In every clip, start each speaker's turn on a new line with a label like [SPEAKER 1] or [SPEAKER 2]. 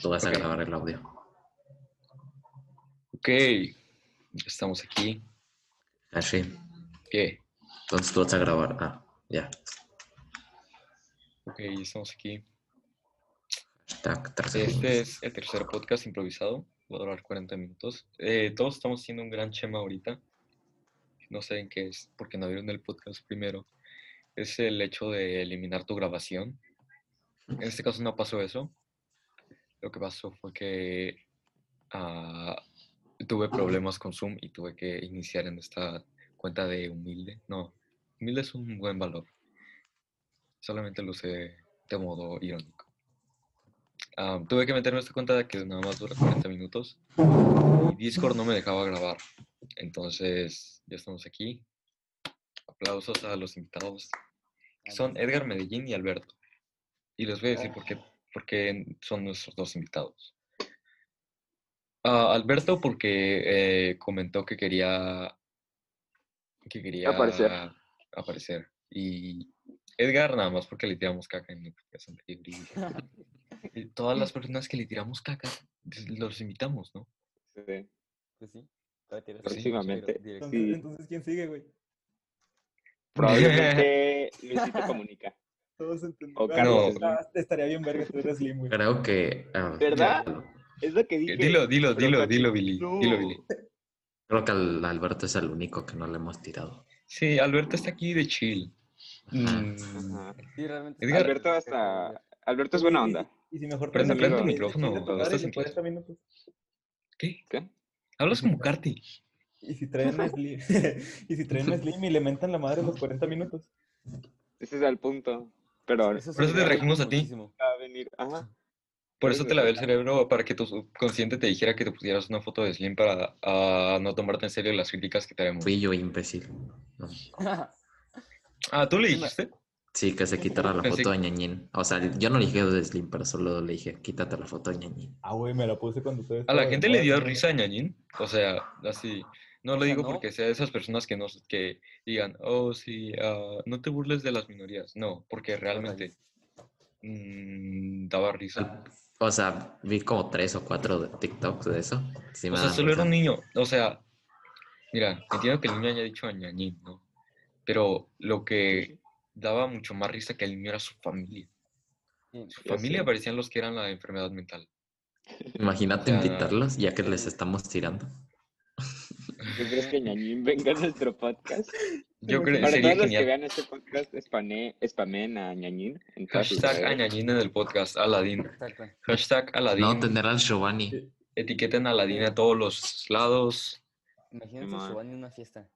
[SPEAKER 1] Tú vas
[SPEAKER 2] Ok.
[SPEAKER 1] a grabar el audio.
[SPEAKER 2] Ok, ya estamos aquí.
[SPEAKER 1] Ah, sí.
[SPEAKER 2] ¿Qué?
[SPEAKER 1] Entonces tú vas a grabar. Ah, ya.
[SPEAKER 2] Ok, ya estamos aquí.
[SPEAKER 1] Hashtag tres
[SPEAKER 2] Este
[SPEAKER 1] segundos.
[SPEAKER 2] es el tercer podcast improvisado. Va a durar 40 minutos. Eh, todos estamos haciendo un gran chema ahorita. No sé en qué es, porque no vieron el podcast primero. Es el hecho de eliminar tu grabación. En este caso no pasó eso. Lo que pasó fue que ah, tuve problemas con Zoom y tuve que iniciar en esta cuenta de humilde. No, humilde es un buen valor. Solamente lo usé de modo irónico. Ah, tuve que meterme a esta cuenta de que nada más dura 40 minutos. Y Discord no me dejaba grabar. Entonces, ya estamos aquí. Aplausos a los invitados. que Son Edgar Medellín y Alberto. Y les voy a decir por qué, por qué son nuestros dos invitados. Ah, Alberto porque eh, comentó que quería, que quería
[SPEAKER 3] Aparecer.
[SPEAKER 2] aparecer. Y Edgar nada más porque le tiramos caca en el podcast anterior. y- eh, Todas las personas que le tiramos caca, des- los invitamos, ¿no?
[SPEAKER 3] Sí.
[SPEAKER 4] Pues sí, para que
[SPEAKER 2] Pues sí,
[SPEAKER 3] próximamente.
[SPEAKER 4] directo.
[SPEAKER 5] Entonces,
[SPEAKER 3] Sí.
[SPEAKER 5] entonces, ¿quién sigue, güey?
[SPEAKER 2] Eh,
[SPEAKER 3] Probablemente Luisito comunica.
[SPEAKER 5] Todos entendieron.
[SPEAKER 3] O
[SPEAKER 5] Ah,
[SPEAKER 2] Carlos.
[SPEAKER 5] está- estaría bien verga tú eres Slim, güey.
[SPEAKER 1] Creo que. ah,
[SPEAKER 3] ¿Verdad? Es lo que
[SPEAKER 2] Eh,
[SPEAKER 3] dije.
[SPEAKER 2] Dilo, dilo,
[SPEAKER 3] pero
[SPEAKER 2] dilo,
[SPEAKER 3] Katy,
[SPEAKER 2] dilo, Billy. Dilo,
[SPEAKER 3] no.
[SPEAKER 2] Billy.
[SPEAKER 1] Creo que al Alberto es el único que no le hemos tirado.
[SPEAKER 2] Sí, Alberto está aquí de chill.
[SPEAKER 3] Ah.
[SPEAKER 1] Ajá.
[SPEAKER 2] Mm,
[SPEAKER 3] Ajá.
[SPEAKER 4] Sí, realmente.
[SPEAKER 2] Edgar.
[SPEAKER 3] Alberto hasta... Alberto es buena onda.
[SPEAKER 5] Y si mejor
[SPEAKER 2] Prende-
[SPEAKER 3] prende tu
[SPEAKER 2] micrófono, no estás en clase.
[SPEAKER 5] minutos.
[SPEAKER 2] ¿Qué?
[SPEAKER 3] ¿Qué?
[SPEAKER 2] Hablas como Carti.
[SPEAKER 5] Y si traen a Slim, y si traen a Slim y le mentan la madre los 40 minutos.
[SPEAKER 3] Ese es el punto. Pero
[SPEAKER 2] Por eso te
[SPEAKER 4] sería
[SPEAKER 2] trajimos a ti.
[SPEAKER 4] muchísimo.
[SPEAKER 3] va a venir. Ajá.
[SPEAKER 2] Por eso te lavé el cerebro para que tu subconsciente te dijera que te pusieras una foto de Slim para ah, no tomarte en serio las críticas que te haremos.
[SPEAKER 1] Fui yo, imbécil. No.
[SPEAKER 2] Ah, ¿tú le dijiste?
[SPEAKER 1] Sí, que se quitara la
[SPEAKER 2] Pensé-
[SPEAKER 1] foto de ñañín. O sea, yo no le dije de Slim, pero solo le dije, quítate la foto de ñañín.
[SPEAKER 5] Ah, güey, me la puse cuando ustedes.
[SPEAKER 2] A la gente le dio risa a Ñañín. O sea, así. No lo
[SPEAKER 4] sea,
[SPEAKER 2] digo
[SPEAKER 4] no.
[SPEAKER 2] porque sea de esas personas que, no, que digan, oh, sí, ah, no te burles de las minorías. No, porque realmente mm, daba
[SPEAKER 1] Ah,
[SPEAKER 2] risa.
[SPEAKER 1] O sea, vi como tres o cuatro de TikToks de eso. Sí
[SPEAKER 2] O
[SPEAKER 1] me
[SPEAKER 2] sea,
[SPEAKER 1] da
[SPEAKER 2] solo
[SPEAKER 1] risa.
[SPEAKER 2] era un niño. O sea, mira, entiendo que el niño haya dicho a ñañín, ¿no? Pero lo que daba mucho más risa que el niño era su familia.
[SPEAKER 4] Sí,
[SPEAKER 2] Su
[SPEAKER 3] Ya
[SPEAKER 2] familia
[SPEAKER 3] sé.
[SPEAKER 2] parecían los que eran la enfermedad mental.
[SPEAKER 1] Imagínate
[SPEAKER 2] O sea,
[SPEAKER 1] invitarlos ya que les estamos tirando.
[SPEAKER 3] ¿Tú crees que Ñañín venga a nuestro podcast?
[SPEAKER 2] Yo creo que
[SPEAKER 3] Para todos
[SPEAKER 2] sería
[SPEAKER 3] los que
[SPEAKER 2] genial.
[SPEAKER 3] vean este podcast, spamé- spamen a Ñañín. En todas sus
[SPEAKER 2] Hashtag a
[SPEAKER 3] redes.
[SPEAKER 2] ñañín en el podcast, Aladín.
[SPEAKER 4] exacto.
[SPEAKER 2] Hashtag Aladín.
[SPEAKER 1] No, tener al Giovanni.
[SPEAKER 2] Etiqueten a Aladín a todos los lados.
[SPEAKER 4] Imagínate a
[SPEAKER 3] Simón.
[SPEAKER 4] Giovanni en una fiesta.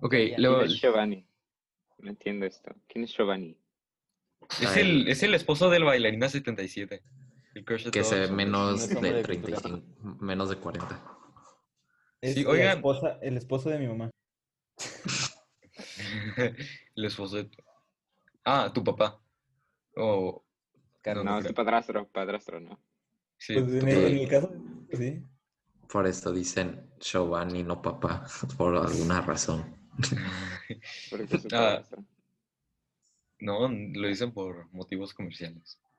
[SPEAKER 2] Ok,
[SPEAKER 4] Ya.
[SPEAKER 2] luego-
[SPEAKER 3] ¿Quién es Giovanni? No entiendo esto. ¿Quién es Giovanni?
[SPEAKER 2] es, el, es el esposo del bailarina 77. El crush de
[SPEAKER 1] Que
[SPEAKER 2] todos
[SPEAKER 1] se ve
[SPEAKER 2] los hombres.
[SPEAKER 1] menos
[SPEAKER 4] hombre
[SPEAKER 1] de
[SPEAKER 4] de
[SPEAKER 1] 35, menos de 40.
[SPEAKER 2] Sí,
[SPEAKER 5] sí,
[SPEAKER 2] oigan.
[SPEAKER 5] oigan. Esposa, el esposo de mi mamá.
[SPEAKER 2] el esposo de... tu- Ah, tu papá. O...
[SPEAKER 4] Carlos.
[SPEAKER 2] no
[SPEAKER 3] No, es
[SPEAKER 2] creo.
[SPEAKER 3] tu padrastro, padrastro, ¿no?
[SPEAKER 2] Sí,
[SPEAKER 5] pues
[SPEAKER 2] tu
[SPEAKER 5] en el,
[SPEAKER 2] papá.
[SPEAKER 5] en el caso, pues sí.
[SPEAKER 1] Por eso dicen Giovanni, no papá, por alguna razón.
[SPEAKER 3] Porque es su
[SPEAKER 2] Ah.
[SPEAKER 3] padrastro.
[SPEAKER 2] No, lo dicen por motivos comerciales.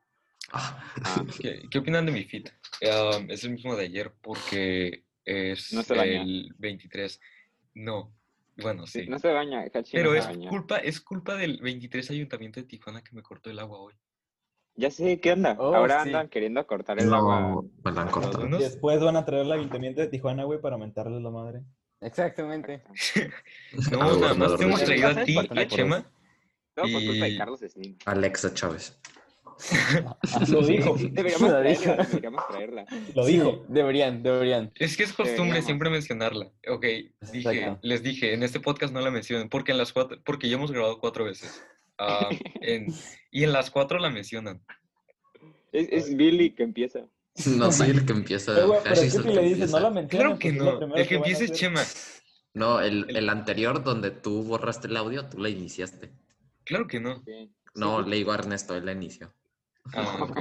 [SPEAKER 1] Ah,
[SPEAKER 3] Ah,
[SPEAKER 2] ¿Qué, qué opinan de mi fit? Um, es el mismo de ayer porque es
[SPEAKER 3] No se baña.
[SPEAKER 2] el 23. No, bueno, sí.
[SPEAKER 3] No se baña, Hachi no
[SPEAKER 2] Pero
[SPEAKER 3] se
[SPEAKER 2] es
[SPEAKER 3] baña.
[SPEAKER 2] culpa, es culpa del 23 Ayuntamiento de Tijuana que me cortó el agua hoy.
[SPEAKER 3] Ya sé, ¿qué onda?
[SPEAKER 4] Oh,
[SPEAKER 3] Ahora
[SPEAKER 4] sí.
[SPEAKER 3] andan queriendo cortar el agua.
[SPEAKER 1] no, me la han cortado.
[SPEAKER 2] Unos-
[SPEAKER 5] Después van a traer al ayuntamiento de Tijuana, güey, para mentarles la madre.
[SPEAKER 4] Exactamente.
[SPEAKER 2] No,
[SPEAKER 1] Al
[SPEAKER 2] nada más
[SPEAKER 1] Ah, gobernador
[SPEAKER 2] te
[SPEAKER 1] de
[SPEAKER 2] hemos
[SPEAKER 1] Chiapas.
[SPEAKER 2] traído a ti,
[SPEAKER 4] Faltando
[SPEAKER 2] a
[SPEAKER 4] por
[SPEAKER 2] Chema.
[SPEAKER 3] Todo por culpa
[SPEAKER 2] Y-
[SPEAKER 3] de Carlos Slim.
[SPEAKER 1] Alexa Chávez.
[SPEAKER 5] Lo dijo,
[SPEAKER 3] Deberíamos
[SPEAKER 4] Lo dijo.
[SPEAKER 3] traerla, deberíamos traerla.
[SPEAKER 5] lo
[SPEAKER 4] Sí,
[SPEAKER 5] dijo.
[SPEAKER 4] deberían, deberían.
[SPEAKER 2] Es que es costumbre
[SPEAKER 3] Deberíamos.
[SPEAKER 2] siempre mencionarla. Ok, dije,
[SPEAKER 4] Exacto.
[SPEAKER 2] les dije, en este podcast no la mencionen, porque en las cuatro, porque ya hemos grabado cuatro veces. Ah, en- y en las cuatro la mencionan.
[SPEAKER 3] Es, es Billy que empieza.
[SPEAKER 1] No soy el que empieza.
[SPEAKER 5] Pero,
[SPEAKER 2] Ah,
[SPEAKER 5] güey,
[SPEAKER 1] Hash
[SPEAKER 5] pero
[SPEAKER 1] es
[SPEAKER 5] tú
[SPEAKER 1] el
[SPEAKER 5] que
[SPEAKER 1] que
[SPEAKER 5] le dices,
[SPEAKER 1] empieza.
[SPEAKER 5] no la menciones.
[SPEAKER 2] Claro que
[SPEAKER 5] pues, es lo
[SPEAKER 2] no.
[SPEAKER 5] primero
[SPEAKER 2] El que
[SPEAKER 5] van a
[SPEAKER 2] empieza es
[SPEAKER 5] hacer.
[SPEAKER 2] Chema.
[SPEAKER 1] No, el, el anterior donde tú borraste el audio, tú la iniciaste.
[SPEAKER 2] Claro que no.
[SPEAKER 3] Sí.
[SPEAKER 1] No, le digo a Ernesto, él la inició.
[SPEAKER 2] Ah, ok.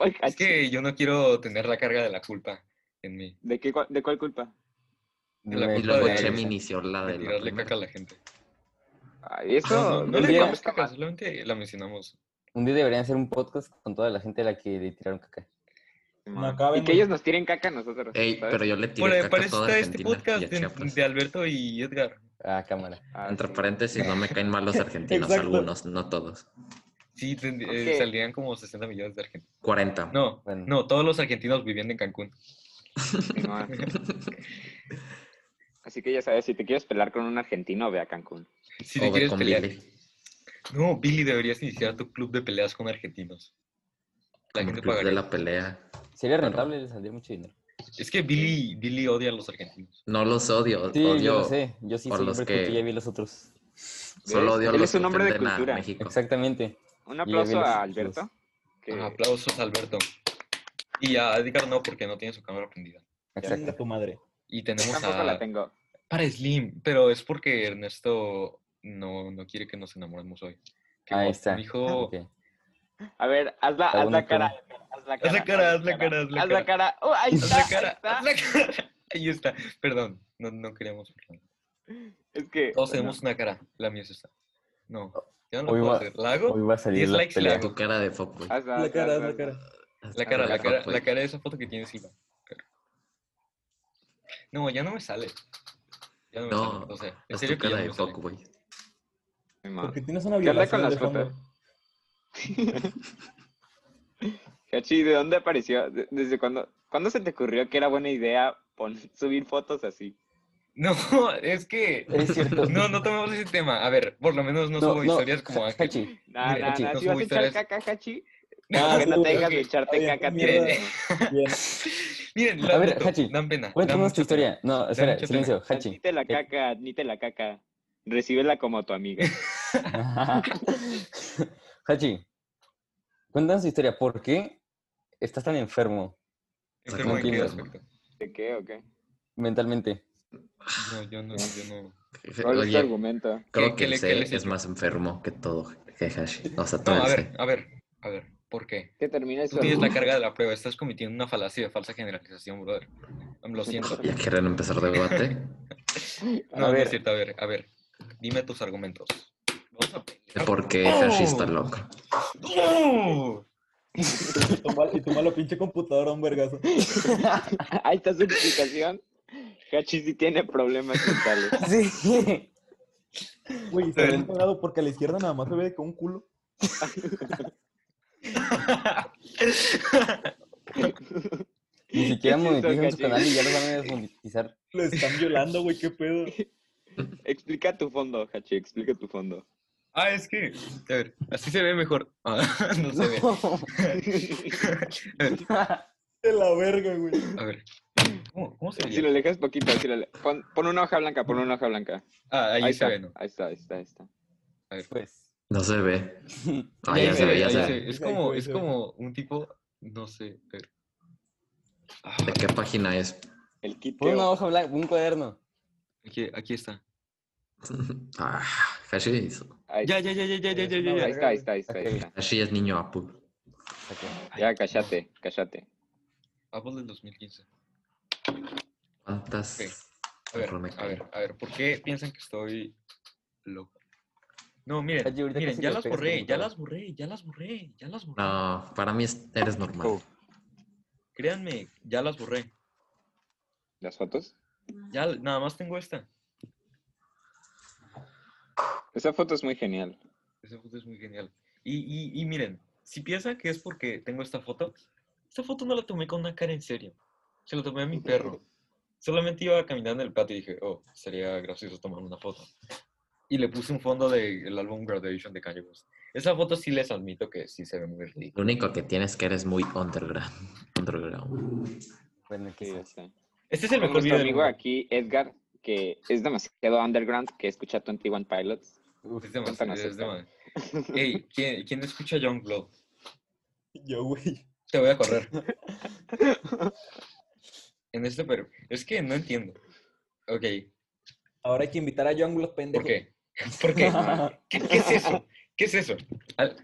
[SPEAKER 3] Ay,
[SPEAKER 2] Es
[SPEAKER 3] Hachi,
[SPEAKER 2] que yo no quiero tener la carga de la culpa en mí.
[SPEAKER 3] ¿De, qué, cua- ¿De cuál culpa?
[SPEAKER 2] La
[SPEAKER 4] Me-
[SPEAKER 1] Y
[SPEAKER 2] culpa
[SPEAKER 1] luego
[SPEAKER 2] de-
[SPEAKER 1] Chemi inició la
[SPEAKER 2] De
[SPEAKER 1] Ah, de la
[SPEAKER 2] tirarle caca a
[SPEAKER 1] primera.
[SPEAKER 2] la gente.
[SPEAKER 3] Ay, eso
[SPEAKER 2] Ah, No, no, no
[SPEAKER 3] el
[SPEAKER 2] le
[SPEAKER 4] día-
[SPEAKER 2] tiramos
[SPEAKER 3] digamos que
[SPEAKER 2] caca,
[SPEAKER 3] más.
[SPEAKER 2] solamente la mencionamos.
[SPEAKER 4] Un día deberían hacer un podcast con toda la gente a la que le tiraron caca.
[SPEAKER 5] No
[SPEAKER 3] Simón.
[SPEAKER 5] acaben.
[SPEAKER 3] Y que ellos nos tiren caca a nosotros.
[SPEAKER 1] Ey,
[SPEAKER 3] ¿sabes?
[SPEAKER 1] pero yo le
[SPEAKER 2] Bueno,
[SPEAKER 1] tiré
[SPEAKER 2] para
[SPEAKER 1] caca a
[SPEAKER 2] eso
[SPEAKER 1] toda
[SPEAKER 2] está este
[SPEAKER 1] Argentina
[SPEAKER 2] podcast
[SPEAKER 1] y a
[SPEAKER 2] de,
[SPEAKER 1] Chiapas.
[SPEAKER 2] de Alberto y Edgar.
[SPEAKER 4] Ah, cámara.
[SPEAKER 3] Ah,
[SPEAKER 1] Entre
[SPEAKER 3] sí.
[SPEAKER 1] paréntesis, no me caen mal los argentinos,
[SPEAKER 5] Exacto.
[SPEAKER 1] algunos, no todos.
[SPEAKER 2] Sí, ten- eh,
[SPEAKER 3] Ok.
[SPEAKER 2] saldrían como 60 millones de argentinos.
[SPEAKER 1] 40.
[SPEAKER 2] No,
[SPEAKER 4] Bueno.
[SPEAKER 2] no, todos los argentinos viviendo en Cancún.
[SPEAKER 3] Simón. Así que ya sabes, si te quieres pelar con un argentino, ve a Cancún.
[SPEAKER 2] Si
[SPEAKER 1] O
[SPEAKER 2] te
[SPEAKER 1] ve
[SPEAKER 2] quieres
[SPEAKER 1] con
[SPEAKER 2] pelear.
[SPEAKER 1] Billy.
[SPEAKER 2] No, Billy, deberías iniciar tu club de peleas con argentinos. La
[SPEAKER 1] como
[SPEAKER 2] gente
[SPEAKER 1] el club
[SPEAKER 2] pagaría.
[SPEAKER 1] de la pelea.
[SPEAKER 4] Sería
[SPEAKER 1] Bueno.
[SPEAKER 4] rentable, le saldría mucho dinero.
[SPEAKER 2] Es que Billy, Billy odia a los argentinos.
[SPEAKER 1] No los odio,
[SPEAKER 4] Sí,
[SPEAKER 1] odio.
[SPEAKER 4] yo lo sé. Yo sí
[SPEAKER 1] por
[SPEAKER 4] soy
[SPEAKER 1] los
[SPEAKER 4] hombre porque
[SPEAKER 1] que-
[SPEAKER 4] ya vi los otros.
[SPEAKER 1] Solo odio a
[SPEAKER 3] Él
[SPEAKER 1] los
[SPEAKER 3] es un
[SPEAKER 1] que
[SPEAKER 3] hombre de
[SPEAKER 1] ofenden a
[SPEAKER 3] cultura.
[SPEAKER 1] México.
[SPEAKER 4] Exactamente.
[SPEAKER 3] Un
[SPEAKER 4] ya vi
[SPEAKER 3] aplauso
[SPEAKER 4] los
[SPEAKER 3] a
[SPEAKER 4] argentinos.
[SPEAKER 3] Alberto.
[SPEAKER 2] Ah,
[SPEAKER 3] que-
[SPEAKER 2] Aplausos, Alberto. Y a Edgar no, porque no tiene su cámara prendida.
[SPEAKER 5] Chinga
[SPEAKER 4] Exacto.
[SPEAKER 5] tu madre.
[SPEAKER 2] Y tenemos
[SPEAKER 3] Tampoco la
[SPEAKER 2] a,
[SPEAKER 3] tengo.
[SPEAKER 2] para Slim, pero es porque Ernesto no, no quiere que nos enamoremos hoy. Que
[SPEAKER 4] Ahí
[SPEAKER 2] mo-
[SPEAKER 4] está.
[SPEAKER 1] Ah,
[SPEAKER 2] Dijo,
[SPEAKER 4] Ok.
[SPEAKER 3] A ver, haz la,
[SPEAKER 4] Está
[SPEAKER 3] haz la
[SPEAKER 4] bonito.
[SPEAKER 3] cara. Haz la cara,
[SPEAKER 2] Haz la cara, haz la cara, haz la
[SPEAKER 3] Haz la cara. Oh, ahí
[SPEAKER 2] "Haz
[SPEAKER 3] está,
[SPEAKER 2] la
[SPEAKER 3] ahí
[SPEAKER 2] cara,
[SPEAKER 3] está.
[SPEAKER 2] haz la cara". Ahí está. Perdón, no, no queríamos. perdón.
[SPEAKER 3] Es que.
[SPEAKER 2] Todos
[SPEAKER 3] bueno,
[SPEAKER 2] tenemos una cara. La mía es esta. No, ya no
[SPEAKER 4] Hoy
[SPEAKER 2] puedo
[SPEAKER 4] va-
[SPEAKER 2] hacer. ¿La hago?
[SPEAKER 4] Hoy va a salir
[SPEAKER 2] 10
[SPEAKER 4] la
[SPEAKER 2] likes y la
[SPEAKER 4] pelea.
[SPEAKER 2] hago.
[SPEAKER 1] Tu cara de fuckboy.
[SPEAKER 3] haz
[SPEAKER 5] La cara,
[SPEAKER 3] haz
[SPEAKER 5] la cara.
[SPEAKER 2] Ah, La cara, la
[SPEAKER 1] de
[SPEAKER 2] cara,
[SPEAKER 1] fuckboy.
[SPEAKER 2] la
[SPEAKER 4] pues.
[SPEAKER 2] cara de esa foto que tiene encima. No, ya no me sale. Ya no me
[SPEAKER 1] No,
[SPEAKER 2] sale. O sea, en
[SPEAKER 1] Es
[SPEAKER 2] serio
[SPEAKER 1] tu
[SPEAKER 2] que ya
[SPEAKER 1] cara
[SPEAKER 2] no
[SPEAKER 1] de
[SPEAKER 2] me sale.
[SPEAKER 1] fuckboy.
[SPEAKER 3] Simón.
[SPEAKER 5] Porque tienes una
[SPEAKER 3] ¿Qué onda
[SPEAKER 5] violación
[SPEAKER 3] con las
[SPEAKER 5] de fondo.
[SPEAKER 3] fotos? Cachi, ¿de dónde apareció? De- ¿Desde cuándo? ¿Cuándo se te ocurrió que era buena idea pon- subir fotos así?
[SPEAKER 2] No, es que.
[SPEAKER 4] Es cierto.
[SPEAKER 2] No, no tomemos ese tema. A ver, por lo menos no,
[SPEAKER 4] No,
[SPEAKER 2] subo
[SPEAKER 4] no,
[SPEAKER 2] historias como
[SPEAKER 4] Ja-
[SPEAKER 2] Ángel.
[SPEAKER 4] Hachi,
[SPEAKER 3] Nah,
[SPEAKER 2] Mira,
[SPEAKER 3] nah,
[SPEAKER 4] Cachi,
[SPEAKER 3] nah,
[SPEAKER 2] no
[SPEAKER 3] Si vas a
[SPEAKER 2] subiste
[SPEAKER 3] echar
[SPEAKER 2] las-
[SPEAKER 3] caca, Cachi,
[SPEAKER 5] Ah,
[SPEAKER 3] que no
[SPEAKER 5] sí,
[SPEAKER 3] te dejas de
[SPEAKER 5] ok.
[SPEAKER 3] echarte
[SPEAKER 5] Está bien,
[SPEAKER 3] caca a ti
[SPEAKER 5] mierda.
[SPEAKER 3] mismo.
[SPEAKER 5] Bien.
[SPEAKER 2] Miren,
[SPEAKER 4] A ver,
[SPEAKER 2] admito,
[SPEAKER 4] Hachi,
[SPEAKER 2] dan pena. dan
[SPEAKER 4] cuéntanos
[SPEAKER 2] mucha
[SPEAKER 4] tu
[SPEAKER 2] pena.
[SPEAKER 4] historia. No, espera,
[SPEAKER 2] mucha
[SPEAKER 4] silencio, Hachi.
[SPEAKER 3] Admite la caca, admite la caca. Recíbela como tu amiga.
[SPEAKER 4] Hachi, cuéntanos tu historia. ¿Por qué estás tan enfermo
[SPEAKER 2] Enfermo
[SPEAKER 4] No
[SPEAKER 2] en qué
[SPEAKER 4] entiendo.
[SPEAKER 2] aspecto.
[SPEAKER 3] ¿De qué o qué?
[SPEAKER 4] mentalmente?
[SPEAKER 2] No, yo no, yo no.
[SPEAKER 3] ¿Cuál es tu
[SPEAKER 1] Oye,
[SPEAKER 3] argumento?
[SPEAKER 1] creo que
[SPEAKER 2] ¿Qué- qué le-
[SPEAKER 1] el
[SPEAKER 2] qué le
[SPEAKER 1] C
[SPEAKER 2] has
[SPEAKER 1] es
[SPEAKER 2] hecho?
[SPEAKER 1] más enfermo que todo que Hashi. O sea,
[SPEAKER 2] No,
[SPEAKER 1] todo
[SPEAKER 2] a
[SPEAKER 1] el
[SPEAKER 2] ver,
[SPEAKER 1] C.
[SPEAKER 2] a ver, a ver, ¿por qué?
[SPEAKER 3] ¿Qué termina
[SPEAKER 2] Tú
[SPEAKER 3] eso?
[SPEAKER 2] tienes la carga de la prueba, estás cometiendo una falacia de falsa generalización, brother. Lo siento.
[SPEAKER 1] ¿Ya quieren empezar debate?
[SPEAKER 2] No,
[SPEAKER 4] A
[SPEAKER 2] no
[SPEAKER 4] ver.
[SPEAKER 2] es cierto, a ver, a ver. Dime tus argumentos. Vamos a pelear.
[SPEAKER 1] ¿Por qué
[SPEAKER 2] Oh.
[SPEAKER 1] Hashi está loco?
[SPEAKER 2] ¡No!
[SPEAKER 5] Y tu mal- Y tu malo pinche computadora, un vergazo.
[SPEAKER 3] Ahí está su explicación. Hachi sí tiene problemas mentales.
[SPEAKER 4] Sí.
[SPEAKER 5] Güey, se ve enterado porque a la izquierda nada más se ve con un culo.
[SPEAKER 4] Ni siquiera
[SPEAKER 3] ¿Qué es eso,
[SPEAKER 4] monetizan su
[SPEAKER 3] Hachi?
[SPEAKER 4] canal y ya lo van a desmonetizar.
[SPEAKER 5] Lo están violando, güey, qué pedo.
[SPEAKER 3] Explica tu fondo, Hachi, explica tu fondo.
[SPEAKER 2] Ah, es que, a ver, así se ve mejor. Ah, no se ve. A ver,
[SPEAKER 5] De la verga, güey.
[SPEAKER 2] a ver. ¿Cómo, cómo se
[SPEAKER 3] Si lo
[SPEAKER 2] ve?
[SPEAKER 3] alejas poquito, si lo ale- pon, pon una hoja blanca, pon una hoja blanca.
[SPEAKER 2] Ah, ahí, se
[SPEAKER 3] está,
[SPEAKER 2] ve, ¿no?
[SPEAKER 3] ahí está, ahí está, ahí está.
[SPEAKER 4] Pues.
[SPEAKER 1] No se ve. Ah,
[SPEAKER 2] Ahí
[SPEAKER 1] ya se ve, ya
[SPEAKER 2] ahí
[SPEAKER 1] se
[SPEAKER 2] se
[SPEAKER 1] ve.
[SPEAKER 2] ve. Es
[SPEAKER 5] Ahí se ve,
[SPEAKER 2] como,
[SPEAKER 5] ahí
[SPEAKER 2] es
[SPEAKER 5] se ve.
[SPEAKER 2] como un tipo, no sé, a ver. Ah,
[SPEAKER 1] ¿De qué página es?
[SPEAKER 3] El
[SPEAKER 4] Pon una
[SPEAKER 3] quiteo.
[SPEAKER 4] hoja blanca, un cuaderno.
[SPEAKER 2] aquí, aquí está.
[SPEAKER 1] Ah, Hashi,
[SPEAKER 3] Ahí,
[SPEAKER 2] Ya, ya, ya, ya, ya, ya, ya, ya,
[SPEAKER 3] ahí
[SPEAKER 2] ya.
[SPEAKER 3] está, ahí está, ahí está. ahí
[SPEAKER 4] Ok.
[SPEAKER 3] está.
[SPEAKER 1] Hashi es niño Apu.
[SPEAKER 4] Ok.
[SPEAKER 3] Ya, cállate, cállate.
[SPEAKER 2] Apple del 2015.
[SPEAKER 1] ¿Cuántas?
[SPEAKER 2] A ver,
[SPEAKER 1] Mejor me
[SPEAKER 2] a ver,
[SPEAKER 1] callo.
[SPEAKER 2] a ver, ¿por qué piensan que estoy loco? No, miren,
[SPEAKER 4] Oye, ahorita
[SPEAKER 2] miren,
[SPEAKER 4] casi
[SPEAKER 2] ya
[SPEAKER 4] te
[SPEAKER 2] las
[SPEAKER 4] pegas a tu
[SPEAKER 2] borré, ya
[SPEAKER 4] computadora.
[SPEAKER 2] las borré, ya las borré, ya las borré.
[SPEAKER 1] No, para mí es- eres normal.
[SPEAKER 2] Créanme, ya las borré.
[SPEAKER 3] ¿Las fotos?
[SPEAKER 2] Ya l- nada más tengo esta.
[SPEAKER 3] Esa foto es muy genial.
[SPEAKER 2] Esa foto es muy genial. Y, y, y miren, si piensan que es porque tengo esta foto, esta foto no la tomé con una cara en serio. Se la tomé a mi perro. Solamente iba caminando en el patio y dije, oh, sería gracioso tomar una foto. Y le puse un fondo del álbum Graduation de Kanye West. Esa foto sí les admito que sí se ve muy ridícula.
[SPEAKER 1] Lo único que tienes que eres muy underground. Underground.
[SPEAKER 4] Bueno,
[SPEAKER 3] Sí,
[SPEAKER 4] quizás.
[SPEAKER 3] está.
[SPEAKER 2] Este es el mejor
[SPEAKER 3] Nuestro
[SPEAKER 2] video del
[SPEAKER 3] amigo
[SPEAKER 2] mundo.
[SPEAKER 3] aquí, Edgar, que es demasiado underground, que escucha 21 Pilots.
[SPEAKER 2] Es
[SPEAKER 4] Uf,
[SPEAKER 2] demasiado,
[SPEAKER 3] cuéntanos
[SPEAKER 2] es
[SPEAKER 3] esta.
[SPEAKER 2] demasiado. Ey, ¿quién, ¿quién escucha Young Blood?
[SPEAKER 5] Yo, güey.
[SPEAKER 2] Te voy a correr. en este pero es que no entiendo. Ok,
[SPEAKER 5] Ahora hay que invitar a John los pendejos.
[SPEAKER 2] ¿por qué? ¿Por qué? ¿Qué, qué es eso? ¿Qué es eso? Al-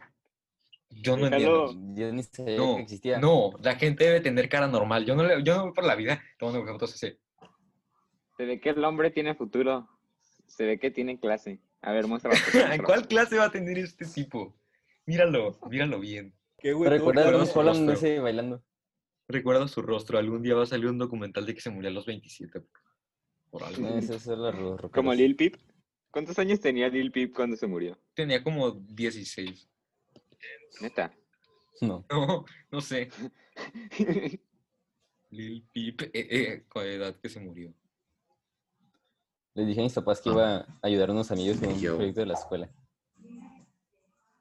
[SPEAKER 2] Yo no
[SPEAKER 3] Déjalo.
[SPEAKER 2] entiendo.
[SPEAKER 4] Yo ni sabía
[SPEAKER 2] No,
[SPEAKER 4] que existía.
[SPEAKER 2] no, la gente debe tener cara normal. Yo no, le, yo no voy por la vida tomando fotos así.
[SPEAKER 3] Se ve que el hombre tiene futuro. Se ve que tiene clase. A ver, muestra.
[SPEAKER 2] ¿En cuál clase va a tener este tipo? Míralo, míralo bien.
[SPEAKER 5] ¿Qué, güey?
[SPEAKER 4] ¿Te
[SPEAKER 5] todo
[SPEAKER 4] recuerdas a
[SPEAKER 5] claro.
[SPEAKER 4] Tom
[SPEAKER 2] Recuerdo-
[SPEAKER 4] Holland ese bailando?
[SPEAKER 2] Recuerda su rostro. Algún día va a salir un documental de que se murió a los 27. por- Por algo.
[SPEAKER 4] Esa es la ro-
[SPEAKER 3] Como
[SPEAKER 4] roqueros.
[SPEAKER 3] Lil Peep. ¿Cuántos años tenía Lil Peep cuando se murió?
[SPEAKER 2] Tenía como 16.
[SPEAKER 3] Neta.
[SPEAKER 4] No.
[SPEAKER 2] No, no sé. Lil Peep, eh, eh, con la edad que se murió.
[SPEAKER 4] Le dije a mis papás que
[SPEAKER 3] Ah.
[SPEAKER 4] iba a ayudar a unos amigos con un
[SPEAKER 1] Yo.
[SPEAKER 4] proyecto de la escuela.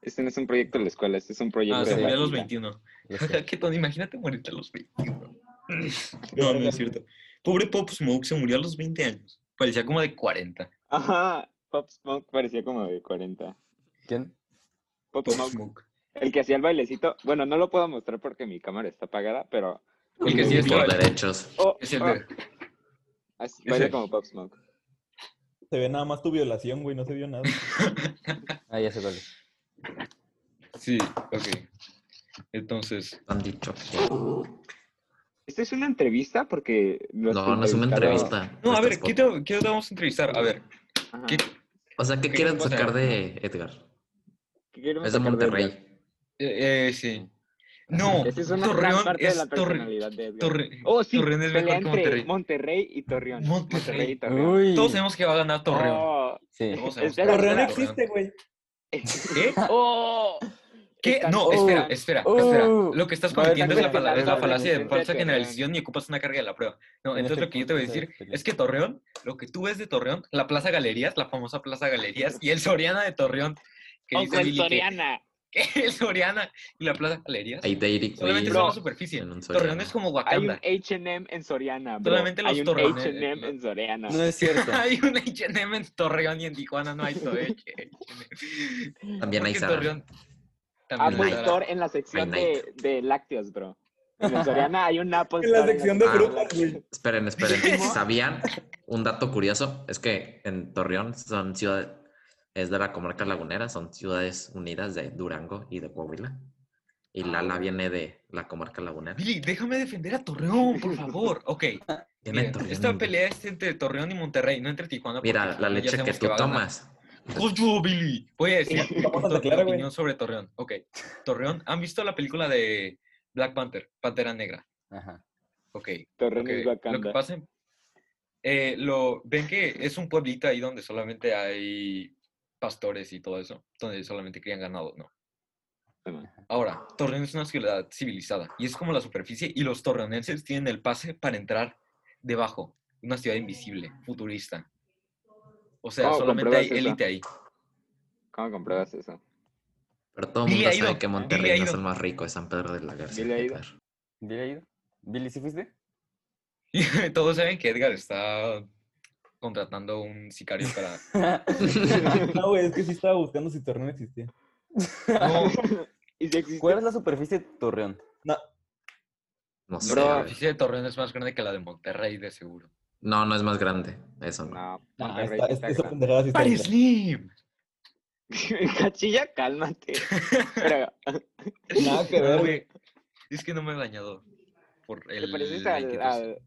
[SPEAKER 3] Este no es un proyecto de la escuela, este es un proyecto
[SPEAKER 2] Ah,
[SPEAKER 3] de
[SPEAKER 2] se
[SPEAKER 3] la
[SPEAKER 2] murió a los
[SPEAKER 3] vida.
[SPEAKER 2] 21.
[SPEAKER 4] Yo sé.
[SPEAKER 2] Qué tonto, imagínate morirte a los 21. No, no es cierto. Pobre Pop Smoke se murió a los 20 años. Parecía como de 40.
[SPEAKER 3] Ajá, Pop Smoke parecía como de 40.
[SPEAKER 4] ¿Quién?
[SPEAKER 3] Pop
[SPEAKER 2] Pop
[SPEAKER 3] Smoke,
[SPEAKER 2] Smoke.
[SPEAKER 3] el que hacía el bailecito. Bueno, no lo puedo mostrar porque mi cámara está apagada, pero...
[SPEAKER 2] El que sí es
[SPEAKER 1] Por
[SPEAKER 2] claro.
[SPEAKER 1] derechos.
[SPEAKER 3] Oh,
[SPEAKER 2] Es el
[SPEAKER 3] ah,
[SPEAKER 2] de-
[SPEAKER 3] así, baila
[SPEAKER 2] ese.
[SPEAKER 3] como Pop Smoke.
[SPEAKER 5] Se ve nada más tu violación, güey, no se vio nada.
[SPEAKER 4] Ah, ya sé cuál. es.
[SPEAKER 2] Sí, ok. Entonces,
[SPEAKER 1] Han dicho que-
[SPEAKER 3] ¿Esta es una entrevista? Porque...
[SPEAKER 1] No, no es una entrevista.
[SPEAKER 2] no, a
[SPEAKER 1] Este
[SPEAKER 2] ver,
[SPEAKER 1] es
[SPEAKER 2] ¿qué
[SPEAKER 1] podcast.
[SPEAKER 2] te, qué te vamos a entrevistar? A ver, ¿qué,
[SPEAKER 1] O sea, ¿qué
[SPEAKER 2] qué
[SPEAKER 1] quieren
[SPEAKER 2] cosa?
[SPEAKER 1] sacar de Edgar?
[SPEAKER 3] queremos
[SPEAKER 1] Es de
[SPEAKER 3] sacar él?
[SPEAKER 1] Monterrey.
[SPEAKER 2] eh, eh, sí. No,
[SPEAKER 3] Esa es una gran
[SPEAKER 2] Torreón
[SPEAKER 3] parte de
[SPEAKER 2] es
[SPEAKER 3] la
[SPEAKER 2] Torre,
[SPEAKER 3] personalidad de Edgar.
[SPEAKER 2] Torre-
[SPEAKER 3] oh, sí,
[SPEAKER 2] Torreón es
[SPEAKER 3] pelea
[SPEAKER 2] mejor que Monterrey.
[SPEAKER 3] entre Monterrey. y Torreón.
[SPEAKER 2] Monterrey.
[SPEAKER 3] y Torreón.
[SPEAKER 2] Todos sabemos que va a ganar Torreón.
[SPEAKER 3] Oh,
[SPEAKER 4] Sí.
[SPEAKER 2] Todos sabemos que
[SPEAKER 3] espera,
[SPEAKER 2] va a
[SPEAKER 5] Torreón
[SPEAKER 2] ganar
[SPEAKER 3] espera.
[SPEAKER 5] existe, güey.
[SPEAKER 2] ¿Qué?
[SPEAKER 3] oh,
[SPEAKER 2] ¿Qué?
[SPEAKER 3] Están-
[SPEAKER 2] No,
[SPEAKER 3] oh,
[SPEAKER 2] espera, espera,
[SPEAKER 4] oh.
[SPEAKER 2] espera.
[SPEAKER 1] Uh,
[SPEAKER 2] Lo que estás
[SPEAKER 4] Vale,
[SPEAKER 2] cometiendo es la,
[SPEAKER 4] también
[SPEAKER 2] fala-
[SPEAKER 4] que
[SPEAKER 2] es la
[SPEAKER 4] tanto
[SPEAKER 2] falacia de
[SPEAKER 3] renuncia
[SPEAKER 2] falsa
[SPEAKER 3] de
[SPEAKER 2] generalización y ocupas una carga de la prueba. No,
[SPEAKER 4] En
[SPEAKER 2] entonces
[SPEAKER 4] este
[SPEAKER 2] lo que yo te voy a
[SPEAKER 4] punto
[SPEAKER 2] decir
[SPEAKER 4] estoy de
[SPEAKER 2] es que Torreón, lo que tú ves de Torreón, la Plaza Galerías, la famosa Plaza Galerías y el Soriana de Torreón, que dice
[SPEAKER 3] Uncle
[SPEAKER 2] Lili que-
[SPEAKER 3] Soriana.
[SPEAKER 2] el Soriana y la Plaza Galerías,
[SPEAKER 1] Hay Dairy Queen.
[SPEAKER 2] solamente
[SPEAKER 3] Bro.
[SPEAKER 2] son la superficie.
[SPEAKER 1] en un
[SPEAKER 2] Torreón
[SPEAKER 1] Soriana.
[SPEAKER 2] es como
[SPEAKER 3] Hay un
[SPEAKER 2] Wakanda.
[SPEAKER 3] H&M en Soriana, bro.
[SPEAKER 2] Solamente los
[SPEAKER 3] Hay un
[SPEAKER 2] torreones-
[SPEAKER 3] H&M en Soriana.
[SPEAKER 4] No es cierto.
[SPEAKER 2] Hay un H&M en Torreón y en Tijuana no hay todo H&M.
[SPEAKER 1] También hay
[SPEAKER 2] Porque
[SPEAKER 1] Zara.
[SPEAKER 2] Torreón- también
[SPEAKER 3] Apple
[SPEAKER 2] hay Zara.
[SPEAKER 3] Store en la sección de, de lácteos, bro. En el Soriana hay un Apple
[SPEAKER 5] En
[SPEAKER 3] Store.
[SPEAKER 5] la sección de
[SPEAKER 1] Ah.
[SPEAKER 5] frutas, güey.
[SPEAKER 1] Esperen, esperen.
[SPEAKER 2] Dijimos-
[SPEAKER 1] ¿Sabían? Un dato curioso es que en Torreón son ciudades, es de la comarca lagunera, son ciudades unidas de Durango y de Coahuila. Y
[SPEAKER 2] Ah.
[SPEAKER 1] Lala viene de la comarca lagunera.
[SPEAKER 2] Billy, déjame defender a Torreón, por favor. Ok,
[SPEAKER 1] Viene de
[SPEAKER 2] miren,
[SPEAKER 1] Torreón,
[SPEAKER 2] esta
[SPEAKER 1] hombre.
[SPEAKER 2] pelea es entre Torreón y Monterrey, no entre Tijuana. porque
[SPEAKER 1] Mira, la
[SPEAKER 2] Tijuana ya
[SPEAKER 1] leche que
[SPEAKER 2] sabemos
[SPEAKER 1] tú
[SPEAKER 2] va a ganar.
[SPEAKER 1] tomas.
[SPEAKER 2] ¡Oye, Billy! Voy a decir mi
[SPEAKER 5] Vamos a
[SPEAKER 2] punto- mi
[SPEAKER 5] aclarar, güey.
[SPEAKER 2] opinión sobre Torreón. Ok, Torreón, ¿han visto la película de Black Panther, Pantera Negra?
[SPEAKER 4] Ajá.
[SPEAKER 2] Ok,
[SPEAKER 3] Torreón
[SPEAKER 2] ok,
[SPEAKER 3] es
[SPEAKER 2] lo que
[SPEAKER 3] Wakanda.
[SPEAKER 2] pasa... en- eh, lo, Ven que es un pueblito ahí donde solamente hay pastores y todo eso, donde solamente crían ganado, ¿no? Ahora, Torreón es una ciudad civilizada y es como la superficie y los torreonenses tienen el pase para entrar debajo, una ciudad invisible, futurista. O sea,
[SPEAKER 3] ¿Cómo
[SPEAKER 2] solamente
[SPEAKER 3] Oh, compruebas
[SPEAKER 2] hay
[SPEAKER 3] eso?
[SPEAKER 2] élite ahí.
[SPEAKER 3] ¿Cómo compruebas eso?
[SPEAKER 1] Pero todo el
[SPEAKER 2] Billy
[SPEAKER 1] mundo
[SPEAKER 2] ha
[SPEAKER 1] sabe
[SPEAKER 2] ido,
[SPEAKER 1] que
[SPEAKER 2] Billy
[SPEAKER 1] Monterrey
[SPEAKER 2] ha
[SPEAKER 1] no es
[SPEAKER 2] ido.
[SPEAKER 1] el más rico, es San Pedro de la Garza.
[SPEAKER 3] Billy ha ido.
[SPEAKER 1] Edgar.
[SPEAKER 4] ¿Billy ha ido? ¿Billy sí fuiste?
[SPEAKER 2] Y todos saben que Edgar está contratando un sicario para...
[SPEAKER 5] No, güey, es que sí estaba buscando si Torreón existía.
[SPEAKER 2] No,
[SPEAKER 3] ¿Y si existe?
[SPEAKER 4] ¿Cuál es la superficie de Torreón?
[SPEAKER 1] No sé.
[SPEAKER 3] Bro.
[SPEAKER 2] la
[SPEAKER 1] a ver.
[SPEAKER 2] superficie de Torreón es más grande que la de Monterrey, de seguro.
[SPEAKER 1] No, no es más grande. Eso no.
[SPEAKER 3] No,
[SPEAKER 5] Ah,
[SPEAKER 3] Monterrey
[SPEAKER 5] está,
[SPEAKER 3] sí
[SPEAKER 2] este
[SPEAKER 5] está,
[SPEAKER 3] está
[SPEAKER 5] esa pendejada sí está
[SPEAKER 2] ¡Pari
[SPEAKER 5] grande.
[SPEAKER 2] Slim!
[SPEAKER 3] grande. Cachilla, cálmate. Pero,
[SPEAKER 5] Nada que
[SPEAKER 2] No,
[SPEAKER 5] ver,
[SPEAKER 2] güey, Es que no me he bañado por
[SPEAKER 3] ¿te
[SPEAKER 2] el...
[SPEAKER 3] pareces
[SPEAKER 2] la
[SPEAKER 3] al,
[SPEAKER 2] inquietud.
[SPEAKER 3] al-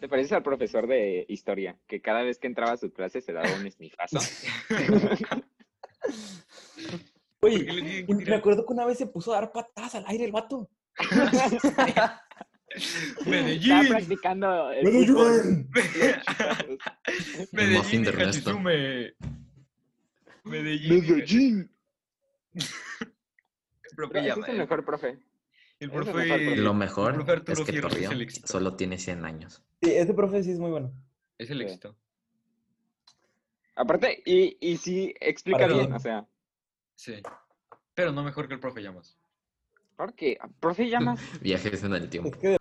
[SPEAKER 3] te pareces al profesor de historia? Que cada vez que entraba a su clase se daba un esnifazo.
[SPEAKER 2] ¿Por
[SPEAKER 5] Güey,
[SPEAKER 2] qué le tienen que
[SPEAKER 5] un- me
[SPEAKER 2] tirar?
[SPEAKER 5] acuerdo que una vez se puso a dar patadas al aire el vato.
[SPEAKER 3] Estaba
[SPEAKER 2] Medellín,
[SPEAKER 3] practicando. el
[SPEAKER 5] Bueno,
[SPEAKER 3] fútbol.
[SPEAKER 5] Joan.
[SPEAKER 1] El muffin
[SPEAKER 2] Medellín
[SPEAKER 1] de
[SPEAKER 2] y
[SPEAKER 1] Ernesto.
[SPEAKER 2] Hachisume. Medellín. y
[SPEAKER 3] Medellín.
[SPEAKER 2] Hachisume. Profe
[SPEAKER 3] Pero ese
[SPEAKER 2] llama,
[SPEAKER 3] es el
[SPEAKER 2] el-
[SPEAKER 3] mejor profe.
[SPEAKER 2] el
[SPEAKER 3] es el
[SPEAKER 2] profe-
[SPEAKER 3] mejor profe.
[SPEAKER 1] Lo
[SPEAKER 2] el
[SPEAKER 1] mejor
[SPEAKER 2] profe Arturo
[SPEAKER 1] es que
[SPEAKER 2] Fierro es el
[SPEAKER 1] Torreón
[SPEAKER 2] éxito.
[SPEAKER 1] solo tiene 100 años.
[SPEAKER 5] Sí, ese profe sí es muy bueno.
[SPEAKER 2] Es el
[SPEAKER 3] Sí.
[SPEAKER 2] éxito.
[SPEAKER 3] Aparte, y, y sí, explica
[SPEAKER 5] Para
[SPEAKER 3] bien,
[SPEAKER 5] bien.
[SPEAKER 3] o sea,
[SPEAKER 2] Sí. Pero no mejor que el profe llamas.
[SPEAKER 3] porque, profe, llamas.
[SPEAKER 1] Viajes en el
[SPEAKER 5] Es
[SPEAKER 1] tiempo.
[SPEAKER 5] que de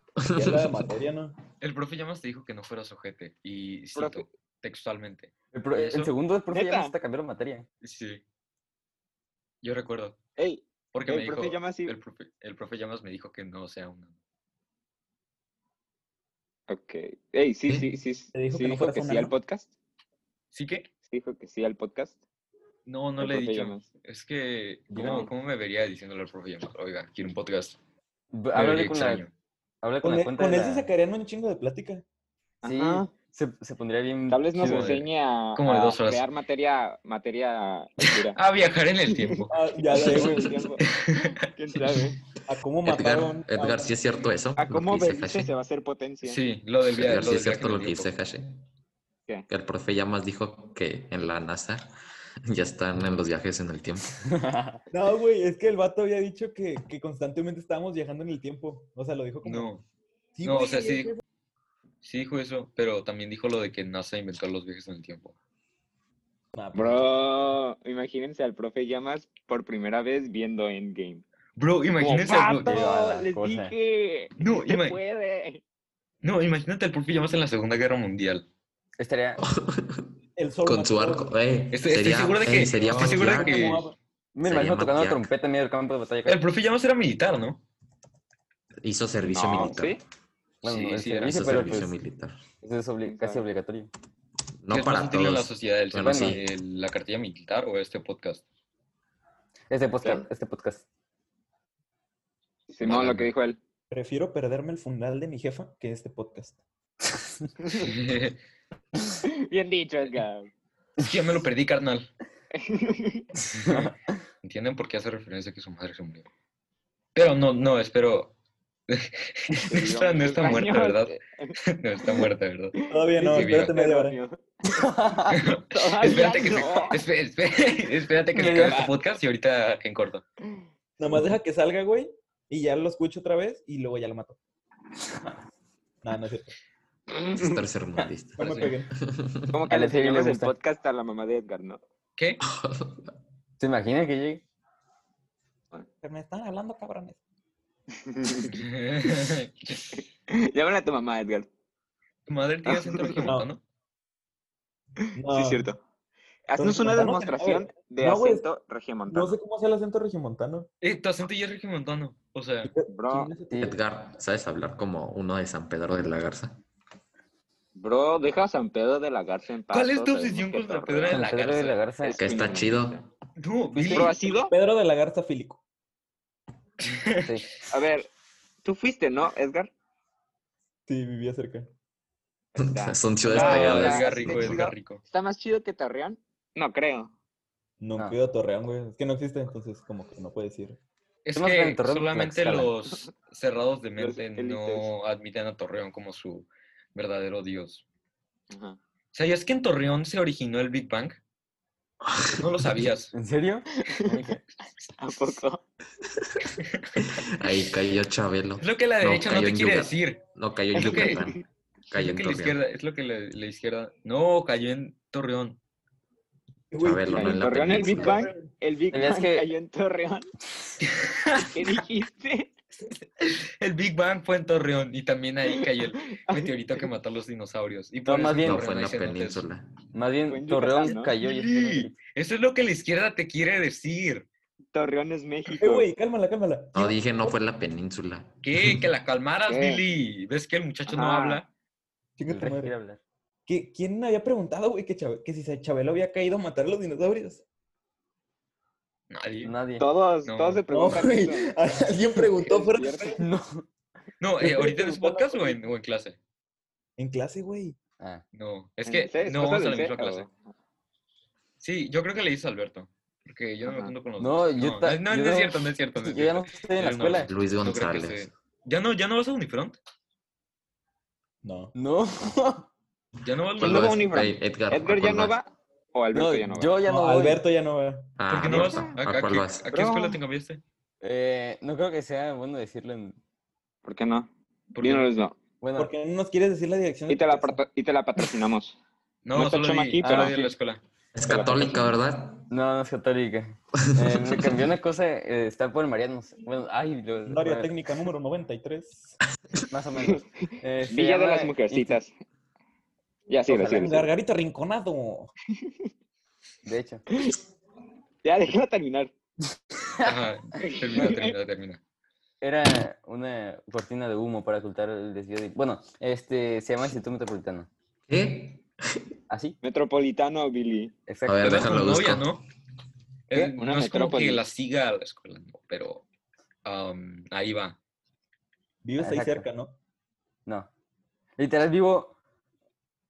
[SPEAKER 5] la de materia, ¿no?
[SPEAKER 2] El profe llamas te dijo que no fueras ojete. Y cito
[SPEAKER 3] Profe.
[SPEAKER 2] textualmente.
[SPEAKER 4] El, pro-
[SPEAKER 2] ¿Y
[SPEAKER 4] el
[SPEAKER 2] eso?
[SPEAKER 4] segundo es profe ya
[SPEAKER 3] ¿Neta?
[SPEAKER 4] nos está cambiando materia.
[SPEAKER 2] Sí. Yo recuerdo.
[SPEAKER 3] Ey,
[SPEAKER 2] Porque me
[SPEAKER 3] el
[SPEAKER 2] dijo.
[SPEAKER 3] profe llamas y.
[SPEAKER 2] el, profe, el profe llamas me dijo que no sea una.
[SPEAKER 3] Ok. Ey, sí,
[SPEAKER 1] ¿Eh?
[SPEAKER 3] sí, sí. sí,
[SPEAKER 5] Te dijo que no
[SPEAKER 3] dijo
[SPEAKER 5] fueras
[SPEAKER 3] que
[SPEAKER 5] una,
[SPEAKER 3] sí al
[SPEAKER 5] ¿no?
[SPEAKER 3] podcast.
[SPEAKER 2] ¿Sí que?
[SPEAKER 3] Sí, dijo que sí al podcast.
[SPEAKER 2] No, no
[SPEAKER 3] El
[SPEAKER 2] le he
[SPEAKER 3] profe
[SPEAKER 2] dicho.
[SPEAKER 3] llamas.
[SPEAKER 2] Es que,
[SPEAKER 4] No.
[SPEAKER 2] ¿cómo, cómo me vería diciéndole al profe llamas? Oiga, quiero un podcast.
[SPEAKER 4] B-
[SPEAKER 2] Me
[SPEAKER 4] Háblale
[SPEAKER 2] vería
[SPEAKER 4] con la,
[SPEAKER 2] extraño.
[SPEAKER 4] habla con
[SPEAKER 5] Con,
[SPEAKER 3] e,
[SPEAKER 4] la
[SPEAKER 5] él-
[SPEAKER 4] cuenta
[SPEAKER 5] con
[SPEAKER 4] de
[SPEAKER 5] él se
[SPEAKER 4] la-
[SPEAKER 5] sacarían un chingo de plática.
[SPEAKER 4] Sí,
[SPEAKER 3] Ajá.
[SPEAKER 4] Se, se pondría bien.
[SPEAKER 3] Tal vez nos
[SPEAKER 2] Sí,
[SPEAKER 4] chido,
[SPEAKER 2] güey.
[SPEAKER 3] enseña a
[SPEAKER 2] Como de dos horas.
[SPEAKER 3] crear materia, materia oscura.
[SPEAKER 2] A viajar en el tiempo.
[SPEAKER 5] Ah, ya
[SPEAKER 3] Ya sé,
[SPEAKER 5] sé,
[SPEAKER 3] güey,
[SPEAKER 5] güey.
[SPEAKER 3] el tiempo. ¿Quién sabe?
[SPEAKER 5] ¿A cómo mataron?
[SPEAKER 1] Edgar, Edgar, sí es cierto eso.
[SPEAKER 3] ¿A
[SPEAKER 1] lo que
[SPEAKER 3] cómo
[SPEAKER 1] dice
[SPEAKER 3] Belice
[SPEAKER 1] Hashi?
[SPEAKER 3] se va a hacer potencia?
[SPEAKER 2] Sí, lo del viaje.
[SPEAKER 1] Edgar, sí
[SPEAKER 2] del
[SPEAKER 1] es cierto
[SPEAKER 2] viaje
[SPEAKER 1] lo
[SPEAKER 2] en
[SPEAKER 1] que
[SPEAKER 2] el
[SPEAKER 1] dice
[SPEAKER 2] tiempo.
[SPEAKER 1] Hashi.
[SPEAKER 3] ¿Qué?
[SPEAKER 1] Que el profe ya más dijo que en la NASA ya están en los viajes en el tiempo.
[SPEAKER 5] No, güey, es que el vato había dicho que, que constantemente estábamos viajando en el tiempo. O sea, lo dijo como.
[SPEAKER 2] No,
[SPEAKER 5] Sí,
[SPEAKER 2] no, o
[SPEAKER 5] güey,
[SPEAKER 2] sea, sí,
[SPEAKER 5] es que-
[SPEAKER 2] dijo- sí dijo eso, pero también dijo lo de que NASA inventó los viajes en el tiempo.
[SPEAKER 3] Bro, imagínense al profe Llamas por primera vez viendo Endgame.
[SPEAKER 2] Bro, imagínense. al
[SPEAKER 3] ¡Pato!
[SPEAKER 2] profe-
[SPEAKER 4] Viva la
[SPEAKER 3] ¡Les
[SPEAKER 4] cosa.
[SPEAKER 3] dije!
[SPEAKER 2] No,
[SPEAKER 3] ¡Sí se
[SPEAKER 2] ima-
[SPEAKER 3] puede!
[SPEAKER 2] No, imagínate al profe llamas en la Segunda Guerra Mundial.
[SPEAKER 4] Estaría.
[SPEAKER 5] El sol
[SPEAKER 1] Con su
[SPEAKER 5] mató-
[SPEAKER 1] arco. eh,
[SPEAKER 2] Estoy- estoy seguro de
[SPEAKER 1] eh,
[SPEAKER 2] que-
[SPEAKER 1] sería
[SPEAKER 2] estoy seguro de
[SPEAKER 1] magia.
[SPEAKER 2] que-
[SPEAKER 4] Me
[SPEAKER 1] Sería
[SPEAKER 4] imagino tocando la
[SPEAKER 1] Matiac.
[SPEAKER 4] trompeta en medio del campo de batalla.
[SPEAKER 2] El profe llamas era militar, ¿no?
[SPEAKER 1] Hizo servicio
[SPEAKER 3] No,
[SPEAKER 1] militar.
[SPEAKER 3] ¿sí?
[SPEAKER 4] Bueno,
[SPEAKER 2] sí,
[SPEAKER 4] no, es
[SPEAKER 2] sí,
[SPEAKER 4] que
[SPEAKER 2] era
[SPEAKER 4] dice,
[SPEAKER 1] Hizo
[SPEAKER 4] pero
[SPEAKER 1] servicio
[SPEAKER 4] pues-
[SPEAKER 1] militar.
[SPEAKER 4] Eso es obli- casi obligatorio.
[SPEAKER 1] No
[SPEAKER 2] ¿Qué es más
[SPEAKER 1] para
[SPEAKER 2] útil a la
[SPEAKER 1] todos.
[SPEAKER 2] sociedad, el
[SPEAKER 1] Bueno,
[SPEAKER 2] servicio-
[SPEAKER 1] sí.
[SPEAKER 2] el- la cartilla militar o este podcast?
[SPEAKER 4] Este podcast. Este podcast.
[SPEAKER 3] Simón, lo que dijo él.
[SPEAKER 5] Prefiero perderme el funeral de mi jefa que este podcast.
[SPEAKER 2] Es
[SPEAKER 3] Bien dicho, Edgar.
[SPEAKER 2] que yo me lo perdí, carnal. ¿Entienden por qué hace referencia a que su madre se murió? Pero no, no, espero. no está, no está muerta, ¿verdad? No está muerta, ¿verdad?
[SPEAKER 5] Todavía no,
[SPEAKER 2] Sí, viva.
[SPEAKER 5] espérate media hora.
[SPEAKER 3] Todavía
[SPEAKER 2] espérate que se,
[SPEAKER 3] no.
[SPEAKER 2] espe- espe- espérate que se acabe este podcast y ahorita en corto.
[SPEAKER 5] Nomás deja que salga, güey, y ya lo escucho otra vez y luego ya lo mato. No, no es cierto.
[SPEAKER 1] Es tercermundista.
[SPEAKER 5] No me
[SPEAKER 2] Parece-
[SPEAKER 5] peguen.
[SPEAKER 3] Como que
[SPEAKER 4] A
[SPEAKER 3] le
[SPEAKER 4] la serie le
[SPEAKER 3] enseñamos el
[SPEAKER 4] gusta.
[SPEAKER 3] podcast a la mamá de Edgar, ¿no?
[SPEAKER 2] ¿Qué?
[SPEAKER 4] ¿Se imaginan que llegue?
[SPEAKER 5] Me están hablando, cabrones.
[SPEAKER 3] Llámale a tu mamá, Edgar.
[SPEAKER 2] ¿Tu madre tiene acento regiomontano?
[SPEAKER 5] No,
[SPEAKER 3] Sí, es cierto. Haznos
[SPEAKER 5] Ah. Entonces,
[SPEAKER 3] una
[SPEAKER 5] ¿montano? A
[SPEAKER 3] demostración
[SPEAKER 5] ver,
[SPEAKER 3] de
[SPEAKER 5] no, güey,
[SPEAKER 3] acento
[SPEAKER 5] No
[SPEAKER 3] regiomontano.
[SPEAKER 5] sé cómo sea el acento regimontano.
[SPEAKER 2] Eh, tu acento ya es regiomontano. O sea,
[SPEAKER 3] Bro,
[SPEAKER 5] ¿Quién es ese?
[SPEAKER 2] Este
[SPEAKER 4] Sí.
[SPEAKER 1] Edgar, ¿sabes hablar como uno de San Pedro de la Garza?
[SPEAKER 3] bro, deja a San Pedro de la Garza en paz.
[SPEAKER 2] ¿Cuál es tu
[SPEAKER 3] todos
[SPEAKER 2] obsesión con
[SPEAKER 3] sabemos que
[SPEAKER 2] San
[SPEAKER 3] está
[SPEAKER 2] Pedro de
[SPEAKER 3] horrible.
[SPEAKER 4] San
[SPEAKER 2] la
[SPEAKER 4] Pedro de la Garza.
[SPEAKER 3] Es
[SPEAKER 1] Que está
[SPEAKER 3] criminalista.
[SPEAKER 1] chido.
[SPEAKER 2] no, Billy.
[SPEAKER 3] Bro, ¿has sido?
[SPEAKER 5] Pedro de la Garza Fílico.
[SPEAKER 4] sí.
[SPEAKER 3] A ver, tú fuiste, ¿no, Edgar?
[SPEAKER 5] Sí, vivía cerca.
[SPEAKER 3] Está,
[SPEAKER 1] Son ciudades
[SPEAKER 3] Ah,
[SPEAKER 2] No,
[SPEAKER 1] pegadas.
[SPEAKER 2] Edgar Rico,
[SPEAKER 3] ¿has sido?
[SPEAKER 2] Edgar Rico.
[SPEAKER 3] ¿Está más chido que Torreón? No creo.
[SPEAKER 5] No,
[SPEAKER 4] Ah.
[SPEAKER 5] cuido a Torreón, güey. Es que no existe, entonces como que no puede decir.
[SPEAKER 2] Es
[SPEAKER 4] Hemos
[SPEAKER 2] que
[SPEAKER 4] ganado Torreón,
[SPEAKER 2] solamente
[SPEAKER 4] Tlaxcala.
[SPEAKER 2] los cerrados de
[SPEAKER 3] Los
[SPEAKER 2] mente no
[SPEAKER 3] élites.
[SPEAKER 2] admiten a Torreón como su verdadero dios.
[SPEAKER 3] Ajá.
[SPEAKER 2] ¿Sabías que en Torreón se originó el Big Bang? No lo sabías.
[SPEAKER 4] ¿En serio?
[SPEAKER 3] ¿A poco?
[SPEAKER 1] Ahí cayó Chabelo.
[SPEAKER 2] Es lo que la
[SPEAKER 1] No,
[SPEAKER 2] derecha no,
[SPEAKER 1] cayó
[SPEAKER 2] te
[SPEAKER 1] en
[SPEAKER 2] quiere
[SPEAKER 1] Yucatán.
[SPEAKER 2] decir.
[SPEAKER 1] No, cayó en
[SPEAKER 2] Es lo que-
[SPEAKER 1] Yucatán.
[SPEAKER 2] Es
[SPEAKER 1] Cayó
[SPEAKER 2] lo
[SPEAKER 1] en
[SPEAKER 2] que la
[SPEAKER 1] Torreón.
[SPEAKER 2] izquierda, es lo que la, la izquierda. No, cayó en Torreón.
[SPEAKER 1] Chabelo, no en la
[SPEAKER 3] Torreón, el Big
[SPEAKER 1] península.
[SPEAKER 3] Bang. El Big
[SPEAKER 4] ¿Sabías
[SPEAKER 3] Bang
[SPEAKER 4] que-
[SPEAKER 3] cayó en Torreón. ¿Qué dijiste?
[SPEAKER 2] El Big Bang fue en Torreón y también ahí cayó el meteorito que mató a los dinosaurios. Y por
[SPEAKER 4] más
[SPEAKER 2] eso
[SPEAKER 4] bien-
[SPEAKER 1] No,
[SPEAKER 2] Torreón
[SPEAKER 1] fue en la
[SPEAKER 2] hay cenotes.
[SPEAKER 1] península.
[SPEAKER 4] Más
[SPEAKER 3] Fue en Yucatán,
[SPEAKER 4] bien, Torreón
[SPEAKER 3] ¿no?
[SPEAKER 4] cayó y este
[SPEAKER 2] Sí.
[SPEAKER 4] Madrid.
[SPEAKER 2] Eso es lo que la izquierda te quiere decir.
[SPEAKER 3] Torreón es
[SPEAKER 5] Eh,
[SPEAKER 3] México.
[SPEAKER 5] güey, cálmala, cálmala.
[SPEAKER 1] No, dije no fue en la península.
[SPEAKER 2] ¿Qué? Que la calmaras,
[SPEAKER 3] ¿Qué?
[SPEAKER 2] Billy. ¿Ves que el muchacho no
[SPEAKER 3] Ajá.
[SPEAKER 2] habla?
[SPEAKER 5] Chinga tu
[SPEAKER 4] Deja
[SPEAKER 5] madre.
[SPEAKER 4] ir a hablar.
[SPEAKER 5] ¿Qué- ¿Quién había preguntado, güey, que, Chabe- que si se- Chabelo había caído a matar a los dinosaurios?
[SPEAKER 2] Nadie.
[SPEAKER 4] Nadie.
[SPEAKER 3] Todos,
[SPEAKER 2] No.
[SPEAKER 3] todos se
[SPEAKER 5] No,
[SPEAKER 3] preguntan
[SPEAKER 5] güey.
[SPEAKER 3] eso.
[SPEAKER 5] Alguien preguntó
[SPEAKER 3] Es
[SPEAKER 5] fuera de-
[SPEAKER 3] cierto.
[SPEAKER 4] No.
[SPEAKER 2] No,
[SPEAKER 5] Yo
[SPEAKER 2] eh, ahorita en
[SPEAKER 5] estoy
[SPEAKER 2] su
[SPEAKER 5] preguntando
[SPEAKER 2] podcast
[SPEAKER 5] por
[SPEAKER 2] o
[SPEAKER 5] mí.
[SPEAKER 2] en, o en clase.
[SPEAKER 5] En clase, güey.
[SPEAKER 4] Ah,
[SPEAKER 2] No, es
[SPEAKER 3] ¿En
[SPEAKER 2] que
[SPEAKER 3] serio?
[SPEAKER 2] no
[SPEAKER 3] ¿Cosas
[SPEAKER 2] vamos a la
[SPEAKER 3] del
[SPEAKER 2] misma
[SPEAKER 3] seco?
[SPEAKER 2] clase. Sí, yo creo que le dices a Alberto. Porque yo no me
[SPEAKER 3] Ajá.
[SPEAKER 2] junto con los
[SPEAKER 4] No,
[SPEAKER 2] dos.
[SPEAKER 4] yo
[SPEAKER 2] no,
[SPEAKER 4] ta-
[SPEAKER 2] no,
[SPEAKER 4] yo
[SPEAKER 2] no es
[SPEAKER 4] no-
[SPEAKER 2] cierto, no es cierto. no es
[SPEAKER 4] yo ya
[SPEAKER 2] cierto.
[SPEAKER 4] no estoy en la
[SPEAKER 2] Yo no-
[SPEAKER 4] escuela.
[SPEAKER 1] Luis
[SPEAKER 2] No creo que
[SPEAKER 1] González.
[SPEAKER 2] sea. ¿Ya no, ¿Ya no vas a Unifront?
[SPEAKER 5] No.
[SPEAKER 4] No.
[SPEAKER 2] ¿Ya no vas a
[SPEAKER 1] ¿Cuál
[SPEAKER 3] ¿Quién no
[SPEAKER 2] Unifront?
[SPEAKER 3] va
[SPEAKER 1] vas?
[SPEAKER 3] a Unifrón?
[SPEAKER 1] Ey, Edgar,
[SPEAKER 3] ¿Edgar ya
[SPEAKER 1] cuál
[SPEAKER 3] no
[SPEAKER 1] vas?
[SPEAKER 3] va? ¿O Alberto
[SPEAKER 4] No,
[SPEAKER 3] ya no va?
[SPEAKER 4] yo ya no,
[SPEAKER 5] No,
[SPEAKER 4] voy.
[SPEAKER 5] Alberto ya no va.
[SPEAKER 1] Ah,
[SPEAKER 2] ¿Por qué no vas? ¿A,
[SPEAKER 1] Alberto,
[SPEAKER 2] a-
[SPEAKER 1] ¿a cuál
[SPEAKER 2] qué-
[SPEAKER 1] vas?
[SPEAKER 2] a qué escuela
[SPEAKER 3] Bro.
[SPEAKER 2] te cambiaste?
[SPEAKER 4] Eh, no creo que sea bueno decirlo en...
[SPEAKER 3] ¿Por qué no?
[SPEAKER 2] ¿Por qué?
[SPEAKER 3] Dínoslos no.
[SPEAKER 4] Bueno,
[SPEAKER 5] ¿Por qué no nos quieres decir la dirección? de
[SPEAKER 3] Y te
[SPEAKER 5] tu
[SPEAKER 3] la,
[SPEAKER 5] casa?
[SPEAKER 3] patro- y te la patrocinamos.
[SPEAKER 2] No,
[SPEAKER 3] No está
[SPEAKER 2] solo di,
[SPEAKER 3] chamaquito,
[SPEAKER 2] solo
[SPEAKER 4] ¿no?
[SPEAKER 2] di a la escuela.
[SPEAKER 1] Es católica, ¿verdad?
[SPEAKER 4] no, no es católica. Eh, me cambió una cosa, eh, está por el Marianos. Bueno, ay, lo-
[SPEAKER 5] Secundaria
[SPEAKER 4] bueno,
[SPEAKER 5] técnica número 93.
[SPEAKER 4] más o menos. Eh, se
[SPEAKER 3] Villa de
[SPEAKER 4] llama
[SPEAKER 3] las Mujercitas. Ya sí,
[SPEAKER 5] Ojalá
[SPEAKER 3] sí,
[SPEAKER 5] en Gargarito Rinconado.
[SPEAKER 4] Insti- De hecho.
[SPEAKER 3] Ya déjame terminar.
[SPEAKER 2] Ajá, termina, termina, termina.
[SPEAKER 4] Era una cortina de humo para ocultar el desvío de... Bueno, este, se llama Instituto Metropolitano.
[SPEAKER 1] ¿Qué?
[SPEAKER 4] ¿Así?
[SPEAKER 3] Metropolitano, Billy.
[SPEAKER 4] Exacto.
[SPEAKER 1] A ver,
[SPEAKER 2] Pero
[SPEAKER 1] déjalo
[SPEAKER 2] tu novia,
[SPEAKER 1] busco.
[SPEAKER 2] ¿no?
[SPEAKER 4] ¿Qué?
[SPEAKER 2] Eh,
[SPEAKER 3] Una
[SPEAKER 2] no es como que
[SPEAKER 3] metrópoli.
[SPEAKER 2] la siga a la escuela, no, pero am, ahí va.
[SPEAKER 5] Vives ahí
[SPEAKER 4] Exacto.
[SPEAKER 5] cerca, ¿no?
[SPEAKER 4] No. Literal vivo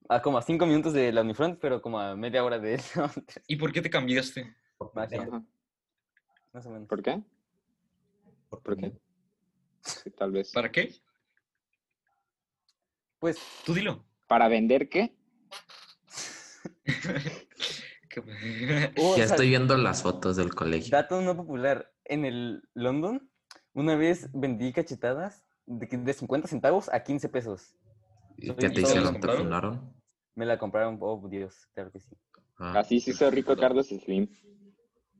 [SPEAKER 4] a como a cinco minutos de la Unifront, pero como a media hora de la otra.
[SPEAKER 2] ¿Y por qué te cambiaste?
[SPEAKER 4] Magia,
[SPEAKER 3] Ajá.
[SPEAKER 4] más o menos.
[SPEAKER 3] ¿Por qué?
[SPEAKER 1] ¿Por
[SPEAKER 3] ¿Por qué? Sí, tal vez.
[SPEAKER 2] ¿Para qué?
[SPEAKER 4] Pues,
[SPEAKER 2] Tú dilo.
[SPEAKER 3] ¿Para vender qué?
[SPEAKER 2] Que-
[SPEAKER 1] Ya
[SPEAKER 4] oh, o sea,
[SPEAKER 1] estoy viendo las fotos del colegio.
[SPEAKER 4] dato no popular. En el London, una vez vendí cachetadas de, que- de 50 centavos a 15 pesos.
[SPEAKER 1] ¿Y ¿Qué te
[SPEAKER 4] ¿Y todos
[SPEAKER 1] hicieron?
[SPEAKER 2] los
[SPEAKER 1] ¿Te
[SPEAKER 2] compraron?
[SPEAKER 1] funaron?
[SPEAKER 4] Me la compraron, oh Dios, claro que sí.
[SPEAKER 1] Ah,
[SPEAKER 3] Así se hizo rico Carlos Slim.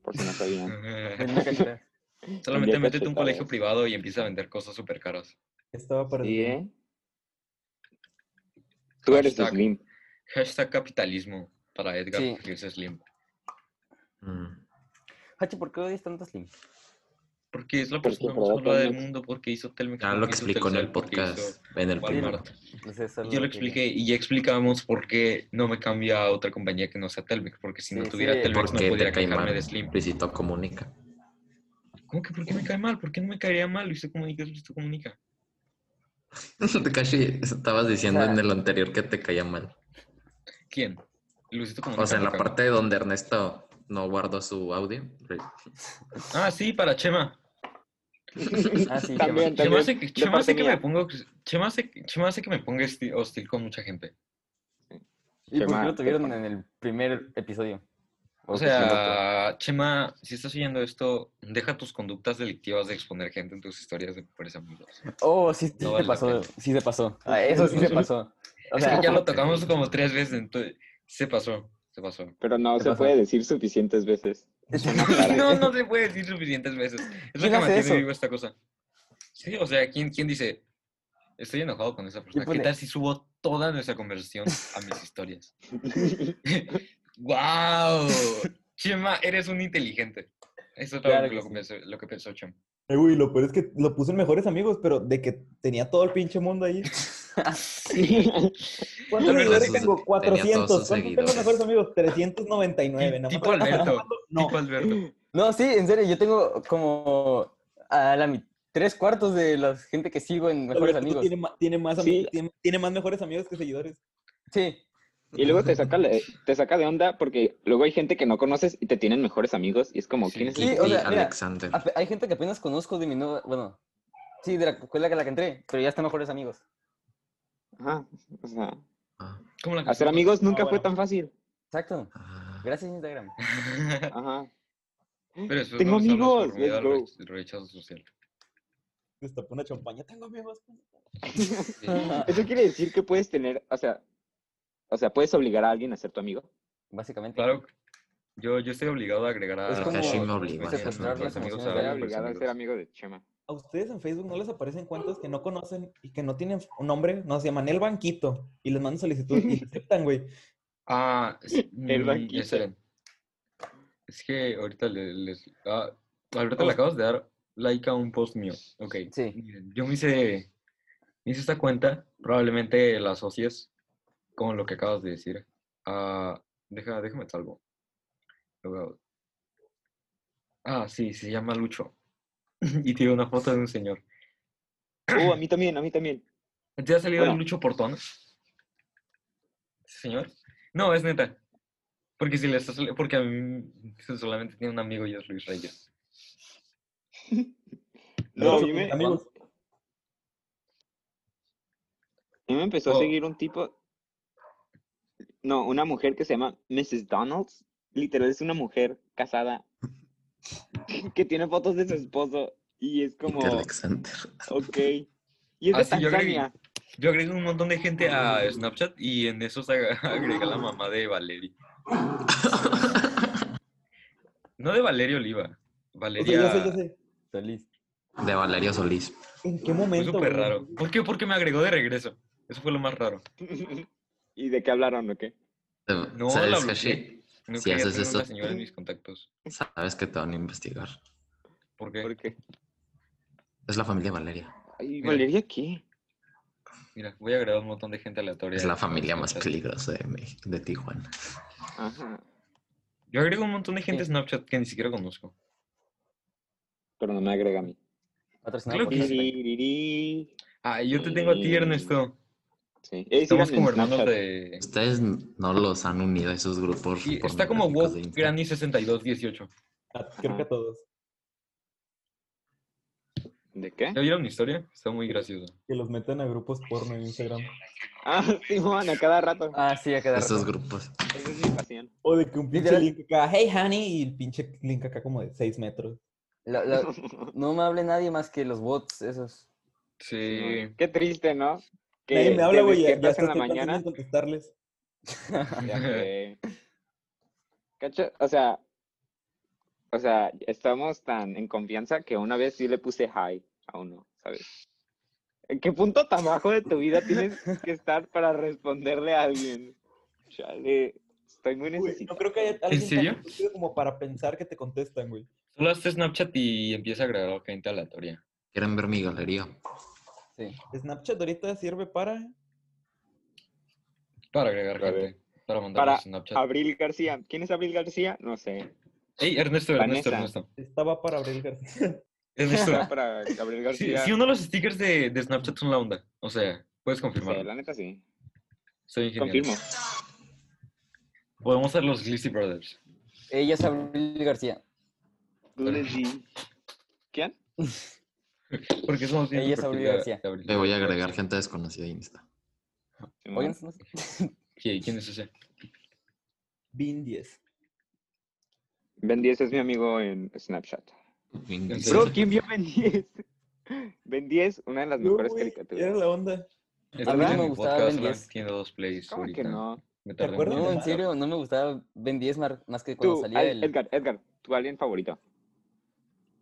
[SPEAKER 3] Por si no sabían.
[SPEAKER 4] Vendí cachetadas.
[SPEAKER 2] Solamente
[SPEAKER 3] Vendía
[SPEAKER 2] métete a un colegio
[SPEAKER 3] cachetadas.
[SPEAKER 2] privado y empieza a vender cosas súper caras.
[SPEAKER 5] Estaba
[SPEAKER 3] Sí,
[SPEAKER 5] perdido.
[SPEAKER 3] ¿eh? Tú eres
[SPEAKER 2] Hashtag.
[SPEAKER 3] Slim.
[SPEAKER 2] Hashtag capitalismo para Edgar
[SPEAKER 4] Sí.
[SPEAKER 2] Ríos Slim.
[SPEAKER 1] mm.
[SPEAKER 4] Hachi, ¿por qué odias tanto a Slim?
[SPEAKER 2] Porque es la
[SPEAKER 3] Porque
[SPEAKER 2] persona más
[SPEAKER 3] probó
[SPEAKER 2] malvada del
[SPEAKER 3] Telmex.
[SPEAKER 2] mundo, porque hizo Telmex.
[SPEAKER 1] Ya lo
[SPEAKER 2] porque hizo
[SPEAKER 1] explicó en el
[SPEAKER 2] Telcel, porque hizo
[SPEAKER 1] podcast, en el primero.
[SPEAKER 2] Walmart.
[SPEAKER 4] pues, No sé, solo
[SPEAKER 2] Yo lo
[SPEAKER 4] que-
[SPEAKER 2] expliqué y ya explicamos por qué no me cambia a otra compañía que no sea Telmex, porque si no
[SPEAKER 4] Sí,
[SPEAKER 2] tuviera
[SPEAKER 4] sí.
[SPEAKER 2] Telmex no
[SPEAKER 1] Porque
[SPEAKER 2] podría
[SPEAKER 1] te cae
[SPEAKER 2] quejarme
[SPEAKER 1] mal.
[SPEAKER 2] de Slim.
[SPEAKER 1] Luisito comunica.
[SPEAKER 2] ¿Cómo que por qué me cae mal? ¿Por qué no me caería mal? Luisito comunica, Luisito comunica.
[SPEAKER 1] Casi estabas diciendo
[SPEAKER 4] sea-
[SPEAKER 1] en el anterior que te caía mal.
[SPEAKER 2] ¿Quién? Luisito comunica.
[SPEAKER 1] O sea, en la
[SPEAKER 2] me cae mal.
[SPEAKER 1] parte donde Ernesto no guardó su audio.
[SPEAKER 2] Ah, sí, para Chema.
[SPEAKER 4] Ah, sí,
[SPEAKER 3] también,
[SPEAKER 2] Chema
[SPEAKER 3] también.
[SPEAKER 2] hace que,
[SPEAKER 3] de
[SPEAKER 2] Chema
[SPEAKER 3] parte
[SPEAKER 2] hace que me
[SPEAKER 3] mía.
[SPEAKER 2] ponga, Chema hace, Chema hace que me ponga hosti- hostil con mucha gente.
[SPEAKER 4] ¿Y por
[SPEAKER 3] Chema,
[SPEAKER 4] qué lo
[SPEAKER 3] te
[SPEAKER 4] tuvieron
[SPEAKER 3] pone-
[SPEAKER 4] en el primer episodio?
[SPEAKER 2] O sea, Chema, si estás oyendo esto, deja tus conductas delictivas de exponer gente en tus historias de mejores amigos.
[SPEAKER 4] Oh, sí, sí
[SPEAKER 2] No
[SPEAKER 4] se
[SPEAKER 2] vale la
[SPEAKER 4] pasó,
[SPEAKER 2] pena.
[SPEAKER 4] sí se pasó. Ah, eso sí se pasó. O
[SPEAKER 2] Es
[SPEAKER 4] sea,
[SPEAKER 2] que ya lo tocamos como tres veces, entonces se pasó, se pasó.
[SPEAKER 3] Pero no
[SPEAKER 4] ¿Qué
[SPEAKER 3] se
[SPEAKER 4] pasa?
[SPEAKER 3] puede decir suficientes veces.
[SPEAKER 2] No, no se puede decir suficientes veces. Es lo
[SPEAKER 4] ¿Quién
[SPEAKER 2] que
[SPEAKER 4] hace
[SPEAKER 2] mantiene
[SPEAKER 4] eso?
[SPEAKER 2] vivo esta cosa. Sí, o sea, ¿quién, quién dice? Estoy enojado con esa persona. ¿Qué
[SPEAKER 4] pone?
[SPEAKER 2] tal si subo toda nuestra conversación a mis historias? ¡Wow! Chema, eres un inteligente. Eso es lo-
[SPEAKER 4] Claro
[SPEAKER 2] lo,
[SPEAKER 4] que
[SPEAKER 2] que
[SPEAKER 4] sí.
[SPEAKER 2] pensó, lo que pensó Chema.
[SPEAKER 5] Eh, güey, lo peor es que lo puse en mejores amigos, pero de que tenía todo el pinche mundo ahí. ¿Cuántos
[SPEAKER 2] Tal vez
[SPEAKER 5] seguidores
[SPEAKER 1] esos-
[SPEAKER 5] tengo?
[SPEAKER 1] tenía todos sus
[SPEAKER 5] 400. ¿Cuántos tengo
[SPEAKER 1] seguidores.
[SPEAKER 5] mejores amigos? 399. Nada
[SPEAKER 2] tipo
[SPEAKER 5] más.
[SPEAKER 2] Alberto.
[SPEAKER 5] No.
[SPEAKER 2] Tipo Alberto.
[SPEAKER 4] No, sí, en serio, yo tengo como a la mi- tres cuartos de la gente que sigo en mejores
[SPEAKER 5] Alberto
[SPEAKER 4] amigos.
[SPEAKER 5] Tiene, ma- tiene más, ami-
[SPEAKER 3] Sí.
[SPEAKER 5] tiene, tiene más mejores amigos que seguidores.
[SPEAKER 4] Sí,
[SPEAKER 3] Y luego te saca, le- te saca de onda porque luego hay gente que no conoces y te tienen mejores amigos y es como,
[SPEAKER 2] Sí.
[SPEAKER 3] ¿quién es
[SPEAKER 1] Y,
[SPEAKER 3] el
[SPEAKER 4] Sí,
[SPEAKER 1] y
[SPEAKER 4] o sea, mira,
[SPEAKER 1] Alexander.
[SPEAKER 4] ape- Ah, hay gente que apenas conozco de mi nueva, bueno, sí, de la escuela que la que entré, pero ya están mejores amigos.
[SPEAKER 3] Ajá, o sea,
[SPEAKER 1] Ah,
[SPEAKER 2] ¿Cómo la
[SPEAKER 3] hacer
[SPEAKER 2] canción?
[SPEAKER 3] amigos nunca
[SPEAKER 5] Ah,
[SPEAKER 3] fue
[SPEAKER 5] bueno.
[SPEAKER 3] tan fácil.
[SPEAKER 4] Exacto.
[SPEAKER 1] ah.
[SPEAKER 4] Gracias Instagram.
[SPEAKER 3] Ajá.
[SPEAKER 2] Pero después
[SPEAKER 3] Tengo
[SPEAKER 2] vamos a hablar
[SPEAKER 3] amigos,
[SPEAKER 2] sobre
[SPEAKER 3] let's
[SPEAKER 2] el
[SPEAKER 3] go.
[SPEAKER 2] re- rechazo social.
[SPEAKER 5] Destapó una champaña. Tengo amigos.
[SPEAKER 2] Sí.
[SPEAKER 3] Eso quiere decir que puedes tener, o sea, o sea, puedes obligar a alguien a ser tu amigo.
[SPEAKER 4] Básicamente.
[SPEAKER 2] Claro, yo, yo estoy obligado a agregar a
[SPEAKER 4] Es
[SPEAKER 2] a
[SPEAKER 4] como
[SPEAKER 2] todos mis
[SPEAKER 1] secuestrar
[SPEAKER 2] amigos, a
[SPEAKER 4] las
[SPEAKER 2] mis amigos,
[SPEAKER 4] emociones
[SPEAKER 2] a
[SPEAKER 4] de
[SPEAKER 3] Estoy
[SPEAKER 4] Ah,
[SPEAKER 2] mis
[SPEAKER 3] obligado a
[SPEAKER 2] amigos.
[SPEAKER 3] ser amigo de Chema.
[SPEAKER 5] ¿A ustedes en Facebook no les aparecen cuántos que no conocen y que no tienen un nombre? No, se llaman El Banquito. Y les mandan solicitud y les aceptan, güey.
[SPEAKER 2] Ah, es-
[SPEAKER 3] El
[SPEAKER 2] mm,
[SPEAKER 3] banquito.
[SPEAKER 2] esperen. Es que ahorita le- les... Ah, Alberto,
[SPEAKER 5] Vamos.
[SPEAKER 2] le acabas de dar like a un post mío. Ok.
[SPEAKER 4] Sí.
[SPEAKER 2] Miren, Yo me hice, me hice esta cuenta, probablemente la asocies con lo que acabas de decir. Ah, deja, déjame salvo. Lo veo. Ah, sí, se llama Lucho. Y tiene una foto de un señor.
[SPEAKER 3] Uh, a mí también, a mí también.
[SPEAKER 2] ¿Te ha salido
[SPEAKER 3] Bueno.
[SPEAKER 2] Lucho Portón? ¿Ese señor? No, es neta. Porque si le está sali- porque a mí solamente tiene un amigo y es Luis Reyes.
[SPEAKER 3] No, a
[SPEAKER 5] Son
[SPEAKER 3] mí me, a
[SPEAKER 5] amigos.
[SPEAKER 3] mí me empezó a
[SPEAKER 2] Oh.
[SPEAKER 3] seguir un tipo, no, una mujer que se llama Mrs. Donalds. Literal, es una mujer casada que tiene fotos de su esposo y es como,
[SPEAKER 1] Y que Alexander.
[SPEAKER 3] ok. Y es de
[SPEAKER 2] Ah, sí, yo creo que-
[SPEAKER 3] Tanzania.
[SPEAKER 2] Yo agrego un montón de gente a Snapchat y en eso se ag- agrega la mamá de Valeria. No de Valeria Oliva.
[SPEAKER 5] O sea,
[SPEAKER 2] Valeria.
[SPEAKER 5] yo sé, yo sé.
[SPEAKER 4] Feliz.
[SPEAKER 1] De Valerio Solís.
[SPEAKER 5] ¿En qué
[SPEAKER 2] Fue
[SPEAKER 5] momento?
[SPEAKER 2] súper
[SPEAKER 5] güey?
[SPEAKER 2] raro. ¿Por qué? Porque me agregó de regreso. Eso fue lo más raro.
[SPEAKER 3] ¿Y de qué hablaron o qué?
[SPEAKER 2] No, la
[SPEAKER 1] ¿Sabes,
[SPEAKER 2] bloqueé.
[SPEAKER 1] Hashi?
[SPEAKER 2] No
[SPEAKER 1] Si
[SPEAKER 2] quería
[SPEAKER 1] haces
[SPEAKER 2] tener
[SPEAKER 1] eso-
[SPEAKER 2] una señora en mis contactos.
[SPEAKER 1] Sabes que te van a investigar.
[SPEAKER 2] ¿Por qué?
[SPEAKER 3] ¿Por qué?
[SPEAKER 1] Es la familia Valeria.
[SPEAKER 3] Ay,
[SPEAKER 2] Mira.
[SPEAKER 3] ¿Valeria qué?
[SPEAKER 2] Mira, voy a agregar un montón de gente aleatoria.
[SPEAKER 1] Es la
[SPEAKER 2] a
[SPEAKER 1] familia más
[SPEAKER 2] Snapchat.
[SPEAKER 1] peligrosa de, Mex- de Tijuana.
[SPEAKER 3] Ajá.
[SPEAKER 2] Yo agrego un montón de gente a
[SPEAKER 4] Sí.
[SPEAKER 2] Snapchat que ni siquiera conozco.
[SPEAKER 3] Pero no me agrega a mí.
[SPEAKER 4] Patrocinado
[SPEAKER 2] Claro
[SPEAKER 4] por
[SPEAKER 2] que
[SPEAKER 4] Spotify.
[SPEAKER 3] Tiririri.
[SPEAKER 2] Ah, y yo te tengo a ti,
[SPEAKER 3] Mm.
[SPEAKER 2] Ernesto.
[SPEAKER 3] Sí. Eh,
[SPEAKER 2] Estamos
[SPEAKER 3] síganme en
[SPEAKER 2] como hermanos
[SPEAKER 3] Snapchat.
[SPEAKER 2] de...
[SPEAKER 1] Ustedes no los han unido a esos grupos.
[SPEAKER 2] Sí, está como
[SPEAKER 1] pornográficos
[SPEAKER 2] WoW
[SPEAKER 1] de Insta.
[SPEAKER 2] Granny 6218.
[SPEAKER 5] Ah, Creo que a todos.
[SPEAKER 3] ¿De qué?
[SPEAKER 2] ¿Ya vieron mi historia? Está muy gracioso.
[SPEAKER 5] Que los metan a grupos porno en Instagram.
[SPEAKER 3] Ah, sí, bueno, a cada rato.
[SPEAKER 4] Ah, sí, a quedar.
[SPEAKER 1] Esos grupos.
[SPEAKER 3] Esa es mi pasión.
[SPEAKER 5] O de que un pinche
[SPEAKER 4] Literal.
[SPEAKER 5] link acá, hey honey, y el pinche link acá como de 6 metros.
[SPEAKER 4] No me hable nadie más que los bots, esos.
[SPEAKER 2] Sí.
[SPEAKER 3] Qué triste, ¿no? Que
[SPEAKER 5] Nadie me habla,
[SPEAKER 3] te
[SPEAKER 5] güey, ya, ya
[SPEAKER 3] despiertas
[SPEAKER 5] hasta
[SPEAKER 3] en la
[SPEAKER 5] estoy pensando
[SPEAKER 3] mañana.
[SPEAKER 5] en contestarles.
[SPEAKER 3] Ya sé. Cacho, o sea, o sea, estamos tan en confianza que una vez sí le puse hi a uno, ¿sabes? ¿En qué punto tan bajo de tu vida tienes que estar para responderle a alguien? Chale, estoy muy
[SPEAKER 5] Güey,
[SPEAKER 3] necesitado.
[SPEAKER 5] no creo que haya alguien
[SPEAKER 2] serio?
[SPEAKER 5] tan estúpido como para pensar que te contestan, güey.
[SPEAKER 2] Solo haces Snapchat y empieza a agregar gente aleatoria.
[SPEAKER 1] ¿Quieren ver mi galería?
[SPEAKER 4] Sí.
[SPEAKER 5] Snapchat ahorita sirve para...
[SPEAKER 2] Para agregar
[SPEAKER 3] A ver.
[SPEAKER 2] gente. Para mandar
[SPEAKER 3] Para
[SPEAKER 2] Snapchat.
[SPEAKER 3] Abril García. ¿Quién es Abril García? No sé.
[SPEAKER 2] Ey, Ernesto,
[SPEAKER 3] Vanessa.
[SPEAKER 2] Ernesto, Ernesto.
[SPEAKER 5] Estaba para abrir García.
[SPEAKER 2] Ernesto.
[SPEAKER 3] Era Para Abril
[SPEAKER 2] Si,
[SPEAKER 3] García.
[SPEAKER 2] si uno de los stickers de, de Snapchat son la onda. O sea, puedes
[SPEAKER 3] Sí,
[SPEAKER 2] confirmarlo.
[SPEAKER 3] la neta sí.
[SPEAKER 2] Soy ingeniero.
[SPEAKER 3] Confirmo.
[SPEAKER 2] Podemos ser los Glizzy Brothers.
[SPEAKER 4] Ella es Abril García.
[SPEAKER 3] Leslie. ¿Quién?
[SPEAKER 2] Porque somos bien
[SPEAKER 4] Ella es
[SPEAKER 2] perfil
[SPEAKER 4] Abril
[SPEAKER 2] de-
[SPEAKER 4] García.
[SPEAKER 2] de Abril.
[SPEAKER 1] Le voy a agregar gente desconocida a Insta.
[SPEAKER 4] Oigan,
[SPEAKER 3] Simón.
[SPEAKER 4] no sé.
[SPEAKER 2] ¿Qui- ¿Quién es ese?
[SPEAKER 5] Bin 10.
[SPEAKER 3] Ben 10 es mi amigo en Snapchat.
[SPEAKER 1] Inglés.
[SPEAKER 2] Sí.
[SPEAKER 3] Bro, ¿quién vio Ben 10? Ben 10, una de las
[SPEAKER 5] No,
[SPEAKER 3] mejores
[SPEAKER 5] güey, era
[SPEAKER 3] caricaturas.
[SPEAKER 5] la onda.
[SPEAKER 2] Está
[SPEAKER 4] mí no
[SPEAKER 2] viendo
[SPEAKER 4] me
[SPEAKER 2] mi
[SPEAKER 4] gustaba
[SPEAKER 2] podcast,
[SPEAKER 4] Ben
[SPEAKER 2] Alan,
[SPEAKER 4] 10.
[SPEAKER 2] tiene dos plays
[SPEAKER 3] ¿Cómo
[SPEAKER 2] ahorita.
[SPEAKER 3] que no?
[SPEAKER 2] Me tardé
[SPEAKER 5] acuerdas?
[SPEAKER 2] mucho.
[SPEAKER 4] No, en
[SPEAKER 5] Claro.
[SPEAKER 4] serio, no me gustaba Ben 10 mar- más que cuando
[SPEAKER 3] Tú,
[SPEAKER 4] salía
[SPEAKER 3] Al-
[SPEAKER 4] el...
[SPEAKER 3] Edgar, Edgar, tu alien favorito.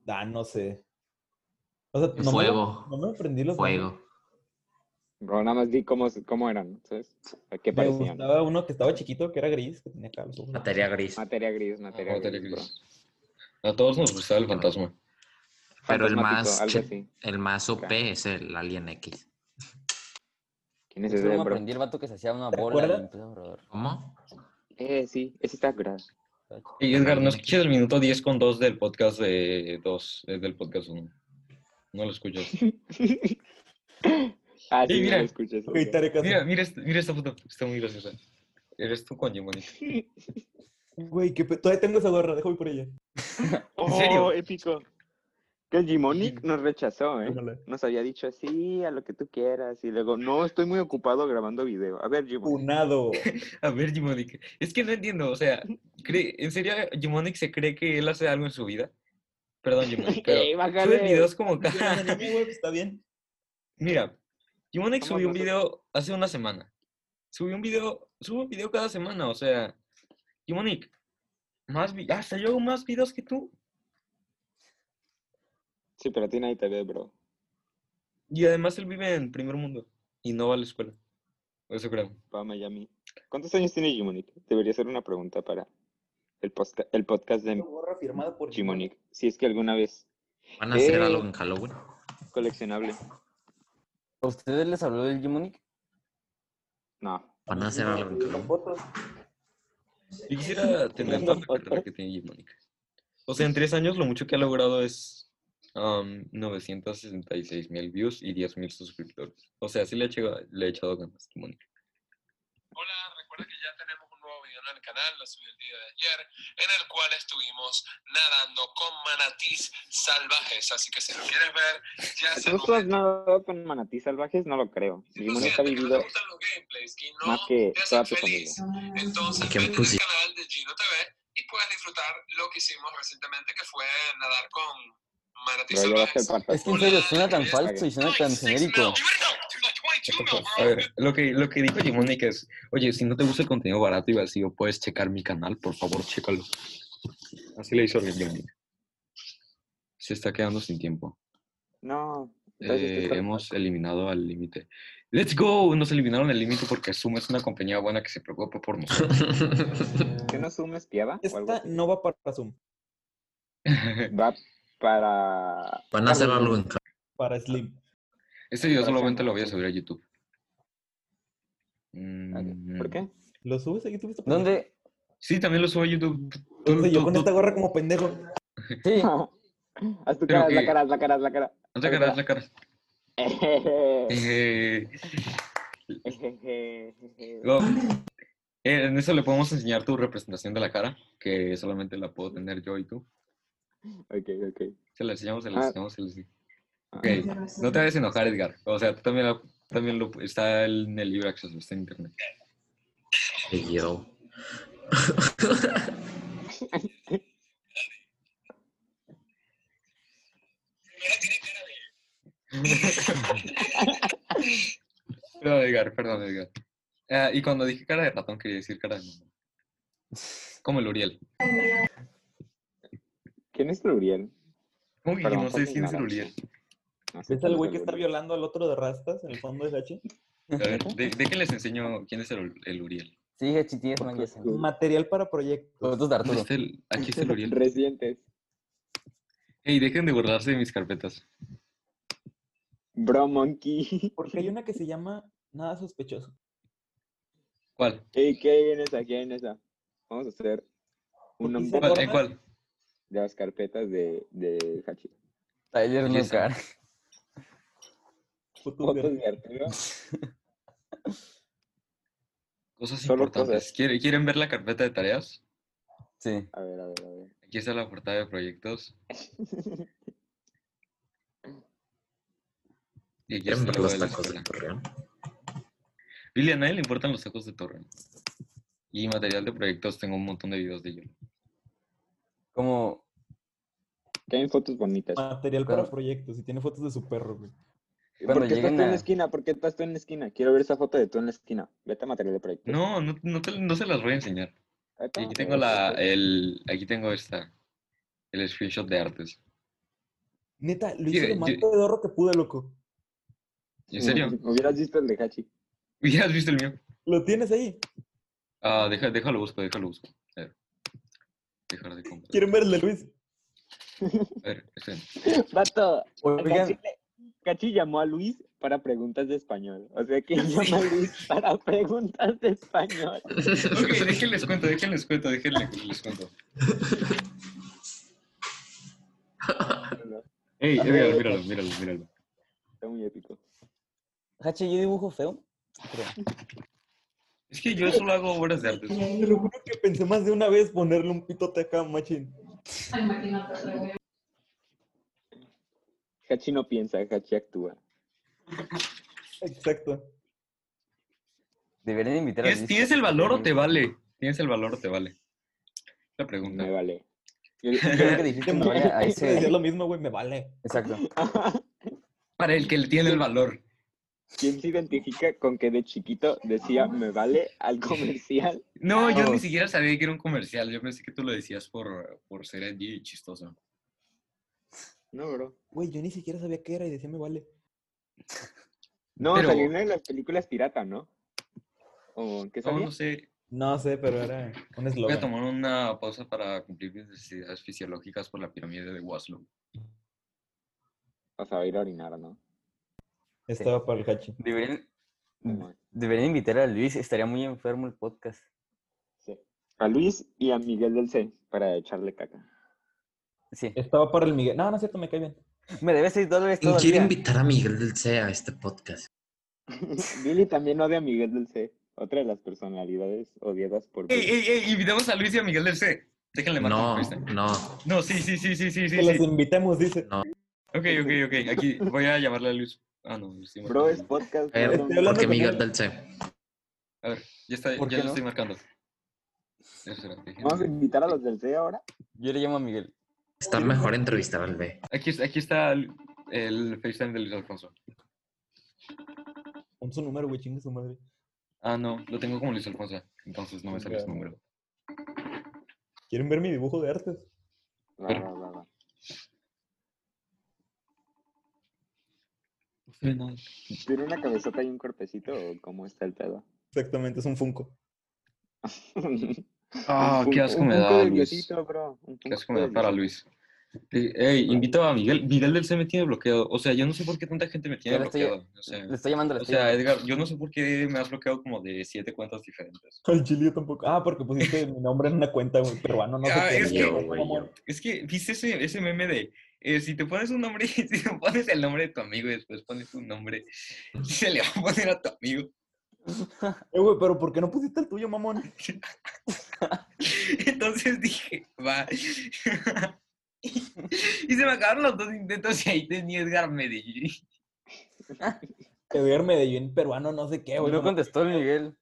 [SPEAKER 5] Ah, no sé. O sea, no
[SPEAKER 1] Fuego.
[SPEAKER 5] Me, no me aprendí los nombres.
[SPEAKER 1] Fuego.
[SPEAKER 3] Bro, nada más di cómo, cómo eran, ¿sabes? ¿A qué
[SPEAKER 5] Me
[SPEAKER 3] parecían?
[SPEAKER 5] gustaba uno que estaba chiquito, que era gris, que tenía acá los ojos.
[SPEAKER 1] Materia gris.
[SPEAKER 3] Materia gris,
[SPEAKER 2] Ah,
[SPEAKER 3] materia
[SPEAKER 2] Materia
[SPEAKER 3] gris, bro.
[SPEAKER 2] Gris. A todos nos gustaba el fantasma.
[SPEAKER 1] Pero el
[SPEAKER 3] Fantasmático,
[SPEAKER 1] más
[SPEAKER 3] algo
[SPEAKER 1] che-
[SPEAKER 3] así.
[SPEAKER 1] El más OP es el Alien X.
[SPEAKER 3] ¿Quién es
[SPEAKER 4] Yo
[SPEAKER 3] ese,
[SPEAKER 4] solo me
[SPEAKER 3] bro?
[SPEAKER 4] aprendí el vato que se hacía una
[SPEAKER 5] ¿Te
[SPEAKER 4] bola y
[SPEAKER 5] acuerdas?
[SPEAKER 4] empezó a rodar.
[SPEAKER 1] ¿Cómo?
[SPEAKER 3] Eh, sí, ese está gras.
[SPEAKER 2] Ey, Edgar, no escuches el minuto 10 con 2 del podcast de 2, del podcast 1. No lo escuchas.
[SPEAKER 3] ah,
[SPEAKER 2] Sí,
[SPEAKER 3] sí,
[SPEAKER 2] mira.
[SPEAKER 3] mira. escuchas.
[SPEAKER 5] Ok, te haré caso.
[SPEAKER 2] Mira, mira, este- mira esta foto. Está muy graciosa. Eres tú con Jimoni.
[SPEAKER 5] Güey, que todavía tengo esa gorra, déjame ir por ella.
[SPEAKER 3] Oh,
[SPEAKER 2] serio?
[SPEAKER 3] épico. Que Jimonic nos rechazó, ¿eh?
[SPEAKER 5] Ándale.
[SPEAKER 3] Nos había dicho, sí, a lo que tú quieras. Y luego, no, estoy muy ocupado grabando video. A ver, Jimonic.
[SPEAKER 5] Punado.
[SPEAKER 2] A ver, Jimonic. Es que no entiendo, o sea, cree- ¿en serio Jimonic se cree que él hace algo en su vida? Perdón, Jimonic, pero
[SPEAKER 3] Ey, bájale.
[SPEAKER 2] sube videos como
[SPEAKER 5] Yo no me
[SPEAKER 2] cada...
[SPEAKER 5] animé, güey, pues, Está bien.
[SPEAKER 2] Mira, Jimonic
[SPEAKER 3] Somos
[SPEAKER 2] subió un
[SPEAKER 3] nosotros.
[SPEAKER 2] video hace una semana. Subió un video, sube un video cada semana, o sea, Jimonic, más vi- hasta yo hago más videos que tú.
[SPEAKER 3] Sí, pero a ti nadie te ve, bro.
[SPEAKER 2] Y además él vive en primer mundo y no va a la escuela. Eso creo.
[SPEAKER 3] Va a Miami. ¿Cuántos años tiene Jimonic? Debería ser una pregunta para el, posca- el podcast de
[SPEAKER 5] Una gorra firmada por
[SPEAKER 3] Jimonic. Si es que alguna vez
[SPEAKER 1] ¿Van a hacer
[SPEAKER 3] Eh.
[SPEAKER 1] algo en Halloween?
[SPEAKER 3] coleccionable.
[SPEAKER 4] ¿A ustedes les habló del Jimonic?
[SPEAKER 3] No.
[SPEAKER 1] ¿Van a hacer algo en Halloween?
[SPEAKER 2] Yo quisiera tener
[SPEAKER 3] Tengo
[SPEAKER 2] toda la carrera que tiene Mónica. O sea, en tres años lo mucho que ha logrado es um, am, 966 mil views y 10 mil suscriptores. O sea, sí le he echado, le he echado ganas a Mónica.
[SPEAKER 6] Hola, recuerda que ya tenemos un nuevo video en el canal, lo subí el día de ayer, en el cual estuvimos nadando con manatís salvajes. Así que si lo quieres ver, ya se
[SPEAKER 3] ¿Tú
[SPEAKER 6] lo
[SPEAKER 3] tú has nadado con manatís salvajes? No lo creo. Jimonic ha vivido
[SPEAKER 6] gustan los gameplays que no
[SPEAKER 3] más que
[SPEAKER 6] te hacen
[SPEAKER 3] toda tu familia.
[SPEAKER 6] feliz, entonces
[SPEAKER 1] ¿Qué
[SPEAKER 6] vete al
[SPEAKER 1] pusi-
[SPEAKER 6] canal de Gino TV y puedes disfrutar lo que hicimos recientemente, que fue nadar con manatís
[SPEAKER 3] Pero llevaste el
[SPEAKER 6] salvajes.
[SPEAKER 3] patas.
[SPEAKER 4] Es que en serio, suena tan falso y suena tan
[SPEAKER 6] 96
[SPEAKER 4] genérico.
[SPEAKER 6] mil. You already know, dude, like 22 mil,
[SPEAKER 2] pues. A
[SPEAKER 6] bro.
[SPEAKER 2] ver, lo que, lo que dijo Mónica es, oye, si no te gusta el contenido barato y vacío, puedes checar mi canal, por favor, chécalo. Así le hizo Mónica. Se está quedando sin tiempo.
[SPEAKER 3] No. entonces tú
[SPEAKER 2] Eh,
[SPEAKER 3] estás-
[SPEAKER 2] hemos eliminado al límite. ¡Let's go! Nos eliminaron al límite porque Zoom es una compañía buena que se preocupa por nosotros.
[SPEAKER 3] ¿Qué no Zoom es piada? o algo
[SPEAKER 5] Esta
[SPEAKER 3] así?
[SPEAKER 5] no va para Zoom,
[SPEAKER 2] Este
[SPEAKER 3] Va para...
[SPEAKER 1] ¿Van a hacer algo en Halloween?
[SPEAKER 5] para Slim.
[SPEAKER 2] Este video
[SPEAKER 3] Gracias,
[SPEAKER 2] solamente lo voy a
[SPEAKER 3] Marco.
[SPEAKER 2] subir a YouTube. Mm,
[SPEAKER 3] ¿Por qué?
[SPEAKER 5] ¿Lo subes a YouTube? esta pendeja?
[SPEAKER 4] ¿Dónde?
[SPEAKER 2] Sí, también lo subo a YouTube. Tú-
[SPEAKER 5] O sea,
[SPEAKER 2] tú-
[SPEAKER 5] yo con
[SPEAKER 2] tú-
[SPEAKER 5] esta gorra como pendejo.
[SPEAKER 4] Sí,
[SPEAKER 3] Haz tu
[SPEAKER 2] Creo
[SPEAKER 3] cara, haz la
[SPEAKER 2] que-
[SPEAKER 3] cara, haz la cara, haz la cara.
[SPEAKER 2] No te caras, la cara.
[SPEAKER 3] Eh,
[SPEAKER 2] Eh,
[SPEAKER 3] Jeje, jeje.
[SPEAKER 2] Luego, eh, en eso le podemos enseñar tu representación de la cara, que solamente la puedo tener yo y tú.
[SPEAKER 3] Ok, ok.
[SPEAKER 2] Se la enseñamos, se la
[SPEAKER 3] Ah.
[SPEAKER 2] enseñamos, se la enseñamos.
[SPEAKER 3] Ah,
[SPEAKER 2] Ok, no te vayas a enojar, Edgar. O sea, tú también, la- también lo- está en el libre acceso, está en internet.
[SPEAKER 1] Y yo.
[SPEAKER 2] Perdón, Edgar, perdón, Edgar. Ah, y cuando dije cara de ratón, quería decir cara de mamón. Como el Uriel.
[SPEAKER 3] ¿Quién es Luriel?
[SPEAKER 2] Uy,
[SPEAKER 3] Perdón
[SPEAKER 2] no
[SPEAKER 3] por
[SPEAKER 2] sé
[SPEAKER 3] mi
[SPEAKER 2] quién es el Uriel.
[SPEAKER 3] ignorancia. No sé
[SPEAKER 5] ¿Es
[SPEAKER 3] quién
[SPEAKER 5] el güey que está
[SPEAKER 3] Uriel.
[SPEAKER 5] violando al otro de rastas en el fondo de Hachi?
[SPEAKER 2] A ver, de, de que les enseño quién es el, el Uriel.
[SPEAKER 4] Sí, Hachi, tienes mangas.
[SPEAKER 5] Material para proyectos.
[SPEAKER 4] Fotos de
[SPEAKER 2] Aquí
[SPEAKER 4] Arturo.
[SPEAKER 2] está el, aquí está el Uriel.
[SPEAKER 3] Recientes.
[SPEAKER 2] Ey, dejen de burlarse de mis carpetas.
[SPEAKER 3] Bro Monkey.
[SPEAKER 5] Porque hay una que se llama Nada Sospechoso.
[SPEAKER 2] ¿Cuál?
[SPEAKER 3] Ey, ¿Qué hay en esa? ¿Qué hay en esa? Vamos a hacer un
[SPEAKER 5] Porque
[SPEAKER 3] unboxing
[SPEAKER 5] se-
[SPEAKER 2] ¿Cuál? ¿En cuál?
[SPEAKER 3] de las carpetas de, de Hachi.
[SPEAKER 4] Tyler
[SPEAKER 2] Aquí está.
[SPEAKER 4] Nucar.
[SPEAKER 5] Futuro.
[SPEAKER 3] Fotos de Arturo.
[SPEAKER 2] Cosas
[SPEAKER 3] Solo
[SPEAKER 2] importantes.
[SPEAKER 3] cosas.
[SPEAKER 2] ¿Quiere- ¿Quieren ver la carpeta de tareas?
[SPEAKER 4] Sí.
[SPEAKER 3] A ver, a ver, a ver.
[SPEAKER 2] Aquí está la portada de proyectos. Y aquí
[SPEAKER 1] ¿Quieren
[SPEAKER 2] está
[SPEAKER 1] ver
[SPEAKER 2] lo
[SPEAKER 1] los
[SPEAKER 2] de la
[SPEAKER 1] tacos de
[SPEAKER 2] escuela.
[SPEAKER 1] Torreón?
[SPEAKER 2] Billy, a nadie le importan los tacos de torre. Y material de proyectos, tengo un montón de videos de ello.
[SPEAKER 4] Como
[SPEAKER 3] Que hay fotos bonitas.
[SPEAKER 5] Material para
[SPEAKER 4] Cuando-
[SPEAKER 5] proyectos. Y tiene fotos de su perro, güey.
[SPEAKER 4] cuando
[SPEAKER 3] ¿Por qué estás
[SPEAKER 4] lleguen
[SPEAKER 3] tú en la
[SPEAKER 4] a...
[SPEAKER 3] esquina? ¿Por qué estás tú en la esquina? Quiero ver esa foto de tú en la esquina. Vete a material de proyecto.
[SPEAKER 2] No, no, no, te- no se las voy a enseñar.
[SPEAKER 3] Vete
[SPEAKER 2] Y
[SPEAKER 3] a
[SPEAKER 2] aquí
[SPEAKER 3] material
[SPEAKER 2] tengo
[SPEAKER 3] de
[SPEAKER 2] la, eh,
[SPEAKER 3] proyecto.
[SPEAKER 2] el, aquí tengo esta, el screenshot de artes.
[SPEAKER 5] Neta, lo
[SPEAKER 2] Sí,
[SPEAKER 5] hice lo
[SPEAKER 2] yo-
[SPEAKER 5] más pedorro que pude, loco.
[SPEAKER 2] ¿En serio?
[SPEAKER 3] Hubieras visto el de Hachi.
[SPEAKER 2] ¿Ya has visto el mío?
[SPEAKER 5] ¿Lo tienes ahí?
[SPEAKER 2] Ah, deja, déjalo busco, déjalo busco. A ver. Dejar de comprar.
[SPEAKER 5] ¿Quieren ver el de Luis?
[SPEAKER 2] A ver, esperen.
[SPEAKER 3] Vato,
[SPEAKER 4] Oigan,
[SPEAKER 3] Cachi, le- Cachi llamó a Luis para preguntas de español. O sea que llama a Luis para preguntas de español.
[SPEAKER 2] Ok, déjenles cuento, déjenles cuento, déjenles les cuento.
[SPEAKER 3] Está
[SPEAKER 2] Ey, Edgar, míralo, míralo, míralo.
[SPEAKER 3] muy épico.
[SPEAKER 4] Hachi, yo dibujo feo.
[SPEAKER 2] Es que yo solo hago obras de artes.
[SPEAKER 5] Te lo juro que pensé más de una vez ponerle un pitote acá, machín.
[SPEAKER 3] Hachi no piensa, Hachi actúa.
[SPEAKER 5] Exacto.
[SPEAKER 4] Deberían invitar a
[SPEAKER 2] ¿Tienes,
[SPEAKER 4] Luis,
[SPEAKER 2] tienes
[SPEAKER 4] porque
[SPEAKER 2] el valor o te
[SPEAKER 4] también-
[SPEAKER 2] vale? ¿Tienes el valor o te vale? La pregunta.
[SPEAKER 3] Me vale. Yo- yo-
[SPEAKER 4] Yo creo que dijiste me vale a
[SPEAKER 5] Siempre decía
[SPEAKER 4] ese...
[SPEAKER 5] lo mismo, güey, me vale.
[SPEAKER 4] Exacto.
[SPEAKER 2] Para el que le tiene el valor.
[SPEAKER 3] ¿Quién se identifica con que de chiquito decía me vale al comercial?
[SPEAKER 2] No, yo ni
[SPEAKER 4] Todos.
[SPEAKER 2] siquiera sabía que era un comercial. Yo pensé que tú lo decías por, por ser edgy y chistoso.
[SPEAKER 3] No, bro.
[SPEAKER 5] Güey, yo ni siquiera sabía qué era y decía me vale.
[SPEAKER 3] No,
[SPEAKER 2] Pero-
[SPEAKER 3] salió una de las películas pirata, ¿no? ¿O qué
[SPEAKER 2] No,
[SPEAKER 3] salía?
[SPEAKER 2] no sé.
[SPEAKER 5] No sé, pero era un
[SPEAKER 2] Voy a
[SPEAKER 5] eslogan.
[SPEAKER 2] tomar una pausa para cumplir mis necesidades fisiológicas por la pirámide de Waslow.
[SPEAKER 3] O sea, ir a orinar, ¿no?
[SPEAKER 5] Estaba para el hachi.
[SPEAKER 4] Deberían...
[SPEAKER 1] Mm.
[SPEAKER 3] Simón.
[SPEAKER 4] Deberían invitar a Luis, estaría muy enfermo el podcast.
[SPEAKER 3] Sí. A Luis y a Miguel del C para echarle caca.
[SPEAKER 4] Sí.
[SPEAKER 5] Estaba para el Miguel. No, no es cierto, me cae bien.
[SPEAKER 4] Me debes 6 dólares
[SPEAKER 1] ¿Quién
[SPEAKER 4] todavía.
[SPEAKER 1] quiere invitar a Miguel del C a este podcast?
[SPEAKER 3] Billy también odia a Miguel del C. Otra de las personalidades odiadas por
[SPEAKER 2] ¡Ey,
[SPEAKER 1] Eh,
[SPEAKER 3] Billy.
[SPEAKER 2] ey, ey! Invitamos a Luis y a Miguel del C. Déjenle matar
[SPEAKER 1] No,
[SPEAKER 2] a Kristen.
[SPEAKER 1] no,
[SPEAKER 2] No, sí, sí, sí, sí, sí, sí.
[SPEAKER 5] que los
[SPEAKER 2] sí.
[SPEAKER 5] invitemos, dice.
[SPEAKER 1] no.
[SPEAKER 2] Ok, ok, ok. Aquí voy a llamarle a Luis. Ah, no, Luis. sí,
[SPEAKER 3] Bro, es
[SPEAKER 2] marcando.
[SPEAKER 3] podcast.
[SPEAKER 1] Eh,
[SPEAKER 3] no son-
[SPEAKER 5] Estoy hablando
[SPEAKER 1] Porque
[SPEAKER 5] con
[SPEAKER 1] Miguel
[SPEAKER 5] él.
[SPEAKER 1] del C.
[SPEAKER 2] A ver, ya, está, ya
[SPEAKER 4] ¿Por qué
[SPEAKER 2] lo
[SPEAKER 4] no?
[SPEAKER 2] estoy marcando. Eso era, déjenme-
[SPEAKER 3] Vamos a invitar a los del C ahora.
[SPEAKER 4] Yo le llamo a Miguel.
[SPEAKER 1] Está mejor entrevistar al B.
[SPEAKER 2] Aquí, aquí está el, el FaceTime de Luis Alfonso.
[SPEAKER 5] Pon su número, güey, chinga su madre.
[SPEAKER 2] Ah, no, lo tengo como Luis Alfonso. Entonces no me sale su
[SPEAKER 5] Ya.
[SPEAKER 2] número.
[SPEAKER 5] ¿Quieren ver mi dibujo de artes?
[SPEAKER 3] Va,
[SPEAKER 2] Pero-
[SPEAKER 3] va, va, va. ¿Tiene una cabezota y un cuerpecito o cómo está el pedo?
[SPEAKER 5] Exactamente, es un Funko.
[SPEAKER 2] Ah,
[SPEAKER 3] Un
[SPEAKER 2] qué
[SPEAKER 3] Funko-
[SPEAKER 2] asco
[SPEAKER 3] un
[SPEAKER 2] me
[SPEAKER 3] Funko
[SPEAKER 2] da,
[SPEAKER 3] del
[SPEAKER 2] Luis.
[SPEAKER 3] Diosito, bro. Un
[SPEAKER 2] Qué
[SPEAKER 3] Funko
[SPEAKER 2] asco me da
[SPEAKER 3] del
[SPEAKER 2] para
[SPEAKER 3] Diosito.
[SPEAKER 2] Luis. Sí, Ey, invito a Miguel. Miguel del C me tiene bloqueado. O sea, yo no sé por qué tanta gente me tiene
[SPEAKER 4] Ya lo estoy-
[SPEAKER 2] bloqueado. O sea,
[SPEAKER 4] Le estoy llamando, le
[SPEAKER 2] o
[SPEAKER 4] estoy
[SPEAKER 2] sea,
[SPEAKER 4] llamando.
[SPEAKER 2] Edgar, yo no sé por qué me has bloqueado como de siete cuentas diferentes.
[SPEAKER 5] Al chile yo tampoco. Ah, porque pusiste mi nombre en una cuenta, güey, peruano, no sé
[SPEAKER 2] Ah,
[SPEAKER 5] qué.
[SPEAKER 2] es que-
[SPEAKER 1] Yo, güey, yo.
[SPEAKER 2] Es que, ¿viste ese, ese meme de eh, si te pones un nombre, si te pones el nombre de tu amigo y después pones un nombre, se le va a poner a tu amigo?
[SPEAKER 5] Eh, güey, pero ¿por qué no pusiste el tuyo, mamón?
[SPEAKER 7] Entonces dije, va. y se me acabaron los dos intentos y ahí tenía Edgar Medellín.
[SPEAKER 5] Edgar Medellín, peruano, no sé qué, güey.
[SPEAKER 4] No contestó el Miguel.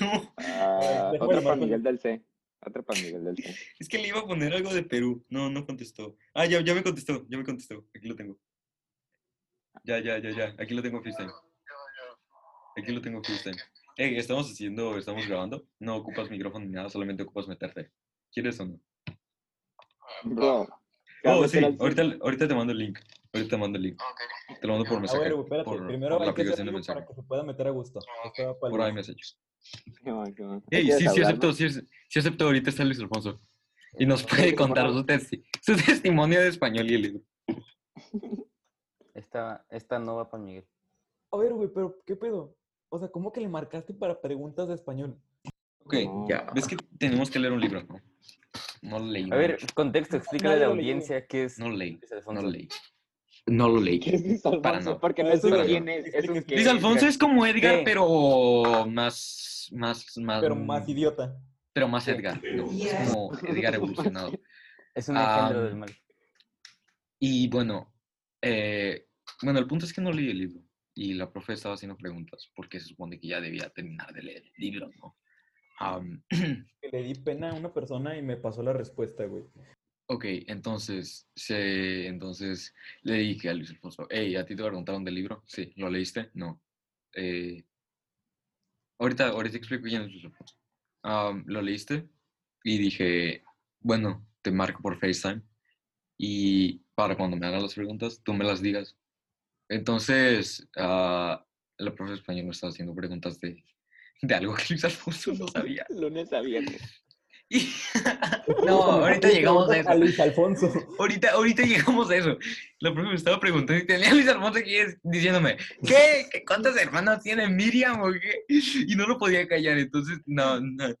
[SPEAKER 7] No,
[SPEAKER 3] Ah,
[SPEAKER 5] Déjame
[SPEAKER 3] otra para
[SPEAKER 5] la marco.
[SPEAKER 3] Miguel del C. Otra para Miguel del C.
[SPEAKER 7] es que le iba a poner.
[SPEAKER 2] Poner algo de Perú. No, no contestó. Ah, ya, ya me contestó, ya me contestó. Aquí lo tengo. Ya, ya, ya, ya. Aquí lo tengo FaceTime. Aquí lo tengo FaceTime. Ey, estamos haciendo, estamos grabando. No ocupas micrófono ni nada, solamente ocupas meterte. ¿Quieres o no?
[SPEAKER 3] Bro.
[SPEAKER 2] Oh,
[SPEAKER 3] vamos
[SPEAKER 2] sí,
[SPEAKER 3] a hacer
[SPEAKER 2] ahorita, ahorita te mando el link. Ahorita te mando el link.
[SPEAKER 6] Ok,
[SPEAKER 2] Te lo mando por
[SPEAKER 5] A ver,
[SPEAKER 2] mensaje.
[SPEAKER 5] güey, Ah, espérate.
[SPEAKER 2] por,
[SPEAKER 5] Primero
[SPEAKER 2] por la
[SPEAKER 5] hay que hacer
[SPEAKER 2] aplicación de
[SPEAKER 5] algo
[SPEAKER 2] mensaje.
[SPEAKER 5] para que se pueda meter a gusto. Esto va pa'l
[SPEAKER 2] Por ahí
[SPEAKER 5] Luis.
[SPEAKER 2] me has hecho.
[SPEAKER 3] Qué mal, qué mal.
[SPEAKER 2] Ey,
[SPEAKER 3] ¿Quieres
[SPEAKER 2] sí, sí
[SPEAKER 3] hablar, no?
[SPEAKER 2] acepto, sí, ac- sí acepto. Ahorita está Luis Alfonso. Y nos puede contar su, testi- su testimonio de español y el libro.
[SPEAKER 4] Esta, esta no va para Miguel.
[SPEAKER 5] A ver, güey, pero ¿qué pedo? O sea, ¿cómo que le marcaste para preguntas de español?
[SPEAKER 2] Ok,
[SPEAKER 3] No.
[SPEAKER 1] Ya.
[SPEAKER 2] ves que tenemos que leer un libro, ¿no? No lo leí.
[SPEAKER 4] A
[SPEAKER 2] no
[SPEAKER 4] ver,
[SPEAKER 2] manches.
[SPEAKER 4] contexto, explícale a la
[SPEAKER 5] Nadie lo leyó.
[SPEAKER 4] audiencia qué es
[SPEAKER 2] no lo leí.
[SPEAKER 4] Luis Alfonso.
[SPEAKER 2] No lo leí. No lo leí.
[SPEAKER 3] ¿Qué es Luis
[SPEAKER 2] Para
[SPEAKER 3] Alfonso?
[SPEAKER 2] no.
[SPEAKER 3] Porque no
[SPEAKER 5] Para
[SPEAKER 3] es un
[SPEAKER 2] no.
[SPEAKER 3] quién es, es un
[SPEAKER 5] Luis
[SPEAKER 3] qué.
[SPEAKER 2] Luis Alfonso es como Edgar,
[SPEAKER 4] ¿Qué?
[SPEAKER 2] pero más, más, más.
[SPEAKER 5] Pero más idiota.
[SPEAKER 2] pero más Edgar. ¿no? Es como Edgar evolucionado.
[SPEAKER 4] Es un
[SPEAKER 2] Ah,
[SPEAKER 4] engendro del mal.
[SPEAKER 2] Y bueno, eh, bueno, el punto es que no leí el libro y la profe estaba haciendo preguntas porque se supone que ya debía terminar de leer el libro, ¿no? Am,
[SPEAKER 5] Que le di pena a una persona y me pasó la respuesta, güey.
[SPEAKER 2] ok, entonces, se, entonces le dije a Luis Alfonso, hey, ¿a ti te preguntaron del libro? Sí, ¿lo leíste? No. Eh, ahorita, ahorita explico quién es Luis Alfonso. Am, ¿Lo leíste? Y dije, bueno, te marco por FaceTime y para cuando me hagan las preguntas, tú me las digas. Entonces, ah, la profe de español me estaba haciendo preguntas de, de algo que Luis Alfonso no sabía.
[SPEAKER 3] Lunes a viernes.
[SPEAKER 2] Y- no, ahorita llegamos a eso.
[SPEAKER 5] A Luis Alfonso.
[SPEAKER 2] Ahorita, ahorita llegamos a eso. La profe me estaba preguntando y tenía a Luis Alfonso aquí es- diciéndome, ¿qué? ¿Qué- ¿Cuántas hermanas tiene Miriam o qué? Y no lo podía callar, entonces, no, no.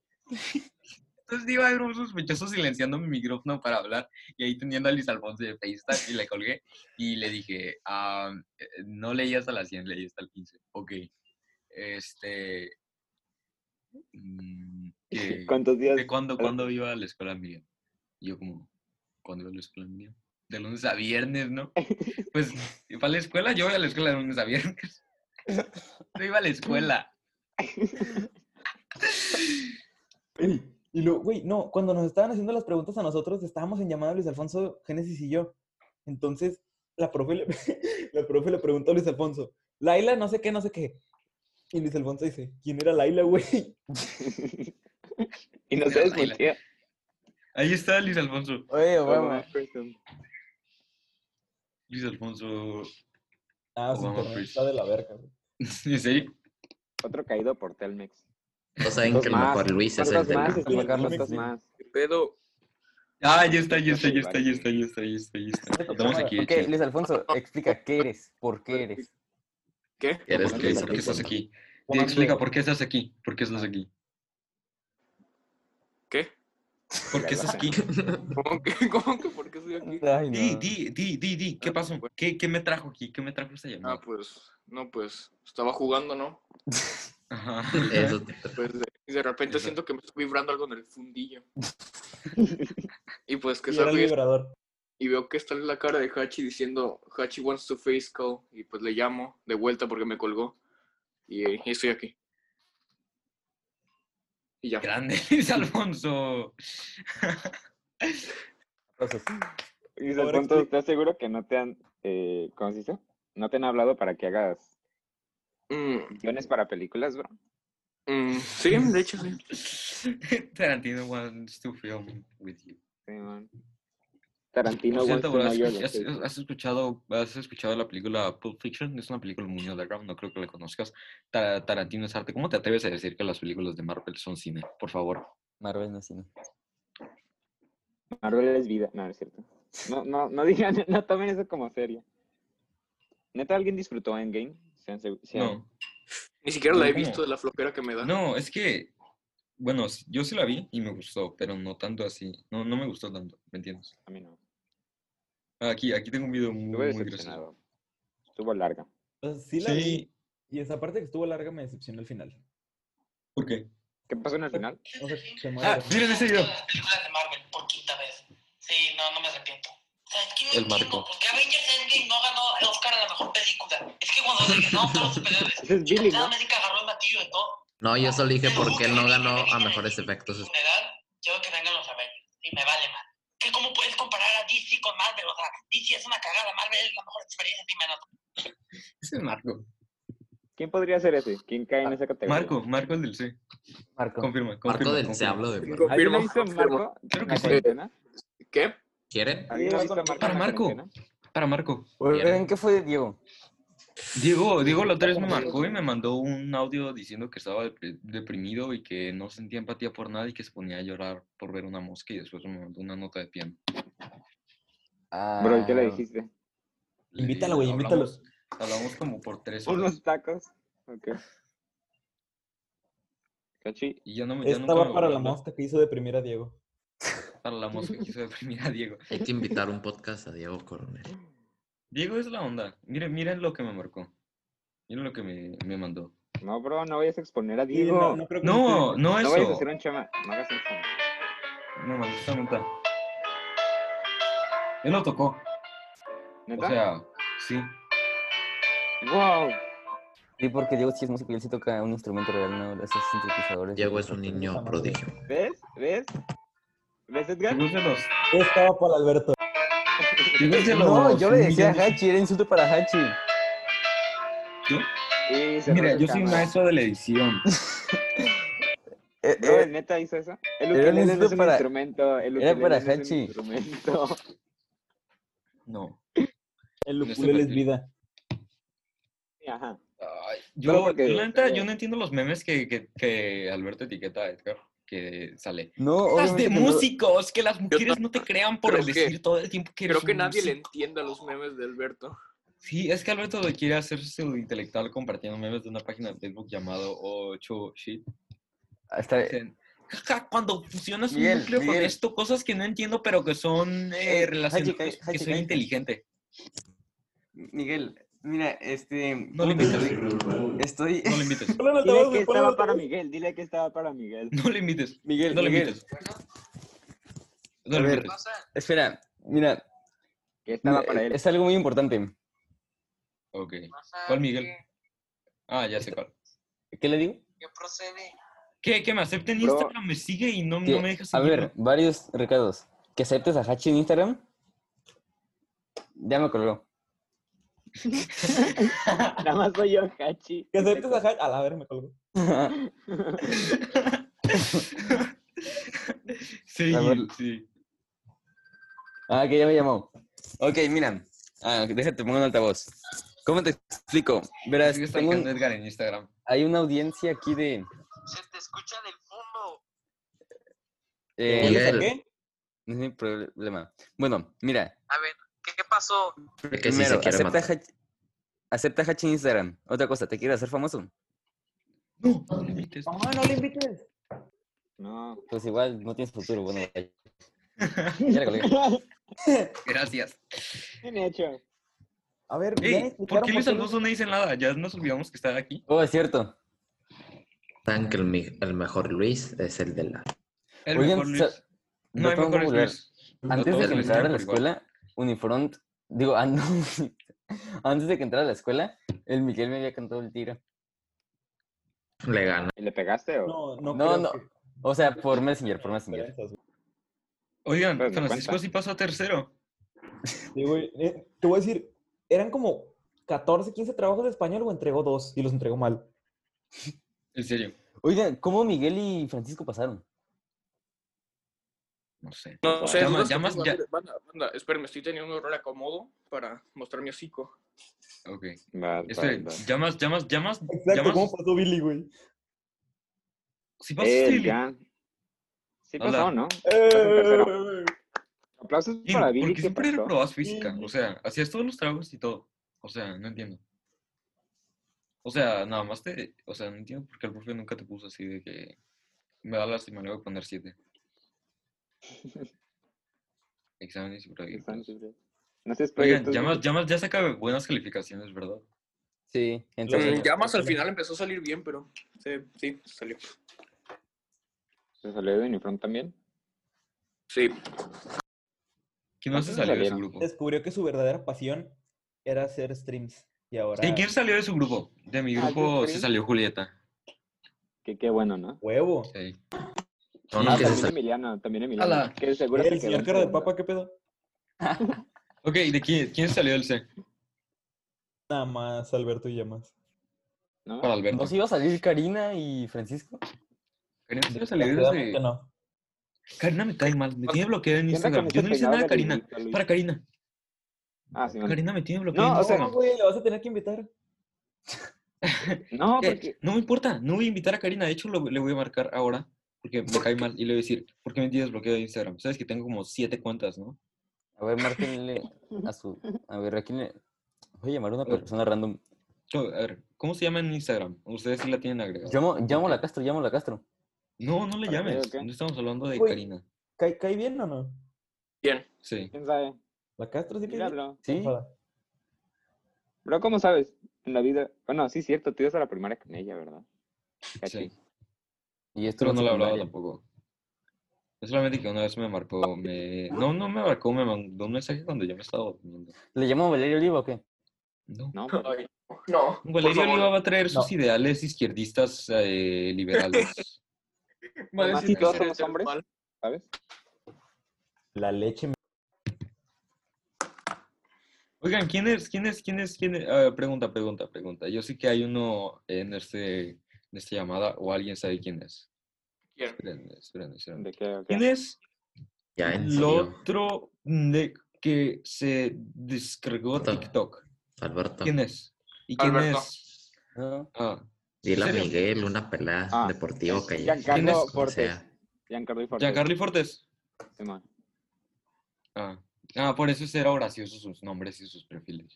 [SPEAKER 2] Entonces iba a haber un sospechoso silenciando mi micrófono para hablar y ahí teniendo a Luis Alfonso de FaceTime y le colgué y le dije, "Ah, eh, no leí hasta las 100, leí hasta el 15. Ok. Este... mm, ¿qué-
[SPEAKER 3] ¿Cuántos días?
[SPEAKER 2] ¿De cuándo,
[SPEAKER 3] la-
[SPEAKER 2] cuándo iba a la escuela mía? Y yo como, ¿cuándo iba a la escuela mía? De lunes a viernes, ¿no? Pues, para la escuela, yo voy a la escuela de lunes a viernes. No iba a la escuela.
[SPEAKER 5] Y luego, güey, no, cuando nos estaban haciendo las preguntas a nosotros, estábamos en llamada Luis Alfonso, Génesis y yo. Entonces, la profe le, la profe le preguntó a Luis Alfonso, Laila, no sé qué, no sé qué. Y Luis Alfonso dice, ¿quién era Laila, güey?
[SPEAKER 3] y no
[SPEAKER 2] Mira,
[SPEAKER 3] se
[SPEAKER 2] baila.
[SPEAKER 3] desmutea.
[SPEAKER 2] Ahí está Luis Alfonso.
[SPEAKER 4] Oye,
[SPEAKER 3] Obama
[SPEAKER 4] Obama.
[SPEAKER 3] person.
[SPEAKER 2] Luis Alfonso.
[SPEAKER 5] Ah, su
[SPEAKER 2] Obama
[SPEAKER 5] internet
[SPEAKER 2] Priest.
[SPEAKER 5] está de la verga, güey.
[SPEAKER 2] ¿En serio?
[SPEAKER 3] Otro caído por Telmex.
[SPEAKER 1] No saben que el
[SPEAKER 3] más,
[SPEAKER 1] mejor Luis es el
[SPEAKER 3] ¿Cuántos
[SPEAKER 1] de
[SPEAKER 3] más?
[SPEAKER 1] la...
[SPEAKER 5] Luis
[SPEAKER 3] Esteban?
[SPEAKER 5] Alfonso,
[SPEAKER 3] ¿Cuántos
[SPEAKER 5] sí.
[SPEAKER 3] más?
[SPEAKER 7] Pero
[SPEAKER 2] Ah, ya está, ya está, ya está, ya está, ya está, ya está. Ya está. Estamos aquí.
[SPEAKER 4] Este Ok, Luis Alfonso, explica qué eres, por qué eres.
[SPEAKER 7] ¿Qué?
[SPEAKER 1] Eres
[SPEAKER 2] ¿Por qué,
[SPEAKER 1] Luis
[SPEAKER 2] ¿Por qué estás
[SPEAKER 1] Alfonso.
[SPEAKER 2] aquí? Di, Explica, ¿por qué estás aquí? ¿Por qué estás aquí?
[SPEAKER 7] ¿Qué?
[SPEAKER 2] ¿Por qué estás aquí?
[SPEAKER 7] ¿Cómo que, cómo que por qué estoy aquí?
[SPEAKER 4] Ay,
[SPEAKER 2] Di,
[SPEAKER 4] no.
[SPEAKER 2] di, di, di, di. ¿Qué pasó? ¿Qué, qué me trajo aquí? ¿Qué me trajo esta
[SPEAKER 7] Ah,
[SPEAKER 2] llamada?
[SPEAKER 7] pues, no, pues, estaba jugando, ¿no?
[SPEAKER 2] Ajá.
[SPEAKER 1] Eso te-
[SPEAKER 7] Pues, de- y de repente
[SPEAKER 2] Ajá.
[SPEAKER 7] siento que me está vibrando algo en el fundillo. y pues que
[SPEAKER 5] Y era el
[SPEAKER 7] salgo y,
[SPEAKER 5] vibrador.
[SPEAKER 7] y veo que está la cara de Hachi diciendo, Hachi wants to face call. Y pues le llamo de vuelta porque me colgó. Y, eh, y estoy aquí. Y ya.
[SPEAKER 2] Grande Luis Alfonso.
[SPEAKER 4] Entonces,
[SPEAKER 3] Luis
[SPEAKER 5] Ahora
[SPEAKER 3] Alfonso,
[SPEAKER 5] explica.
[SPEAKER 3] ¿estás seguro que no te han, eh, ¿cómo se dice? No te han hablado para que hagas
[SPEAKER 7] Mm,
[SPEAKER 3] guiones para películas, bro.
[SPEAKER 7] mm, sí, de hecho, sí.
[SPEAKER 2] Tarantino wants to film with you.
[SPEAKER 3] Sí, man. Tarantino,
[SPEAKER 2] Por
[SPEAKER 3] wants
[SPEAKER 2] cierto,
[SPEAKER 3] to
[SPEAKER 2] bro,
[SPEAKER 3] know
[SPEAKER 2] ¿has,
[SPEAKER 3] your
[SPEAKER 2] escuch- has-
[SPEAKER 3] location.
[SPEAKER 2] has escuchado, ¿has escuchado la película Pulp Fiction? Es una película muy underground, no creo que la conozcas. Ta- Tarantino es arte. ¿Cómo te atreves a decir que las películas de Marvel son cine? Por favor.
[SPEAKER 4] Marvel no sino.
[SPEAKER 3] Marvel es vida. No, no es cierto. No, no, no digan, no tomen eso como serio. ¿Neta alguien disfrutó Endgame? Sean segu- sean-
[SPEAKER 2] No.
[SPEAKER 7] Ni siquiera la he
[SPEAKER 2] ¿Cómo?
[SPEAKER 7] visto de la flojera que me da.
[SPEAKER 2] No, es que, bueno, s- yo sí la vi y me gustó, pero no tanto así. No, no me gustó tanto, ¿me entiendes?
[SPEAKER 3] A mí no.
[SPEAKER 2] Aquí, aquí tengo un video muy,
[SPEAKER 3] Estuve
[SPEAKER 2] muy gracioso.
[SPEAKER 3] decepcionado. Estuvo larga.
[SPEAKER 5] O sea, sí la vi,
[SPEAKER 2] Sí,
[SPEAKER 5] Y esa parte que estuvo larga me decepcionó al final.
[SPEAKER 2] ¿Por qué?
[SPEAKER 3] ¿Qué pasó en el final?
[SPEAKER 5] O sea, se
[SPEAKER 2] Ah,
[SPEAKER 5] muere.
[SPEAKER 2] miren ese video.
[SPEAKER 8] películas de Marvel por quinta vez. Sí, no, no me arrepiento. O sea, es que no
[SPEAKER 2] El
[SPEAKER 8] entiendo
[SPEAKER 2] marco.
[SPEAKER 8] por qué Avengers Endgame no ganó el Oscar a la mejor película. Es que cuando se ganaron todos los superiores,
[SPEAKER 3] Ese es Billy,
[SPEAKER 8] Capitán
[SPEAKER 3] ¿no?
[SPEAKER 8] América agarró el martillo de todo.
[SPEAKER 1] No, yo solo dije por qué no ganó a mejores
[SPEAKER 8] En
[SPEAKER 1] efectos.
[SPEAKER 8] funeral, quiero que vengan los Avengers. Y me vale más. ¿Qué, ¿Cómo puedes comparar a DC con Marvel? O sea, DC es una cagada, Marvel es la mejor experiencia. Dime, no.
[SPEAKER 2] Es el Marco.
[SPEAKER 3] ¿Quién podría ser ese? ¿Quién cae en esa categoría?
[SPEAKER 2] Ah, Marco, Marco el del C.
[SPEAKER 4] Marco.
[SPEAKER 2] Confirma, confirma.
[SPEAKER 1] Marco del se
[SPEAKER 2] confirma.
[SPEAKER 1] habló de Marco.
[SPEAKER 3] ¿Alguien
[SPEAKER 7] Confirmo,
[SPEAKER 3] ha visto a
[SPEAKER 7] confirmo.
[SPEAKER 3] Marco
[SPEAKER 2] Creo
[SPEAKER 3] en
[SPEAKER 2] que
[SPEAKER 3] la
[SPEAKER 2] sí.
[SPEAKER 3] cuarentena?
[SPEAKER 7] ¿Qué?
[SPEAKER 1] ¿Quieren?
[SPEAKER 3] ¿Alguien ha visto a Marco en
[SPEAKER 2] Para
[SPEAKER 3] la
[SPEAKER 2] Marco.
[SPEAKER 3] cuarentena?
[SPEAKER 2] Para Marco.
[SPEAKER 4] Oigan, ¿qué fue de Diego?
[SPEAKER 2] Diego, Diego la otra vez me marcó y me mandó un audio diciendo que estaba dep- deprimido y que no sentía empatía por nada y que se ponía a llorar por ver una mosca y después me mandó una nota de piano.
[SPEAKER 4] Ah,
[SPEAKER 3] Bro, ¿y ¿qué le dijiste?
[SPEAKER 2] Le-
[SPEAKER 5] Invítalo, güey, invítalo.
[SPEAKER 2] hablamos- Hablamos como por tres horas.
[SPEAKER 3] ¿Unos tacos? Ok. Cachi,
[SPEAKER 2] Y ya no me ya
[SPEAKER 5] Esta
[SPEAKER 2] nunca
[SPEAKER 5] va
[SPEAKER 2] me
[SPEAKER 5] para
[SPEAKER 2] volvió a
[SPEAKER 5] la
[SPEAKER 2] hablar.
[SPEAKER 5] mosca que hizo deprimir a Diego.
[SPEAKER 2] Para la mosca quiso deprimir a Diego.
[SPEAKER 1] Hay que invitar un podcast a Diego Coronel.
[SPEAKER 2] Diego es la onda. Miren, miren lo que me marcó. Miren lo que me, me mandó.
[SPEAKER 3] no, bro, no vayas a exponer a
[SPEAKER 5] Sí,
[SPEAKER 3] Diego.
[SPEAKER 5] no,
[SPEAKER 3] no,
[SPEAKER 5] no creo que
[SPEAKER 2] No,
[SPEAKER 5] esté-
[SPEAKER 2] no
[SPEAKER 3] vayas a
[SPEAKER 2] eso.
[SPEAKER 3] hacer un chama. No hagas eso.
[SPEAKER 2] Me mandó esta nota. Él lo tocó.
[SPEAKER 3] ¿Neta?
[SPEAKER 2] O sea, sí.
[SPEAKER 3] wow.
[SPEAKER 4] Sí, porque Diego sí es músico y él sí toca un instrumento real, no esos sintetizadores.
[SPEAKER 1] Diego es un niño prodigio.
[SPEAKER 3] ¿Ves? ¿Ves? ¿Ves, Edgar?
[SPEAKER 2] Diego es de los.
[SPEAKER 5] Esta va para Alberto.
[SPEAKER 2] Diego es de los
[SPEAKER 4] No, yo le decía
[SPEAKER 2] millones-
[SPEAKER 4] a Hachi, era insulto para Hachi.
[SPEAKER 3] Y cerró
[SPEAKER 2] Mira,
[SPEAKER 3] su
[SPEAKER 2] yo soy
[SPEAKER 3] cámara.
[SPEAKER 2] maestro de la edición.
[SPEAKER 4] Eh,
[SPEAKER 3] Bro,
[SPEAKER 4] eh,
[SPEAKER 3] ¿neta hizo eso? El
[SPEAKER 4] era un
[SPEAKER 3] ukelele no es un
[SPEAKER 4] para-
[SPEAKER 3] instrumento. El
[SPEAKER 4] era
[SPEAKER 3] ukelele
[SPEAKER 4] para
[SPEAKER 3] no es un
[SPEAKER 4] Hachi.
[SPEAKER 3] instrumento.
[SPEAKER 2] No.
[SPEAKER 5] El
[SPEAKER 2] No sé
[SPEAKER 5] ukulele
[SPEAKER 2] por
[SPEAKER 5] es
[SPEAKER 2] qué.
[SPEAKER 5] vida.
[SPEAKER 3] Ajá.
[SPEAKER 2] Ay,
[SPEAKER 3] Solo
[SPEAKER 2] yo,
[SPEAKER 3] porque-
[SPEAKER 2] la neta,
[SPEAKER 3] eh.
[SPEAKER 2] yo no entiendo los memes que, que, que Alberto etiqueta a Edgar, que sale.
[SPEAKER 4] no,
[SPEAKER 2] Cosas
[SPEAKER 4] obviamente
[SPEAKER 2] de
[SPEAKER 4] que no.
[SPEAKER 2] músicos, que las mujeres no te
[SPEAKER 7] tampoco.
[SPEAKER 2] crean por
[SPEAKER 7] Creo
[SPEAKER 2] el
[SPEAKER 7] que-
[SPEAKER 2] decir todo el tiempo que eres
[SPEAKER 7] Creo que
[SPEAKER 2] un
[SPEAKER 7] nadie le
[SPEAKER 2] músico.
[SPEAKER 7] entiende a los memes de Alberto.
[SPEAKER 2] Sí, es que Alberto lo quiere hacer su intelectual compartiendo memes de una página de Facebook llamado 8 Shit.
[SPEAKER 4] Ah, está-
[SPEAKER 2] Dicen, "Jaja, cuando fusionas un
[SPEAKER 4] Miguel,
[SPEAKER 2] núcleo con
[SPEAKER 4] Miguel.
[SPEAKER 2] esto, cosas que no entiendo, pero que son eh,
[SPEAKER 4] Eh,
[SPEAKER 2] relacionadas,
[SPEAKER 4] Hachi, Hachi,
[SPEAKER 2] que soy
[SPEAKER 4] Hachi.
[SPEAKER 2] inteligente.
[SPEAKER 4] Miguel, mira, este.
[SPEAKER 2] No lo invites,
[SPEAKER 4] Estoy.
[SPEAKER 2] no lo invites,
[SPEAKER 5] Ponle el
[SPEAKER 3] Dile que
[SPEAKER 5] altavoz, güey, ponle el
[SPEAKER 3] estaba para
[SPEAKER 5] altavoz.
[SPEAKER 3] Miguel. Dile que estaba para Miguel.
[SPEAKER 2] no lo invites,
[SPEAKER 4] Miguel,
[SPEAKER 2] no lo
[SPEAKER 4] Miguel,
[SPEAKER 2] invites. No
[SPEAKER 4] A
[SPEAKER 2] lo
[SPEAKER 4] ver.
[SPEAKER 2] invites.
[SPEAKER 4] espera, mira,
[SPEAKER 3] Que estaba
[SPEAKER 4] mira,
[SPEAKER 3] para él.
[SPEAKER 4] es algo muy importante.
[SPEAKER 2] Ok. ¿Cuál Miguel? Ah, ya sé cuál.
[SPEAKER 4] ¿Qué le digo?
[SPEAKER 8] ¿Qué procede?
[SPEAKER 2] ¿Qué? ¿Que me acepte en
[SPEAKER 3] Bro.
[SPEAKER 2] Instagram? ¿Me sigue y no,
[SPEAKER 4] Que-
[SPEAKER 2] no me deja
[SPEAKER 4] a
[SPEAKER 2] seguir?
[SPEAKER 4] ver, varios recados. Que aceptes a Hachi en Instagram. Ya me colgó.
[SPEAKER 3] Nada más soy yo, Hachi.
[SPEAKER 5] Que aceptes a Hachi. A la ver, me colgó.
[SPEAKER 2] Sí,
[SPEAKER 4] A ver.
[SPEAKER 2] sí.
[SPEAKER 4] Ah, que ya me llamó. Ok, mira. Ah, déjate, pongo un altavoz. ¿Cómo te explico? Verás,
[SPEAKER 2] Sigue
[SPEAKER 4] Pues, tengo un-
[SPEAKER 2] sacando Edgar en Instagram.
[SPEAKER 4] hay una audiencia aquí de...
[SPEAKER 8] Se te escucha del fondo.
[SPEAKER 4] eh,
[SPEAKER 5] ¿Ya lo
[SPEAKER 1] Miguel.
[SPEAKER 5] saqué?
[SPEAKER 4] no hay problema. Bueno, mira.
[SPEAKER 8] A ver, ¿qué pasó?
[SPEAKER 1] Es que sí se
[SPEAKER 4] Primero,
[SPEAKER 1] quiere
[SPEAKER 4] acepta, a
[SPEAKER 1] matar.
[SPEAKER 4] Hachi, acepta a Hachi en Instagram. Otra cosa, ¿te quieres hacer famoso?
[SPEAKER 2] No, no lo invites.
[SPEAKER 3] No.
[SPEAKER 4] Pues igual, no tienes futuro. Bueno, vaya. ya le colgué.
[SPEAKER 2] Gracias.
[SPEAKER 3] Bien hecho.
[SPEAKER 5] A ver, ya
[SPEAKER 2] Ey, ¿por
[SPEAKER 5] explicaron
[SPEAKER 2] qué Luis
[SPEAKER 5] por qué-
[SPEAKER 2] Alonso no dice nada? Ya nos olvidamos que está aquí.
[SPEAKER 4] Oh, es cierto.
[SPEAKER 1] Saben que el, mi- el mejor Luis es el de la.
[SPEAKER 2] El
[SPEAKER 4] Oigan,
[SPEAKER 2] mejor
[SPEAKER 4] sa-
[SPEAKER 2] Luis. No
[SPEAKER 4] no
[SPEAKER 2] hay
[SPEAKER 4] tengo
[SPEAKER 2] mejor
[SPEAKER 4] popular.
[SPEAKER 2] Luis.
[SPEAKER 4] Antes de
[SPEAKER 2] todos
[SPEAKER 4] que
[SPEAKER 2] lo
[SPEAKER 4] entrara a la
[SPEAKER 2] hicieron por igual.
[SPEAKER 4] escuela, Unifront, digo, ah, no, antes de que entrara a la escuela, el Miguel me había cantado el tiro.
[SPEAKER 1] Le gana.
[SPEAKER 3] ¿Y le pegaste o?
[SPEAKER 5] No, no.
[SPEAKER 4] No,
[SPEAKER 5] creo
[SPEAKER 4] no.
[SPEAKER 5] que-
[SPEAKER 4] O sea, por Messenger, por Messenger.
[SPEAKER 5] esperanzas, güey.
[SPEAKER 2] Oigan,
[SPEAKER 3] Pues, me
[SPEAKER 2] Francisco
[SPEAKER 3] cuenta.
[SPEAKER 2] sí pasó a tercero.
[SPEAKER 5] Sí, güey. Eh, Te voy a decir, eran como 14, 15 trabajos de español o entregó dos y los entregó mal.
[SPEAKER 2] En serio.
[SPEAKER 4] Oigan, ¿cómo Miguel y Francisco pasaron?
[SPEAKER 2] No sé.
[SPEAKER 7] No sé,
[SPEAKER 2] Llama-
[SPEAKER 7] dudas que
[SPEAKER 2] llamas
[SPEAKER 7] tengo. A
[SPEAKER 2] ya-
[SPEAKER 7] ver, Banda, banda, espérenme, estoy teniendo un error acomodo para mostrar mi hocico.
[SPEAKER 2] Ok.
[SPEAKER 3] Va, va,
[SPEAKER 2] Espera,
[SPEAKER 3] va.
[SPEAKER 2] llamas, llamas, llamas.
[SPEAKER 5] Exacto,
[SPEAKER 2] llamas.
[SPEAKER 5] ¿cómo pasó Billy, güey?
[SPEAKER 2] Si pasó
[SPEAKER 3] Eh,
[SPEAKER 2] Silly.
[SPEAKER 3] ya. Sí
[SPEAKER 2] Hola.
[SPEAKER 3] pasó, ¿no?
[SPEAKER 5] Eh,
[SPEAKER 3] Aplausos
[SPEAKER 2] Sí,
[SPEAKER 3] para Billy
[SPEAKER 2] porque
[SPEAKER 3] que
[SPEAKER 2] siempre
[SPEAKER 3] pasó.
[SPEAKER 2] reprobabas física. O sea, hacías todos los tragos y todo. O sea, no entiendo. O sea, nada más te. O sea, no entiendo por qué el profe nunca te puso así de que me da lástima, le voy a poner 7. Exámenes y proyectos.
[SPEAKER 3] No sé,
[SPEAKER 2] Oigan,
[SPEAKER 3] proyectos.
[SPEAKER 2] llamas, llamas, ya saca buenas calificaciones, ¿verdad?
[SPEAKER 4] Sí, entonces.
[SPEAKER 7] Mm, Ya más al final empezó a salir bien, pero sí, sí, salió.
[SPEAKER 3] ¿Se salió de Unifront también?
[SPEAKER 7] Sí,
[SPEAKER 2] ¿Quién no se
[SPEAKER 3] ¿Cuántos
[SPEAKER 2] salió de su
[SPEAKER 3] salieron?
[SPEAKER 2] grupo?
[SPEAKER 5] Descubrió que su verdadera pasión era hacer streams. Y ahora.
[SPEAKER 2] ¿Y quién salió de su grupo? De mi
[SPEAKER 3] Ah, yo
[SPEAKER 2] grupo se
[SPEAKER 3] creí.
[SPEAKER 2] salió Julieta.
[SPEAKER 3] Que qué bueno, ¿no?
[SPEAKER 5] Huevo.
[SPEAKER 2] Sí.
[SPEAKER 1] No,
[SPEAKER 3] Ah,
[SPEAKER 1] no, que se
[SPEAKER 3] también
[SPEAKER 1] sal-
[SPEAKER 3] Emiliano, también Emiliano.
[SPEAKER 2] Ala.
[SPEAKER 3] Que seguro se quedó
[SPEAKER 5] El
[SPEAKER 3] en
[SPEAKER 5] señor cara de
[SPEAKER 3] segundo.
[SPEAKER 5] papa, ¿qué pedo?
[SPEAKER 2] Ok, ¿de quién, quién salió del C?
[SPEAKER 5] Nada más, Alberto y llamas.
[SPEAKER 3] ¿No?
[SPEAKER 2] Para Alberto.
[SPEAKER 4] ¿No se iba a salir Karina y Francisco?
[SPEAKER 2] Karina se salió desde-
[SPEAKER 5] Desgraciadamente no.
[SPEAKER 2] Karina me cae mal, me tiene bloqueada en
[SPEAKER 3] ¿Quién
[SPEAKER 2] Instagram. Yo no hice
[SPEAKER 3] reconoce
[SPEAKER 2] nada a
[SPEAKER 3] peinado
[SPEAKER 2] Karina.
[SPEAKER 3] gallinito, Luis?
[SPEAKER 2] Para Karina.
[SPEAKER 3] Ah, sí,
[SPEAKER 2] Karina me tiene bloqueada.
[SPEAKER 3] No, o
[SPEAKER 2] en
[SPEAKER 3] sea,
[SPEAKER 5] No,
[SPEAKER 2] Instagram.
[SPEAKER 5] güey, la vas a tener que invitar.
[SPEAKER 3] no,
[SPEAKER 2] Eh,
[SPEAKER 3] porque
[SPEAKER 2] No me importa, no voy a invitar a Karina. De hecho, lo- le voy a marcar ahora porque me cae mal y le voy a decir, ¿por qué me tienes bloqueado de Instagram? Sabes que tengo como siete cuentas, ¿no?
[SPEAKER 4] A ver, márquenle a su. A ver, ¿a quién le.? Voy a llamar a una persona random.
[SPEAKER 2] Co- A ver, ¿cómo se llama en Instagram? Ustedes sí la tienen agregada.
[SPEAKER 4] Llamo, llamo a la Castro, llamo a la Castro.
[SPEAKER 2] No, no le
[SPEAKER 3] Ok,
[SPEAKER 2] llames.
[SPEAKER 3] ok.
[SPEAKER 2] No estamos hablando de
[SPEAKER 5] Uy.
[SPEAKER 2] Karina.
[SPEAKER 5] ¿Cae, cae bien o no?
[SPEAKER 7] bien.
[SPEAKER 2] Sí.
[SPEAKER 3] quién sabe.
[SPEAKER 5] La Castro sí cae bien.
[SPEAKER 3] Dígalo.
[SPEAKER 4] Sí.
[SPEAKER 5] Ojalá.
[SPEAKER 3] Pero ¿cómo sabes? En la vida. Bueno, sí, cierto, tú ibas a la primaria con ella, ¿verdad? Cachi.
[SPEAKER 2] Sí.
[SPEAKER 4] Y esto
[SPEAKER 2] Pero
[SPEAKER 4] en
[SPEAKER 2] no le hablaba
[SPEAKER 4] secundaria.
[SPEAKER 2] tampoco. Es solamente que una vez me marcó, me... No, no me marcó, me mandó un mensaje cuando yo me estaba durmiendo.
[SPEAKER 4] ¿Le llamo a Valerio Oliva o qué?
[SPEAKER 2] No.
[SPEAKER 3] No, pues,
[SPEAKER 7] Ay, no, por
[SPEAKER 2] Valerio
[SPEAKER 7] favor.
[SPEAKER 2] Oliva va a traer sus
[SPEAKER 5] No.
[SPEAKER 2] ideales izquierdistas eh, liberales.
[SPEAKER 7] Va a
[SPEAKER 3] Nomás
[SPEAKER 7] decir
[SPEAKER 3] si todos
[SPEAKER 7] que
[SPEAKER 3] somos
[SPEAKER 7] se-
[SPEAKER 3] hombres. ¿sabes?
[SPEAKER 5] La leche. me-
[SPEAKER 2] Oigan, ¿quién es? ¿Quién es? ¿Quién es? ¿Quién es? Ah, pregunta, pregunta, pregunta. Yo sé que hay uno en este, en esta llamada o alguien sabe quién es.
[SPEAKER 7] ¿Quién?
[SPEAKER 2] Esperen, esperen, esperen.
[SPEAKER 3] ¿De qué? o qué?
[SPEAKER 2] ¿Quién es
[SPEAKER 1] ya en
[SPEAKER 2] el
[SPEAKER 1] serio.
[SPEAKER 2] otro de- que se descargó
[SPEAKER 1] Puta.
[SPEAKER 2] TikTok?
[SPEAKER 1] Alberto.
[SPEAKER 2] ¿Quién es? ¿Y quién
[SPEAKER 7] Alberto.
[SPEAKER 2] es?
[SPEAKER 4] No.
[SPEAKER 2] Ah,
[SPEAKER 1] Dile a
[SPEAKER 2] ¿En serio?
[SPEAKER 1] Miguel una pelea
[SPEAKER 3] Ah,
[SPEAKER 1] deportiva que
[SPEAKER 3] Giancarlo
[SPEAKER 2] ¿Quién es?
[SPEAKER 1] o
[SPEAKER 3] Fortes.
[SPEAKER 1] sea.
[SPEAKER 3] Giancarlo y Fortes.
[SPEAKER 2] Giancarlo Fortes.
[SPEAKER 3] Simón.
[SPEAKER 2] Ah. ah, por eso será gracioso sus nombres y sus perfiles.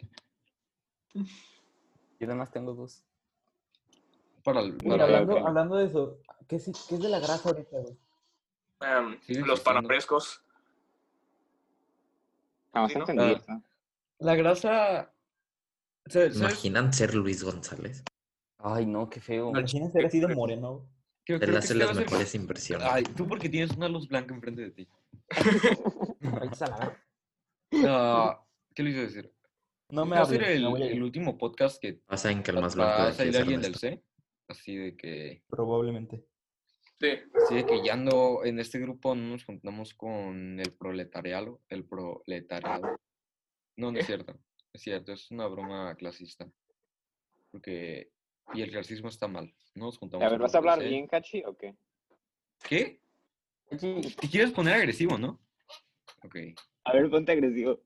[SPEAKER 4] Yo nada más tengo dos.
[SPEAKER 2] Para, el-
[SPEAKER 5] Uy,
[SPEAKER 2] para-
[SPEAKER 5] hablando,
[SPEAKER 2] para-
[SPEAKER 5] hablando de eso, ¿qué, sí- qué es de la grasa ahorita, güey?
[SPEAKER 7] Em,
[SPEAKER 2] Sigue
[SPEAKER 7] los
[SPEAKER 2] existiendo.
[SPEAKER 7] parafrescos.
[SPEAKER 3] Jamás
[SPEAKER 7] Sí, ¿no?
[SPEAKER 3] entendí
[SPEAKER 2] Ah.
[SPEAKER 3] eso.
[SPEAKER 2] La grasa. ¿Sabes?
[SPEAKER 1] Imaginan ser Luis González.
[SPEAKER 4] Ay, no, qué feo.
[SPEAKER 7] No,
[SPEAKER 5] Imagínate ser así de moreno, güey.
[SPEAKER 2] Creo-
[SPEAKER 1] Él
[SPEAKER 2] creo que
[SPEAKER 1] hace
[SPEAKER 2] este va
[SPEAKER 1] las
[SPEAKER 2] a ser-
[SPEAKER 1] mejores inversiones.
[SPEAKER 2] Ay, tú porque tienes una luz blanca enfrente de ti.
[SPEAKER 4] Vete a la verga.
[SPEAKER 2] Ah, ¿Qué le hice decir?
[SPEAKER 5] No me
[SPEAKER 2] va a ser
[SPEAKER 5] hables.
[SPEAKER 2] el,
[SPEAKER 5] me voy a ir.
[SPEAKER 2] el último podcast que
[SPEAKER 1] Vas a en que el
[SPEAKER 2] va
[SPEAKER 1] más blanco
[SPEAKER 2] va
[SPEAKER 1] de
[SPEAKER 2] a
[SPEAKER 1] aquí
[SPEAKER 2] salir
[SPEAKER 1] es
[SPEAKER 2] alguien del
[SPEAKER 1] Ernesto.
[SPEAKER 2] C. Así de que.
[SPEAKER 5] Probablemente.
[SPEAKER 7] Sí.
[SPEAKER 2] Así de que ya no. En este grupo no nos juntamos con el proletariado. El proletariado. No, no es cierto. Es cierto, es una broma clasista. Porque. Y el racismo está mal. No nos juntamos
[SPEAKER 3] A ver,
[SPEAKER 2] con
[SPEAKER 3] ¿vas
[SPEAKER 2] el
[SPEAKER 3] a hablar
[SPEAKER 2] C.
[SPEAKER 3] bien, Cachi, o qué?
[SPEAKER 2] ¿Qué?
[SPEAKER 4] Oye,
[SPEAKER 2] Te quieres poner agresivo, ¿no? Ok.
[SPEAKER 3] A ver, ponte agresivo.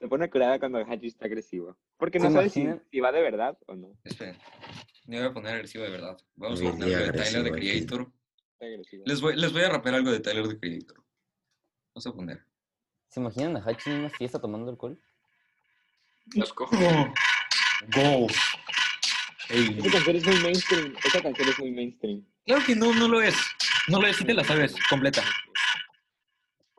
[SPEAKER 3] Se pone curada cuando Hachi está agresivo. Porque no
[SPEAKER 4] ¿Se
[SPEAKER 3] sabes si,
[SPEAKER 4] imaginan?
[SPEAKER 3] si va de verdad o no.
[SPEAKER 2] Esperen. Me voy a poner agresivo de verdad. Vamos a
[SPEAKER 1] Bien
[SPEAKER 2] poner algo de Tyler de
[SPEAKER 1] agresivo aquí.
[SPEAKER 2] Creator.
[SPEAKER 3] Está agresivo.
[SPEAKER 2] Les voy, les voy a rapear algo de Tyler de Creator. Vamos a poner.
[SPEAKER 4] ¿Se imaginan a Hachi en una fiesta tomando alcohol?
[SPEAKER 7] Qué asco.
[SPEAKER 2] Go. Ey.
[SPEAKER 3] Esa canción es muy mainstream. Esa canción es muy mainstream.
[SPEAKER 2] Claro que no, no lo es. No lo es, si te la sabes, completa.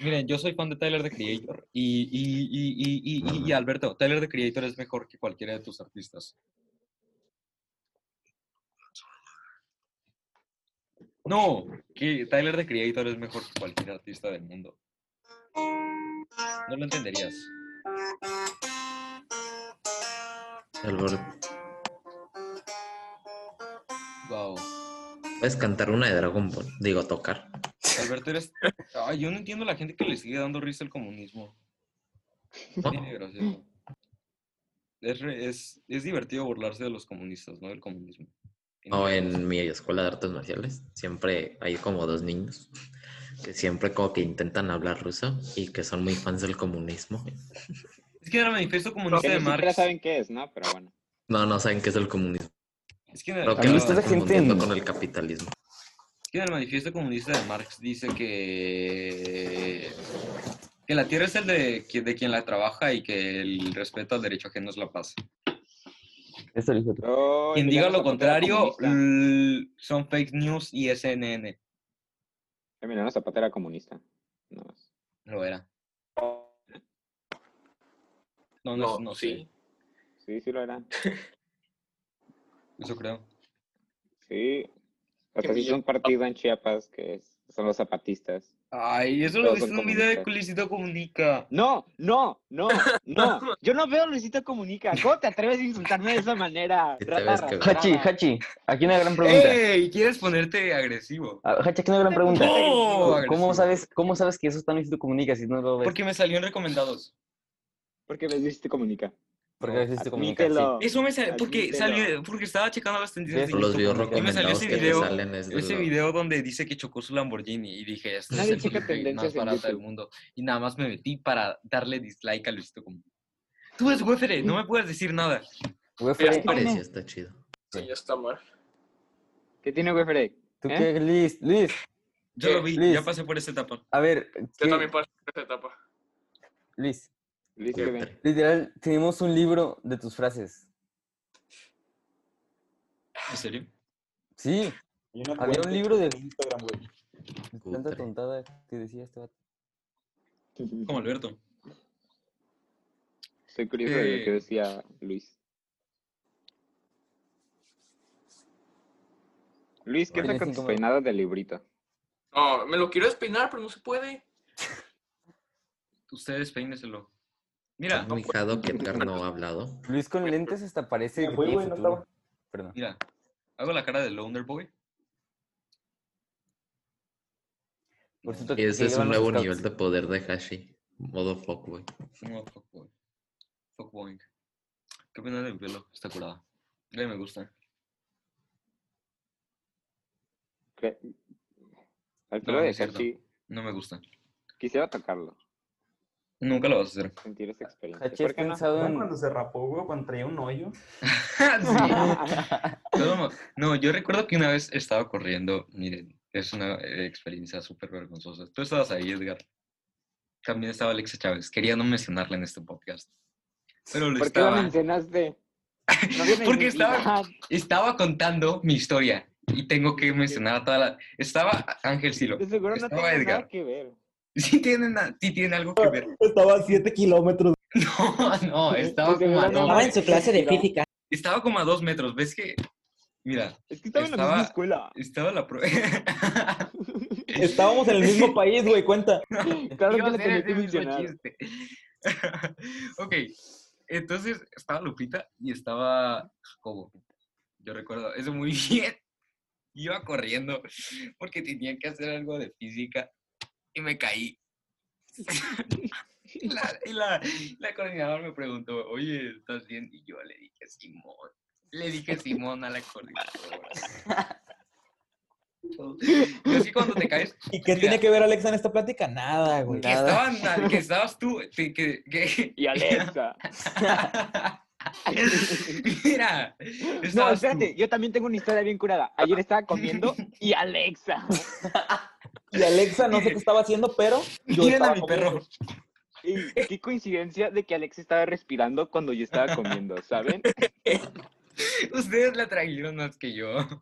[SPEAKER 2] Miren, yo soy fan de Tyler, the Creator, y, y, y, y, y, y, y Alberto, Tyler, the Creator es mejor que cualquiera de tus artistas. No, que Tyler, the Creator es mejor que cualquier artista del mundo. No lo entenderías.
[SPEAKER 1] Alberto,
[SPEAKER 2] Wow.
[SPEAKER 1] Puedes cantar una de Dragon Ball. Digo, tocar.
[SPEAKER 2] Alberto, eres... Ay, yo no entiendo la gente que le sigue dando risa al comunismo.
[SPEAKER 1] ¿no?
[SPEAKER 2] Tiene gracioso. Es, re- es, es divertido burlarse de los comunistas, ¿no? Del comunismo. Tiene
[SPEAKER 1] O
[SPEAKER 2] gracia.
[SPEAKER 1] en mi escuela de artes marciales, siempre hay como dos niños que siempre como que intentan hablar ruso y que son muy fans del comunismo.
[SPEAKER 2] Es que en el manifiesto comunista
[SPEAKER 3] Que
[SPEAKER 2] de
[SPEAKER 3] ni siquiera
[SPEAKER 2] Marx.
[SPEAKER 3] saben qué es, ¿no? Pero bueno.
[SPEAKER 1] No, no saben qué es el comunismo.
[SPEAKER 2] Es que en el-
[SPEAKER 1] Creo que
[SPEAKER 4] Ahí
[SPEAKER 1] lo
[SPEAKER 4] está
[SPEAKER 1] están
[SPEAKER 4] la gente
[SPEAKER 1] confundiendo
[SPEAKER 4] en-
[SPEAKER 1] con el capitalismo.
[SPEAKER 2] que en el manifiesto comunista de Marx dice que, que la tierra es el de, qui- de quien la trabaja y que el respeto al derecho ajeno es la paz.
[SPEAKER 4] Eso lo dijo tú.
[SPEAKER 3] No,
[SPEAKER 2] Quien
[SPEAKER 3] le
[SPEAKER 2] diga
[SPEAKER 3] ganamos
[SPEAKER 2] lo
[SPEAKER 3] a Zapatero
[SPEAKER 2] contrario
[SPEAKER 3] comunista.
[SPEAKER 2] l- son fake news y SNN.
[SPEAKER 3] Emiliano Zapata era comunista. No más.
[SPEAKER 2] Lo era. No, no,
[SPEAKER 7] No,
[SPEAKER 2] no sé.
[SPEAKER 7] sí.
[SPEAKER 3] Sí, sí lo era.
[SPEAKER 2] Eso creo.
[SPEAKER 3] Sí.
[SPEAKER 7] Que
[SPEAKER 3] Hasta se hizo
[SPEAKER 7] Emiliano-
[SPEAKER 3] un partido en Chiapas que es- son los zapatistas.
[SPEAKER 2] Ay, eso lo
[SPEAKER 3] Todos
[SPEAKER 2] viste en
[SPEAKER 3] son
[SPEAKER 2] un video de
[SPEAKER 3] comunistas.
[SPEAKER 2] Colicito Comunica.
[SPEAKER 3] No, no, no, no. Yo no veo Luisito Comunica. ¿Cómo te atreves a insultarme de esa manera?
[SPEAKER 1] ¿Qué te
[SPEAKER 3] Rata
[SPEAKER 1] ves que-
[SPEAKER 3] arrastrada?
[SPEAKER 4] Hachi, Hachi, aquí una gran pregunta.
[SPEAKER 2] ¡Ey! ¿Quieres ponerte agresivo?
[SPEAKER 4] Ah, Hachi, aquí una gran pregunta.
[SPEAKER 2] Eh. No,
[SPEAKER 4] ¿Cómo-
[SPEAKER 2] agresivo.
[SPEAKER 4] ¿Cómo sabes, cómo sabes que eso está en Luisito Comunica si no lo ves?
[SPEAKER 2] Porque me salieron recomendados.
[SPEAKER 3] ¿Por qué ves Luisito Comunica?
[SPEAKER 4] Porque ves Luisito Comunica, sí.
[SPEAKER 3] Admítelo.
[SPEAKER 2] Eso me salió porque,
[SPEAKER 3] Admítelo.
[SPEAKER 2] salió, porque estaba checando las tendencias
[SPEAKER 4] Ves
[SPEAKER 2] de
[SPEAKER 4] Por
[SPEAKER 1] los
[SPEAKER 2] YouTube.
[SPEAKER 1] videos
[SPEAKER 4] Comunica.
[SPEAKER 2] Y me salió
[SPEAKER 1] recomendados
[SPEAKER 2] ese
[SPEAKER 1] que
[SPEAKER 2] video,
[SPEAKER 1] te salen es de
[SPEAKER 2] Ese
[SPEAKER 1] lo-
[SPEAKER 2] video donde dice que chocó su Lamborghini y dije, este
[SPEAKER 3] Nadie
[SPEAKER 2] es el
[SPEAKER 3] checa
[SPEAKER 2] clickbait más
[SPEAKER 3] tendencias en
[SPEAKER 2] barato del
[SPEAKER 3] YouTube.
[SPEAKER 2] mundo. Y nada más me metí para darle dislike a Luisito Comunica. Tú eres Wefere, no me puedes decir nada.
[SPEAKER 4] Güey, Fred,
[SPEAKER 1] Pero sí
[SPEAKER 3] Dame.
[SPEAKER 1] está chido.
[SPEAKER 7] Sí, ya está mal.
[SPEAKER 3] ¿Qué tiene Wefere?
[SPEAKER 4] ¿tú
[SPEAKER 3] ¿Eh?
[SPEAKER 4] qué, Luis? Luis,
[SPEAKER 2] Yo
[SPEAKER 7] Eh,
[SPEAKER 2] lo vi,
[SPEAKER 4] Liz.
[SPEAKER 2] ya pasé por esa etapa.
[SPEAKER 4] a ver,
[SPEAKER 7] Yo
[SPEAKER 4] ¿qué-
[SPEAKER 7] también pasé por esa etapa.
[SPEAKER 4] Luis,
[SPEAKER 3] Luis, ¿qué ve?
[SPEAKER 1] Cutre.
[SPEAKER 4] literal, tenemos un libro de tus frases.
[SPEAKER 2] ¿En serio?
[SPEAKER 4] Sí,
[SPEAKER 5] Hay una
[SPEAKER 4] Había un
[SPEAKER 5] cuenta
[SPEAKER 4] libro de-
[SPEAKER 5] en Instagram, güey.
[SPEAKER 4] de
[SPEAKER 1] Cutre.
[SPEAKER 4] tanta tontada que decía este vato.
[SPEAKER 2] Como Alberto.
[SPEAKER 3] Estoy curioso de lo que
[SPEAKER 2] Eh.
[SPEAKER 3] decía Luis. Luis, ¿qué
[SPEAKER 4] Tiene
[SPEAKER 3] fue con
[SPEAKER 4] cinco
[SPEAKER 3] tus
[SPEAKER 4] minutos.
[SPEAKER 3] peinados de librito?
[SPEAKER 7] No, me lo quiero despeinar, pero no se puede.
[SPEAKER 2] Ustedes peíneselo. Mira,
[SPEAKER 1] Estás muy jado que Edgar no ha hablado.
[SPEAKER 4] Luis con lentes hasta parece
[SPEAKER 5] Me
[SPEAKER 4] que
[SPEAKER 5] fui,
[SPEAKER 4] tiene
[SPEAKER 5] güey, no
[SPEAKER 4] futuro.
[SPEAKER 5] estaba.
[SPEAKER 4] Perdón.
[SPEAKER 2] mira. Hago la cara de Loner Boy. No,
[SPEAKER 4] Por cierto,
[SPEAKER 1] Y ese
[SPEAKER 4] que
[SPEAKER 1] es
[SPEAKER 4] llevan
[SPEAKER 1] un
[SPEAKER 4] los
[SPEAKER 1] nuevo
[SPEAKER 4] scouts.
[SPEAKER 1] nivel de poder de Hashi. Modo fuckboy.
[SPEAKER 2] No, fuckboy. Fuckboy. Qué pena de mi pelo, está curada. A mí me gusta.
[SPEAKER 3] ¿Qué? Al pelo
[SPEAKER 2] No, no
[SPEAKER 3] de
[SPEAKER 2] es cierto.
[SPEAKER 3] Hachi,
[SPEAKER 2] No me gusta.
[SPEAKER 3] quisiera tocarlo,
[SPEAKER 2] Nunca lo vas a hacer.
[SPEAKER 3] sentir esa experiencia.
[SPEAKER 4] Hachi has
[SPEAKER 3] ¿Por qué no?
[SPEAKER 4] pensado en...
[SPEAKER 5] cuando se rapó, güey? Cuando traía un hoyo.
[SPEAKER 2] Sí. Todo mo- No, yo recuerdo que una vez estaba corriendo. Miren, es una eh, experiencia súper vergonzosa. Tú estabas ahí, Edgar. También estaba Alexa Chávez. Quería no mencionarla en este podcast. Pero lo
[SPEAKER 3] ¿Por qué lo
[SPEAKER 2] estaba.
[SPEAKER 3] mencionaste? No
[SPEAKER 2] Porque
[SPEAKER 3] necesidad.
[SPEAKER 2] estaba- Estaba contando mi historia. Y tengo que mencionar a toda la. Estaba Ángel Silo.
[SPEAKER 3] De seguro no
[SPEAKER 2] Estaba
[SPEAKER 3] tenía
[SPEAKER 2] Edgar.
[SPEAKER 3] nada que ver.
[SPEAKER 2] Sí tiene, na- sí tiene algo que ver.
[SPEAKER 5] Estaba a 7 kilómetros.
[SPEAKER 2] No, no, estaba
[SPEAKER 3] De
[SPEAKER 2] como a
[SPEAKER 3] seguro
[SPEAKER 2] dos.
[SPEAKER 3] no Estaba en su clase de física.
[SPEAKER 2] Estaba como a dos metros. ¿Ves que? Mira,
[SPEAKER 3] Es que estaba, en la
[SPEAKER 2] Estaba-
[SPEAKER 3] misma escuela.
[SPEAKER 2] estaba la prueba.
[SPEAKER 5] Estábamos en el mismo país, güey, cuenta.
[SPEAKER 3] Claro
[SPEAKER 2] Iba
[SPEAKER 3] que
[SPEAKER 2] a
[SPEAKER 3] lo
[SPEAKER 2] ser
[SPEAKER 3] tenía
[SPEAKER 2] ese
[SPEAKER 3] que
[SPEAKER 2] mismo
[SPEAKER 3] mencionar.
[SPEAKER 2] chiste. ok, entonces estaba Lupita y estaba Jacobo. Yo recuerdo eso muy bien. Iba corriendo porque tenía que hacer algo de física y me caí. y la, y la- la coordinadora me preguntó, oye, ¿estás bien? Y yo le dije, Simón. Le dije Simón a la coordinadora. Y así cuando te caes,
[SPEAKER 5] ¿Y qué
[SPEAKER 2] Mira.
[SPEAKER 5] tiene que ver Alexa en esta plática? Nada, güey.
[SPEAKER 2] que, estaban, al- que estabas tú, que, que, que-
[SPEAKER 3] Y Alexa.
[SPEAKER 2] Mira,
[SPEAKER 3] No,
[SPEAKER 2] estabas tú.
[SPEAKER 3] espérate, yo también tengo una historia bien curada. Ayer estaba comiendo y Alexa.
[SPEAKER 5] Y Alexa no sé qué estaba haciendo, pero yo
[SPEAKER 2] Miren
[SPEAKER 5] estaba
[SPEAKER 2] a mi
[SPEAKER 5] comiendo.
[SPEAKER 2] perro.
[SPEAKER 3] Y qué coincidencia de que Alexa estaba respirando cuando yo estaba comiendo, ¿saben?
[SPEAKER 2] Ustedes la trajeron más que yo.
[SPEAKER 5] No,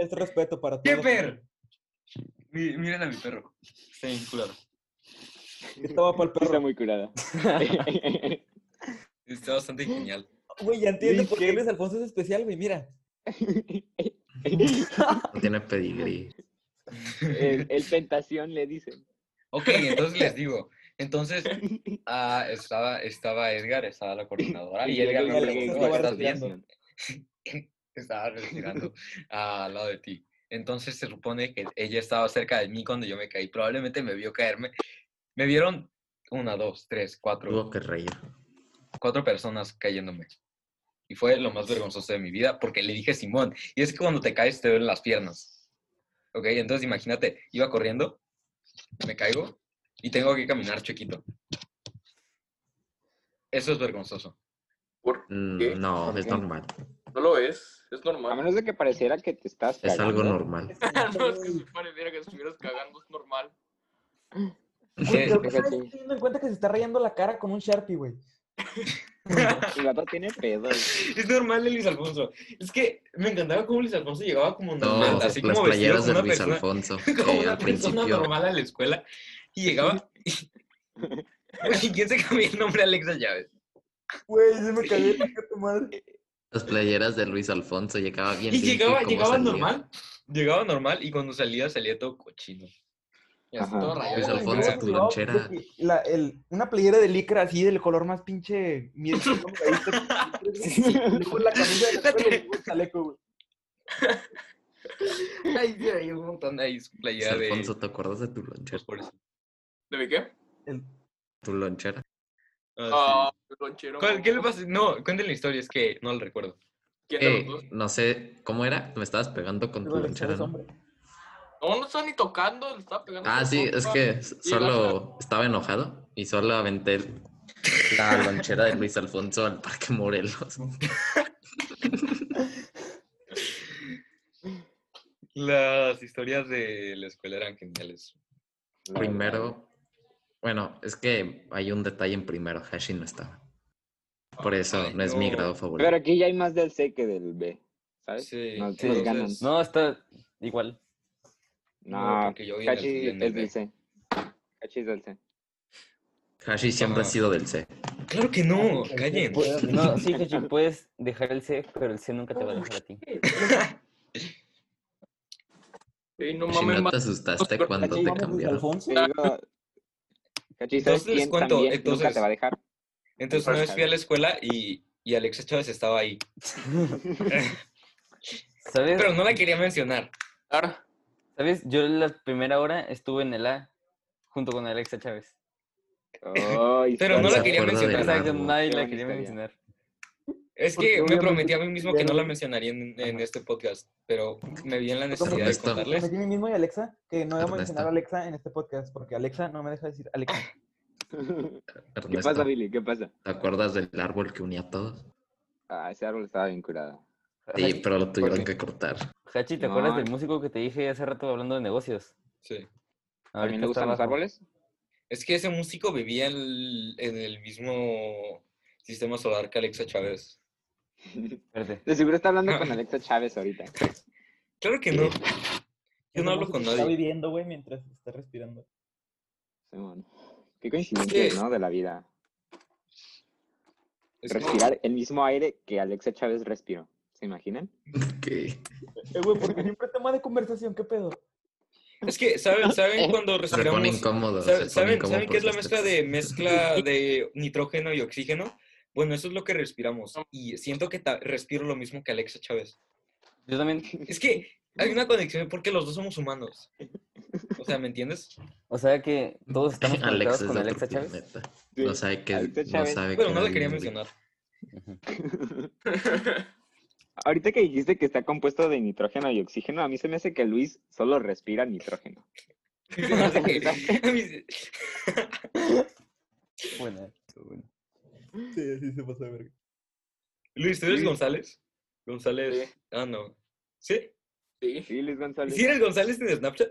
[SPEAKER 5] es respeto para
[SPEAKER 2] ¡Qué
[SPEAKER 5] todos.
[SPEAKER 2] perro! Mi- Miren a mi perro. Está bien culero.
[SPEAKER 5] Estaba para el
[SPEAKER 3] Está
[SPEAKER 5] perro.
[SPEAKER 3] muy curada.
[SPEAKER 2] Está bastante genial.
[SPEAKER 5] Güey, ya entiendo
[SPEAKER 3] Luis,
[SPEAKER 5] por qué
[SPEAKER 3] ¿qué?
[SPEAKER 5] Luis Alfonso es especial, güey. Mira,
[SPEAKER 1] No tiene pedigrí.
[SPEAKER 3] el, el tentación le dicen.
[SPEAKER 2] Ok, entonces les digo. Entonces, ah, estaba, estaba Edgar, estaba la coordinadora. Ah, Y Edgar me
[SPEAKER 5] Alexa
[SPEAKER 2] preguntó,
[SPEAKER 5] estaba
[SPEAKER 2] ¿estás bien?
[SPEAKER 5] respirando.
[SPEAKER 2] Estaba respirando al lado de ti. Entonces se supone que ella estaba cerca de mí cuando yo me caí. Probablemente me vio caerme. Me vieron una, dos, tres, cuatro,
[SPEAKER 1] Tuvo que reír.
[SPEAKER 2] cuatro personas cayéndome. Y fue lo más vergonzoso de mi vida porque le dije Simón. Y es que cuando te caes te duelen las piernas. Ok, entonces imagínate, iba corriendo, me caigo y tengo que caminar chiquito. Eso es vergonzoso.
[SPEAKER 7] ¿Por
[SPEAKER 1] Mm,
[SPEAKER 7] qué?
[SPEAKER 1] No,
[SPEAKER 3] ¿Por
[SPEAKER 1] Mm, es
[SPEAKER 3] qué?
[SPEAKER 1] normal.
[SPEAKER 7] No lo es, es
[SPEAKER 3] A
[SPEAKER 7] normal.
[SPEAKER 3] menos de que pareciera que te estás
[SPEAKER 1] Es algo
[SPEAKER 3] cagando.
[SPEAKER 1] normal.
[SPEAKER 7] A menos que se pareciera que estuvieras cagando, es normal.
[SPEAKER 5] Güey, pero
[SPEAKER 3] sí,
[SPEAKER 5] ¿sabes?
[SPEAKER 3] sí.
[SPEAKER 5] Estoy teniendo en cuenta que se está rayando la cara con un Sharpie, güey.
[SPEAKER 3] El gato tiene pedos.
[SPEAKER 2] Es normal de Luis Alfonso. Es que me encantaba cómo Luis Alfonso llegaba como normal,
[SPEAKER 1] No,
[SPEAKER 2] así
[SPEAKER 1] las
[SPEAKER 2] como vestido
[SPEAKER 1] playeras
[SPEAKER 2] como
[SPEAKER 1] de
[SPEAKER 2] una
[SPEAKER 1] Luis
[SPEAKER 2] persona,
[SPEAKER 1] Alfonso.
[SPEAKER 2] como
[SPEAKER 1] Que
[SPEAKER 2] una
[SPEAKER 1] al
[SPEAKER 2] persona
[SPEAKER 1] principio.
[SPEAKER 2] normal a la escuela y llegaba. ¿Y quién se cambió el nombre a Alexa Llaves?
[SPEAKER 5] Güey, se me cayó la cara tu madre.
[SPEAKER 1] Las playeras de Luis Alfonso llegaba bien.
[SPEAKER 2] Y
[SPEAKER 1] limpio
[SPEAKER 2] llegaba,
[SPEAKER 1] cómo
[SPEAKER 2] llegaba
[SPEAKER 1] salía.
[SPEAKER 2] normal, llegaba normal y cuando salía salía todo cochino. Y así
[SPEAKER 3] Ajá.
[SPEAKER 2] todo rayado.
[SPEAKER 1] Luis
[SPEAKER 5] Güey,
[SPEAKER 1] Alfonso,
[SPEAKER 5] yo
[SPEAKER 1] tu
[SPEAKER 5] llevaba de
[SPEAKER 1] lonchera.
[SPEAKER 5] que la- el- una playera de licra así del color más pinche mierda. ¿cómo me caíste? Y luego la camisa de la escuela y luego el chaleco, güey.
[SPEAKER 2] Ay, sí, hay un montón ahí su
[SPEAKER 1] Luis
[SPEAKER 2] playera de.
[SPEAKER 1] Alfonso, ¿te acuerdas de tu lonchera?
[SPEAKER 2] pues, por eso.
[SPEAKER 7] ¿De mi qué?
[SPEAKER 5] El-
[SPEAKER 1] Tu lonchera.
[SPEAKER 2] Ah,
[SPEAKER 7] Ah,
[SPEAKER 2] sí.
[SPEAKER 7] el lonchero.
[SPEAKER 2] ¿Cuál- ¿Qué le pasó? No, cuéntenle la historia, es que no la recuerdo.
[SPEAKER 7] ¿Quién de los
[SPEAKER 1] Eh,
[SPEAKER 7] dos?
[SPEAKER 1] no sé cómo era. Me estabas pegando con
[SPEAKER 5] el
[SPEAKER 1] tu
[SPEAKER 5] lonchero
[SPEAKER 1] lonchera.
[SPEAKER 5] es
[SPEAKER 1] ¿no?
[SPEAKER 5] hombre.
[SPEAKER 7] No, no estaba ni tocando, le estaba pegando.
[SPEAKER 1] Ah,
[SPEAKER 7] con
[SPEAKER 1] sí,
[SPEAKER 7] ropa.
[SPEAKER 1] es que s-
[SPEAKER 7] Y la-
[SPEAKER 1] solo estaba enojado y solo aventé el- la lonchera de Luis Alfonso al Parque Morelos.
[SPEAKER 2] Las historias de la escuela eran geniales.
[SPEAKER 3] la verdad.
[SPEAKER 1] Primero, bueno, es que hay un detalle en primero, Hashi no estaba. Por eso
[SPEAKER 2] Ay,
[SPEAKER 1] no es mi
[SPEAKER 2] no.
[SPEAKER 1] grado favorito.
[SPEAKER 3] Pero aquí ya hay más del C que del B, ¿sabes?
[SPEAKER 2] Sí,
[SPEAKER 3] Nos,
[SPEAKER 2] sí,
[SPEAKER 3] nos
[SPEAKER 2] entonces-
[SPEAKER 3] ganan.
[SPEAKER 4] No, está igual.
[SPEAKER 3] No,
[SPEAKER 2] porque yo vi en el-
[SPEAKER 3] Cachi
[SPEAKER 2] en el
[SPEAKER 3] es
[SPEAKER 2] B.
[SPEAKER 3] del C. Cachi es del C.
[SPEAKER 1] Hashi siempre
[SPEAKER 2] Ah.
[SPEAKER 1] ha sido del C.
[SPEAKER 2] Claro que
[SPEAKER 5] Eh,
[SPEAKER 2] no, callen.
[SPEAKER 4] Pu- No, sí, Hachi, puedes dejar el C, pero el C nunca te va a dejar a ti.
[SPEAKER 7] Ey, no
[SPEAKER 1] Hashi,
[SPEAKER 7] mames,
[SPEAKER 1] Pues ¿no
[SPEAKER 7] más.
[SPEAKER 1] te asustaste cuando
[SPEAKER 5] Cachi,
[SPEAKER 1] te
[SPEAKER 5] vamos, Luis
[SPEAKER 1] cambiaron?
[SPEAKER 5] Alfonso.
[SPEAKER 3] Te digo, Cachi, ¿sabes
[SPEAKER 2] Entonces, les
[SPEAKER 3] quién
[SPEAKER 2] cuento,
[SPEAKER 3] también nunca
[SPEAKER 2] entonces.
[SPEAKER 3] te va a dejar?
[SPEAKER 2] Entonces una vez fui a la escuela y, y Alexa Chávez estaba ahí.
[SPEAKER 4] ¿Sabes?
[SPEAKER 2] Pero no la quería mencionar.
[SPEAKER 4] ¿Sabes? Yo la primera hora estuve en el A junto con Alexa Chávez.
[SPEAKER 3] Ay,
[SPEAKER 2] Pero
[SPEAKER 1] ¿Se
[SPEAKER 2] no la
[SPEAKER 3] sorry.
[SPEAKER 2] quería
[SPEAKER 1] acuerda
[SPEAKER 4] O
[SPEAKER 1] del
[SPEAKER 2] mencionar.
[SPEAKER 4] sea, que
[SPEAKER 1] árbol?
[SPEAKER 4] nadie
[SPEAKER 3] Qué
[SPEAKER 4] la
[SPEAKER 3] buena
[SPEAKER 4] quería
[SPEAKER 3] historia.
[SPEAKER 4] mencionar.
[SPEAKER 2] Es
[SPEAKER 5] Porque
[SPEAKER 2] que me
[SPEAKER 5] obviamente
[SPEAKER 2] prometí a
[SPEAKER 5] te
[SPEAKER 2] mí mismo que no
[SPEAKER 5] dijeron-
[SPEAKER 2] la mencionaría en, en este podcast, pero me vi en la necesidad
[SPEAKER 5] Yo
[SPEAKER 2] de
[SPEAKER 5] prometí
[SPEAKER 1] Ernesto.
[SPEAKER 2] contarles.
[SPEAKER 5] prometí a mí mismo y a Alexa que no iba a mencionar
[SPEAKER 1] Ernesto.
[SPEAKER 5] a Alexa en este podcast porque Alexa no me deja decir Alexa.
[SPEAKER 2] Ah,
[SPEAKER 3] ¿Qué
[SPEAKER 1] Ernesto,
[SPEAKER 3] pasa, Billy? ¿Qué pasa?
[SPEAKER 1] ¿te acuerdas del árbol que unía a todos?
[SPEAKER 3] Ah, ese árbol estaba bien curado.
[SPEAKER 1] Sí, pero lo tuvieron
[SPEAKER 3] qué?
[SPEAKER 1] que cortar.
[SPEAKER 4] Hachi, ¿te
[SPEAKER 3] No,
[SPEAKER 4] acuerdas
[SPEAKER 3] ay.
[SPEAKER 4] del músico que te dije hace rato hablando de negocios?
[SPEAKER 2] Sí.
[SPEAKER 3] ¿A mí
[SPEAKER 4] Ahorita
[SPEAKER 3] le
[SPEAKER 4] está
[SPEAKER 3] gustan los
[SPEAKER 4] abajo.
[SPEAKER 3] árboles?
[SPEAKER 2] Es que ese músico vivía en el, en el mismo sistema solar que Alexa Chávez.
[SPEAKER 4] Espérate.
[SPEAKER 3] De seguro está hablando con Alexa Chávez ahorita.
[SPEAKER 2] Claro que no. Yo no
[SPEAKER 5] Ese
[SPEAKER 2] hablo
[SPEAKER 5] músico
[SPEAKER 2] con
[SPEAKER 5] Está
[SPEAKER 2] nadie.
[SPEAKER 5] viviendo, güey, mientras está respirando.
[SPEAKER 3] Simón. Qué coincidencia,
[SPEAKER 2] Sí.
[SPEAKER 3] ¿no? De la vida.
[SPEAKER 2] Es como-
[SPEAKER 3] Respirar el mismo aire que Alexa Chávez respiró. ¿Se imaginan?
[SPEAKER 1] Que
[SPEAKER 5] Eh, güey, porque siempre tema de conversación, ¿qué pedo?
[SPEAKER 2] Es que, ¿saben, ¿saben cuando
[SPEAKER 1] Se pone
[SPEAKER 2] respiramos?
[SPEAKER 1] incómodo. se
[SPEAKER 2] ¿Saben,
[SPEAKER 1] pone
[SPEAKER 2] saben,
[SPEAKER 1] incómodo
[SPEAKER 2] saben qué es la
[SPEAKER 1] porque
[SPEAKER 2] mezcla
[SPEAKER 1] usted-
[SPEAKER 2] de mezcla de nitrógeno y oxígeno? Bueno, eso es lo que respiramos. Y siento que ta- respiro lo mismo que Alexa Chávez.
[SPEAKER 4] Yo también.
[SPEAKER 2] Es que hay una conexión porque los dos somos humanos. O sea, ¿me entiendes?
[SPEAKER 4] O sea que todos estamos
[SPEAKER 1] Alex
[SPEAKER 4] conectados
[SPEAKER 1] es
[SPEAKER 4] con
[SPEAKER 1] de
[SPEAKER 4] Alexa
[SPEAKER 1] otro
[SPEAKER 4] Chávez.
[SPEAKER 1] planeta. No sabe que
[SPEAKER 3] Alexa
[SPEAKER 1] no
[SPEAKER 3] Chávez.
[SPEAKER 1] sabe
[SPEAKER 2] Pero
[SPEAKER 1] que
[SPEAKER 2] no la
[SPEAKER 1] era
[SPEAKER 2] quería
[SPEAKER 1] un hombre.
[SPEAKER 2] mencionar.
[SPEAKER 3] Ahorita que dijiste que está compuesto de nitrógeno y oxígeno, a mí se me hace que Luis solo respira nitrógeno.
[SPEAKER 2] Se me hace que- a mí se-
[SPEAKER 4] Bueno, bueno.
[SPEAKER 5] Sí, sí se pasó de verga.
[SPEAKER 2] Luis, ¿tú eres
[SPEAKER 7] Sí.
[SPEAKER 2] González? González. Ah, no. ¿Sí?
[SPEAKER 7] Sí.
[SPEAKER 3] Sí, Luis González.
[SPEAKER 2] ¿Sí eres González en Snapchat?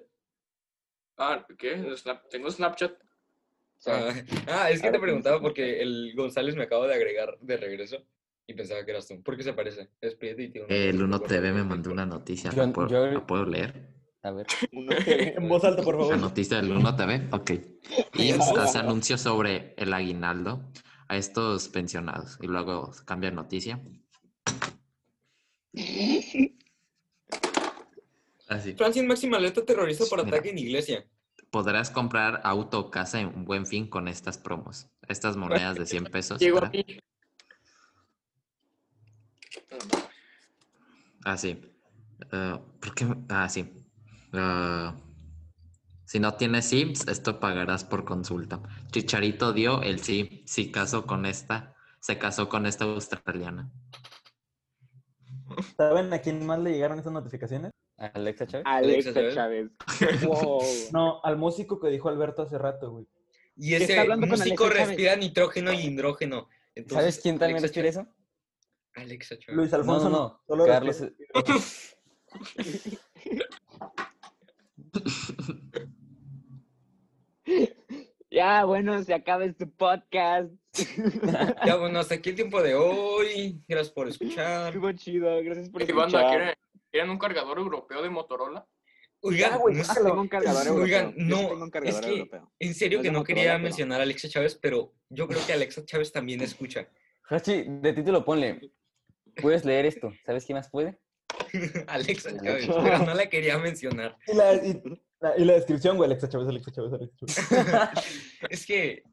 [SPEAKER 7] Ah, ¿qué? Snap- Tengo Snapchat.
[SPEAKER 3] Sí.
[SPEAKER 2] Ah, ah, es que te
[SPEAKER 3] Ahora tienes
[SPEAKER 2] preguntaba
[SPEAKER 3] Snapchat.
[SPEAKER 2] porque el González me acaba de agregar de regreso y pensaba que eras tú. ¿Por qué se parece? Despídete y tiene una voz
[SPEAKER 1] El
[SPEAKER 2] muy
[SPEAKER 1] 1
[SPEAKER 2] fuerte
[SPEAKER 1] TV me
[SPEAKER 2] de
[SPEAKER 1] mandó
[SPEAKER 2] Discord.
[SPEAKER 1] una noticia.
[SPEAKER 4] Yo-
[SPEAKER 1] ¿La puedo,
[SPEAKER 4] yo-
[SPEAKER 1] la puedo leer?
[SPEAKER 4] A ver.
[SPEAKER 3] Uno que-
[SPEAKER 5] En voz alta, por
[SPEAKER 1] La
[SPEAKER 5] favor.
[SPEAKER 1] noticia del 1 TV. Ok. Y
[SPEAKER 3] Ya.
[SPEAKER 1] hace anuncios sobre el aguinaldo a estos pensionados. Y luego cambia noticia. Así.
[SPEAKER 2] Francis Máxima alerta terrorista por
[SPEAKER 1] Mira.
[SPEAKER 2] ataque en iglesia.
[SPEAKER 1] Podrás comprar auto o casa en buen fin con estas promos. Estas monedas de 100 pesos.
[SPEAKER 7] Llegó
[SPEAKER 1] ¿verdad?
[SPEAKER 7] aquí.
[SPEAKER 1] Ah, sí. Ah, ¿por qué? me- Ah, sí. Ah, si no tienes SIMS, esto pagarás por consulta. Chicharito dio el sí. Sí casó con esta. Se casó con esta australiana.
[SPEAKER 5] ¿Saben a quién más le llegaron esas notificaciones?
[SPEAKER 4] ¿A Alexa
[SPEAKER 3] Ah,
[SPEAKER 4] Chávez.
[SPEAKER 3] Alexa Chávez. Wow.
[SPEAKER 5] No, al músico que dijo Alberto hace rato, güey.
[SPEAKER 2] Y
[SPEAKER 3] está
[SPEAKER 2] ese
[SPEAKER 3] hablando con
[SPEAKER 2] músico
[SPEAKER 3] Alexa Chávez?
[SPEAKER 2] respira nitrógeno y hidrógeno. Entonces,
[SPEAKER 4] ¿Sabes quién también
[SPEAKER 2] Alexa
[SPEAKER 4] respira eso?
[SPEAKER 2] Alexa Chávez.
[SPEAKER 5] Luis Alfonso no.
[SPEAKER 4] no,
[SPEAKER 5] solo
[SPEAKER 4] Carlos- eh.
[SPEAKER 5] refiere-
[SPEAKER 3] Ya, bueno, se acaba este podcast.
[SPEAKER 2] Ya, bueno, hasta aquí el tiempo de hoy. Gracias por escuchar.
[SPEAKER 3] Estuvo chido, gracias por
[SPEAKER 7] Ey, banda,
[SPEAKER 3] escuchar.
[SPEAKER 7] ¿quieren, quieren un cargador europeo de Motorola?
[SPEAKER 2] Oigan,
[SPEAKER 5] Ya, güey,
[SPEAKER 2] no sé-
[SPEAKER 5] sácalo.
[SPEAKER 3] Tengo un cargador europeo.
[SPEAKER 2] Oigan,
[SPEAKER 3] Yo sí
[SPEAKER 2] no,
[SPEAKER 3] tengo un
[SPEAKER 2] es
[SPEAKER 3] cargador
[SPEAKER 2] que-
[SPEAKER 3] europeo.
[SPEAKER 2] en serio
[SPEAKER 3] No es
[SPEAKER 2] que
[SPEAKER 3] de
[SPEAKER 2] no
[SPEAKER 3] Motorola,
[SPEAKER 2] quería
[SPEAKER 3] pero-
[SPEAKER 2] mencionar a Alexa Chávez, pero yo creo que Alexa Chávez también escucha.
[SPEAKER 4] Hachi, de título ponle. Puedes leer esto. ¿Sabes quién más puede?
[SPEAKER 2] Alexa Chávez, pero no la quería mencionar.
[SPEAKER 5] Y la, y, la- y la descripción, güey, Alexa Chávez, Alexa Chávez, Alexa Chávez.
[SPEAKER 2] Es que,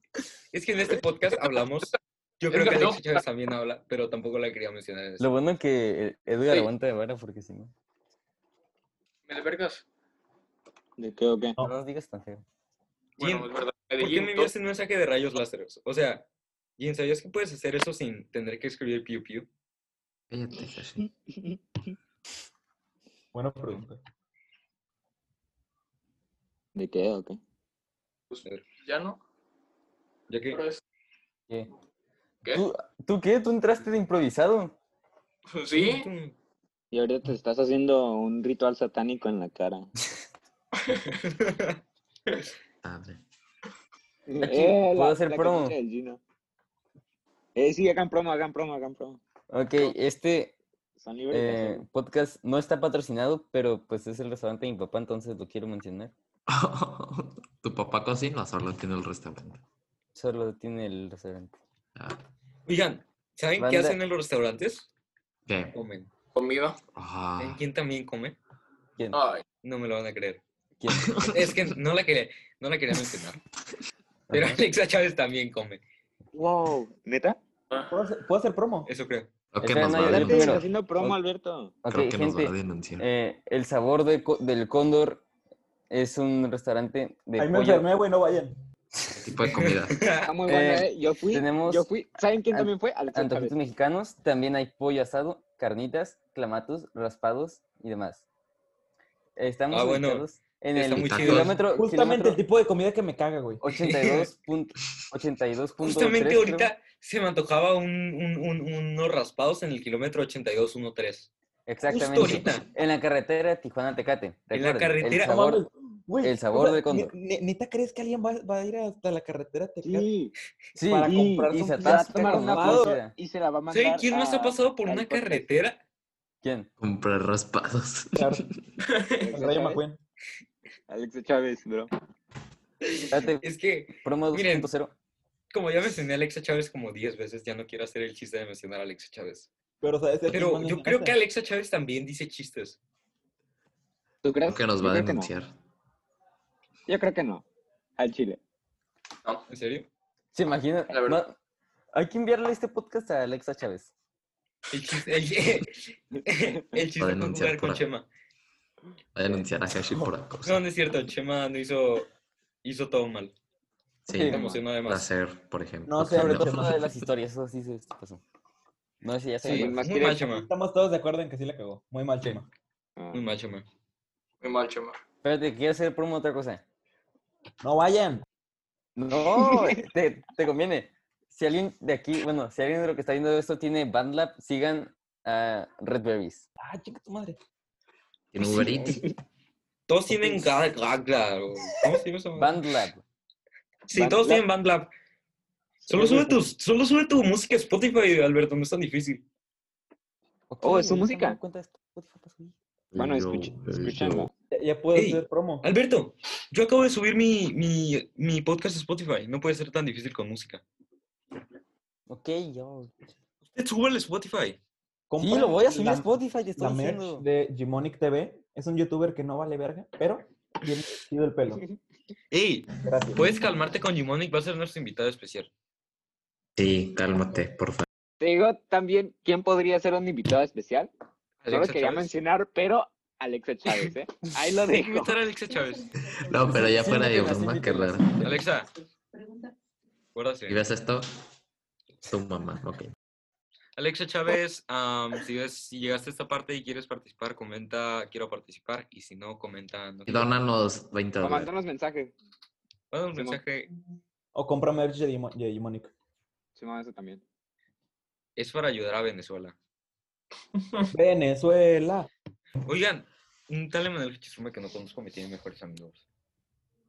[SPEAKER 2] es que en este podcast hablamos. Yo creo que Alexa Chávez también habla, pero tampoco la quería mencionar. en este
[SPEAKER 4] Lo bueno que eh, Edgar
[SPEAKER 7] Sí.
[SPEAKER 4] aguanta de vara porque si no,
[SPEAKER 7] ¿Me le vergas?
[SPEAKER 3] ¿De qué o qué?
[SPEAKER 4] no nos digas tan feo.
[SPEAKER 2] Jin,
[SPEAKER 7] Bueno, es verdad.
[SPEAKER 2] ¿Por qué
[SPEAKER 7] Medellín,
[SPEAKER 2] me
[SPEAKER 7] todo-
[SPEAKER 2] enviaste un mensaje de rayos láseros? O sea, Jin, ¿sabías que puedes hacer eso sin tener que escribir piu piu?
[SPEAKER 1] Cállate, Hashi.
[SPEAKER 5] Buena pregunta.
[SPEAKER 3] ¿De qué o qué?
[SPEAKER 7] pues, ¿Ya no?
[SPEAKER 2] Ya que
[SPEAKER 7] Ahora es-
[SPEAKER 4] ¿Qué?
[SPEAKER 7] ¿Qué?
[SPEAKER 4] ¿Tú, tú qué? ¿Tú entraste de improvisado?
[SPEAKER 7] pues, ¿Sí?
[SPEAKER 3] Y ahorita te estás haciendo un ritual satánico en la cara.
[SPEAKER 1] Abre.
[SPEAKER 3] Eh,
[SPEAKER 4] ¿puedo hacer promo?
[SPEAKER 3] cachucha del Gino. Eh, sí, hagan promo, hagan promo, hagan promo.
[SPEAKER 4] Ok, este
[SPEAKER 3] Son libres de
[SPEAKER 4] eh,
[SPEAKER 3] hacerlo.
[SPEAKER 4] podcast no está patrocinado, pero pues es el restaurante de mi papá, entonces lo quiero mencionar.
[SPEAKER 1] tu papá cocina o solo tiene el restaurante.
[SPEAKER 4] Solo tiene el restaurante.
[SPEAKER 1] Ah,
[SPEAKER 2] Oigan, ¿saben qué
[SPEAKER 4] Banda-
[SPEAKER 2] hacen en los restaurantes?
[SPEAKER 1] ¿Qué?
[SPEAKER 2] Comen.
[SPEAKER 7] ¿Comida?
[SPEAKER 1] Ah,
[SPEAKER 2] ¿Saben quién también come?
[SPEAKER 4] ¿Quién?
[SPEAKER 7] Ay,
[SPEAKER 2] No me lo van a creer.
[SPEAKER 4] ¿Quién?
[SPEAKER 2] Es que no la quería, no la quería mencionar. Pero Alexa Chávez también come.
[SPEAKER 3] Wow, ¿neta?
[SPEAKER 5] ¿Puedo hacer, puedo hacer promo?
[SPEAKER 2] Eso creo.
[SPEAKER 1] creo que
[SPEAKER 4] Espera,
[SPEAKER 1] nos
[SPEAKER 4] no,
[SPEAKER 1] va a
[SPEAKER 4] yo-
[SPEAKER 3] Espérate,
[SPEAKER 4] yo
[SPEAKER 1] denunciar.
[SPEAKER 4] primero.
[SPEAKER 3] está haciendo promo,
[SPEAKER 4] Ok.
[SPEAKER 3] Alberto.
[SPEAKER 4] Ok,
[SPEAKER 1] Creo que nos va
[SPEAKER 4] gente,
[SPEAKER 1] a denunciar.
[SPEAKER 4] eh, el sabor de co- del cóndor es un restaurante de
[SPEAKER 5] Ahí me
[SPEAKER 4] pollo.
[SPEAKER 5] enfermé, güey, no vayan.
[SPEAKER 1] Tipo de comida.
[SPEAKER 3] Está muy bueno,
[SPEAKER 4] Eh,
[SPEAKER 3] eh. Yo fui,
[SPEAKER 4] tenemos
[SPEAKER 3] yo fui. ¿Saben quién
[SPEAKER 4] an-
[SPEAKER 3] también fue? Alexa Chávez.
[SPEAKER 4] Antojitos mexicanos, también hay pollo asado, carnitas, clamatos, raspados y demás. Estamos
[SPEAKER 2] Ah, bueno,
[SPEAKER 4] ubicados en
[SPEAKER 2] está
[SPEAKER 4] el
[SPEAKER 2] muy
[SPEAKER 1] chido.
[SPEAKER 4] kilómetro,
[SPEAKER 5] Justamente el
[SPEAKER 4] kilómetro
[SPEAKER 5] tipo de comida que me caga, güey.
[SPEAKER 4] 82 punto- 82.3,
[SPEAKER 2] Justamente
[SPEAKER 4] creo.
[SPEAKER 2] ahorita se me antojaba un, un- un- unos raspados en el kilómetro 8213.
[SPEAKER 4] Exactamente.
[SPEAKER 2] ahorita.
[SPEAKER 4] En la carretera Tijuana-Tecate.
[SPEAKER 2] En la
[SPEAKER 4] recuerden, el
[SPEAKER 2] carretera-
[SPEAKER 5] No
[SPEAKER 4] sabor-
[SPEAKER 5] mames, güey,
[SPEAKER 4] el sabor del
[SPEAKER 5] ne-
[SPEAKER 4] cóndor.
[SPEAKER 5] ne- ¿Neta crees que alguien va, va a ir hasta la carretera a Tecate?
[SPEAKER 3] Sí,
[SPEAKER 4] sí,
[SPEAKER 5] para
[SPEAKER 4] y-
[SPEAKER 5] comprarse
[SPEAKER 4] y
[SPEAKER 5] un
[SPEAKER 4] se
[SPEAKER 3] se va a
[SPEAKER 4] atasca
[SPEAKER 3] tomar
[SPEAKER 4] con
[SPEAKER 3] una
[SPEAKER 4] una
[SPEAKER 3] foto
[SPEAKER 4] pulsera.
[SPEAKER 3] y se la va a mandar.
[SPEAKER 2] ¿Saben quién más ha
[SPEAKER 3] a-
[SPEAKER 2] pasado por
[SPEAKER 3] al
[SPEAKER 2] una
[SPEAKER 3] podcast?
[SPEAKER 2] carretera?
[SPEAKER 4] ¿Quién?
[SPEAKER 1] Comprar raspados.
[SPEAKER 5] Claro,
[SPEAKER 3] Alexa
[SPEAKER 5] el Rayo
[SPEAKER 3] Chávez.
[SPEAKER 5] McQueen.
[SPEAKER 3] Alexa Chávez, bro.
[SPEAKER 4] Espérate,
[SPEAKER 2] Es que,
[SPEAKER 4] promo
[SPEAKER 2] Eh, miren.
[SPEAKER 4] 2.0.
[SPEAKER 2] como ya mencioné a Alexa Chávez como 10 veces, ya no quiero hacer el chiste de mencionar a Alexa Chávez.
[SPEAKER 5] Pero, ¿sabes? Es
[SPEAKER 2] Pero
[SPEAKER 5] más
[SPEAKER 2] yo creo que
[SPEAKER 5] amenaza.
[SPEAKER 2] Alexa Chávez también dice chistes.
[SPEAKER 3] ¿Tú crees?
[SPEAKER 1] Creo que nos
[SPEAKER 3] Yo
[SPEAKER 1] va a
[SPEAKER 3] creo que no.
[SPEAKER 1] denunciar.
[SPEAKER 3] Yo creo que no. Al chile.
[SPEAKER 7] no.
[SPEAKER 2] ¿En serio?
[SPEAKER 4] ¿Se imagina?
[SPEAKER 7] La verdad.
[SPEAKER 4] No, hay que enviarle este podcast a Alexa Chávez.
[SPEAKER 2] El chiste, el, el chiste fue
[SPEAKER 1] denunciar por
[SPEAKER 2] jugar con
[SPEAKER 1] ahí.
[SPEAKER 2] Chema.
[SPEAKER 1] Va a denunciar a Hashi por acoso.
[SPEAKER 2] No, no es cierto, Chema no hizo, hizo todo mal.
[SPEAKER 1] Sí,
[SPEAKER 2] Se emocionó además.
[SPEAKER 1] placer, por ejemplo.
[SPEAKER 5] No sé,
[SPEAKER 1] Sí,
[SPEAKER 4] Sobre
[SPEAKER 5] ahorita-
[SPEAKER 4] todo lo de las historias, eso sí se se pasó. No sé si ya se
[SPEAKER 2] Sí,
[SPEAKER 4] acuerda.
[SPEAKER 3] más
[SPEAKER 2] muy
[SPEAKER 3] quiere-
[SPEAKER 2] mal Chema.
[SPEAKER 5] Estamos todos de acuerdo en que sí la cagó. Muy mal,
[SPEAKER 2] Sí.
[SPEAKER 5] Chema.
[SPEAKER 3] Ah.
[SPEAKER 2] Muy mal Chema.
[SPEAKER 7] Muy mal, chama.
[SPEAKER 4] Espérate, quiero hacer promo otra cosa.
[SPEAKER 5] No vayan.
[SPEAKER 4] No, te, te conviene. Si alguien de aquí, bueno, si alguien de lo que está viendo esto tiene BandLab, sigan a Redberries.
[SPEAKER 5] Ah, chica tu madre.
[SPEAKER 1] Tiene Uber Eats.
[SPEAKER 2] Todos tienen gaga, gaga, o- ¿Cómo se llama esa madre?
[SPEAKER 4] BandLab.
[SPEAKER 2] Sí, todos tienen BandLab. Solo sube, tus, solo sube tu música a Spotify, Alberto, no es tan difícil.
[SPEAKER 3] Oh, ¿es su
[SPEAKER 4] Ok, no se me
[SPEAKER 3] música?
[SPEAKER 4] da cuenta de Spotify para subir.
[SPEAKER 3] Bueno,
[SPEAKER 1] Yo- eh,
[SPEAKER 3] escucha-
[SPEAKER 1] yo-
[SPEAKER 3] escuchando.
[SPEAKER 5] Ya, ya puedo
[SPEAKER 2] Ey,
[SPEAKER 5] hacer promo.
[SPEAKER 2] Alberto, yo acabo de subir mi, mi, mi podcast a Spotify. No puede ser tan difícil con música.
[SPEAKER 4] Ok, yo.
[SPEAKER 2] Usted sube el Spotify.
[SPEAKER 4] Sí, lo voy a subir a
[SPEAKER 5] la-
[SPEAKER 4] Spotify, te
[SPEAKER 5] La
[SPEAKER 4] estoy
[SPEAKER 5] merch
[SPEAKER 4] diciendo.
[SPEAKER 5] de Gimonic TV es un youtuber que no vale verga, pero tiene chido el pelo.
[SPEAKER 2] Ey,
[SPEAKER 5] Gracias.
[SPEAKER 2] puedes calmarte con Jimonic, va a ser nuestro invitado especial.
[SPEAKER 1] Sí, cálmate, por favor.
[SPEAKER 3] Te digo también quién podría ser un invitado especial. Solo
[SPEAKER 2] Alexa
[SPEAKER 3] quería
[SPEAKER 2] Chávez.
[SPEAKER 3] mencionar, pero Alexa Chávez, ¿eh? Ahí lo
[SPEAKER 2] Hay que
[SPEAKER 3] dejo.
[SPEAKER 2] invitar a Alexa Chávez.
[SPEAKER 1] No, pero ya
[SPEAKER 4] Sí,
[SPEAKER 1] fuera de
[SPEAKER 4] invítenlas,
[SPEAKER 1] broma, qué
[SPEAKER 4] invítenlas.
[SPEAKER 1] raro.
[SPEAKER 2] Alexa.
[SPEAKER 1] Si
[SPEAKER 2] Acuérdate.
[SPEAKER 1] ves esto, tu mamá, ok.
[SPEAKER 2] Alexa Chávez, am, si, ves, si llegaste a esta parte y quieres participar, comenta quiero participar. Y si no, comenta. No
[SPEAKER 1] Y
[SPEAKER 2] quiero.
[SPEAKER 1] dónanos 20
[SPEAKER 3] O
[SPEAKER 1] dólares.
[SPEAKER 3] mandanos mensajes.
[SPEAKER 2] Manda un
[SPEAKER 3] Simón.
[SPEAKER 2] mensaje.
[SPEAKER 5] O compra merch de Gimo- de Gimonic.
[SPEAKER 3] Sí, no, eso también.
[SPEAKER 2] Es para ayudar a Venezuela.
[SPEAKER 5] Venezuela.
[SPEAKER 2] Oigan, un tal Emanuel Fitzgerald que no conozco me tiene mejores amigos.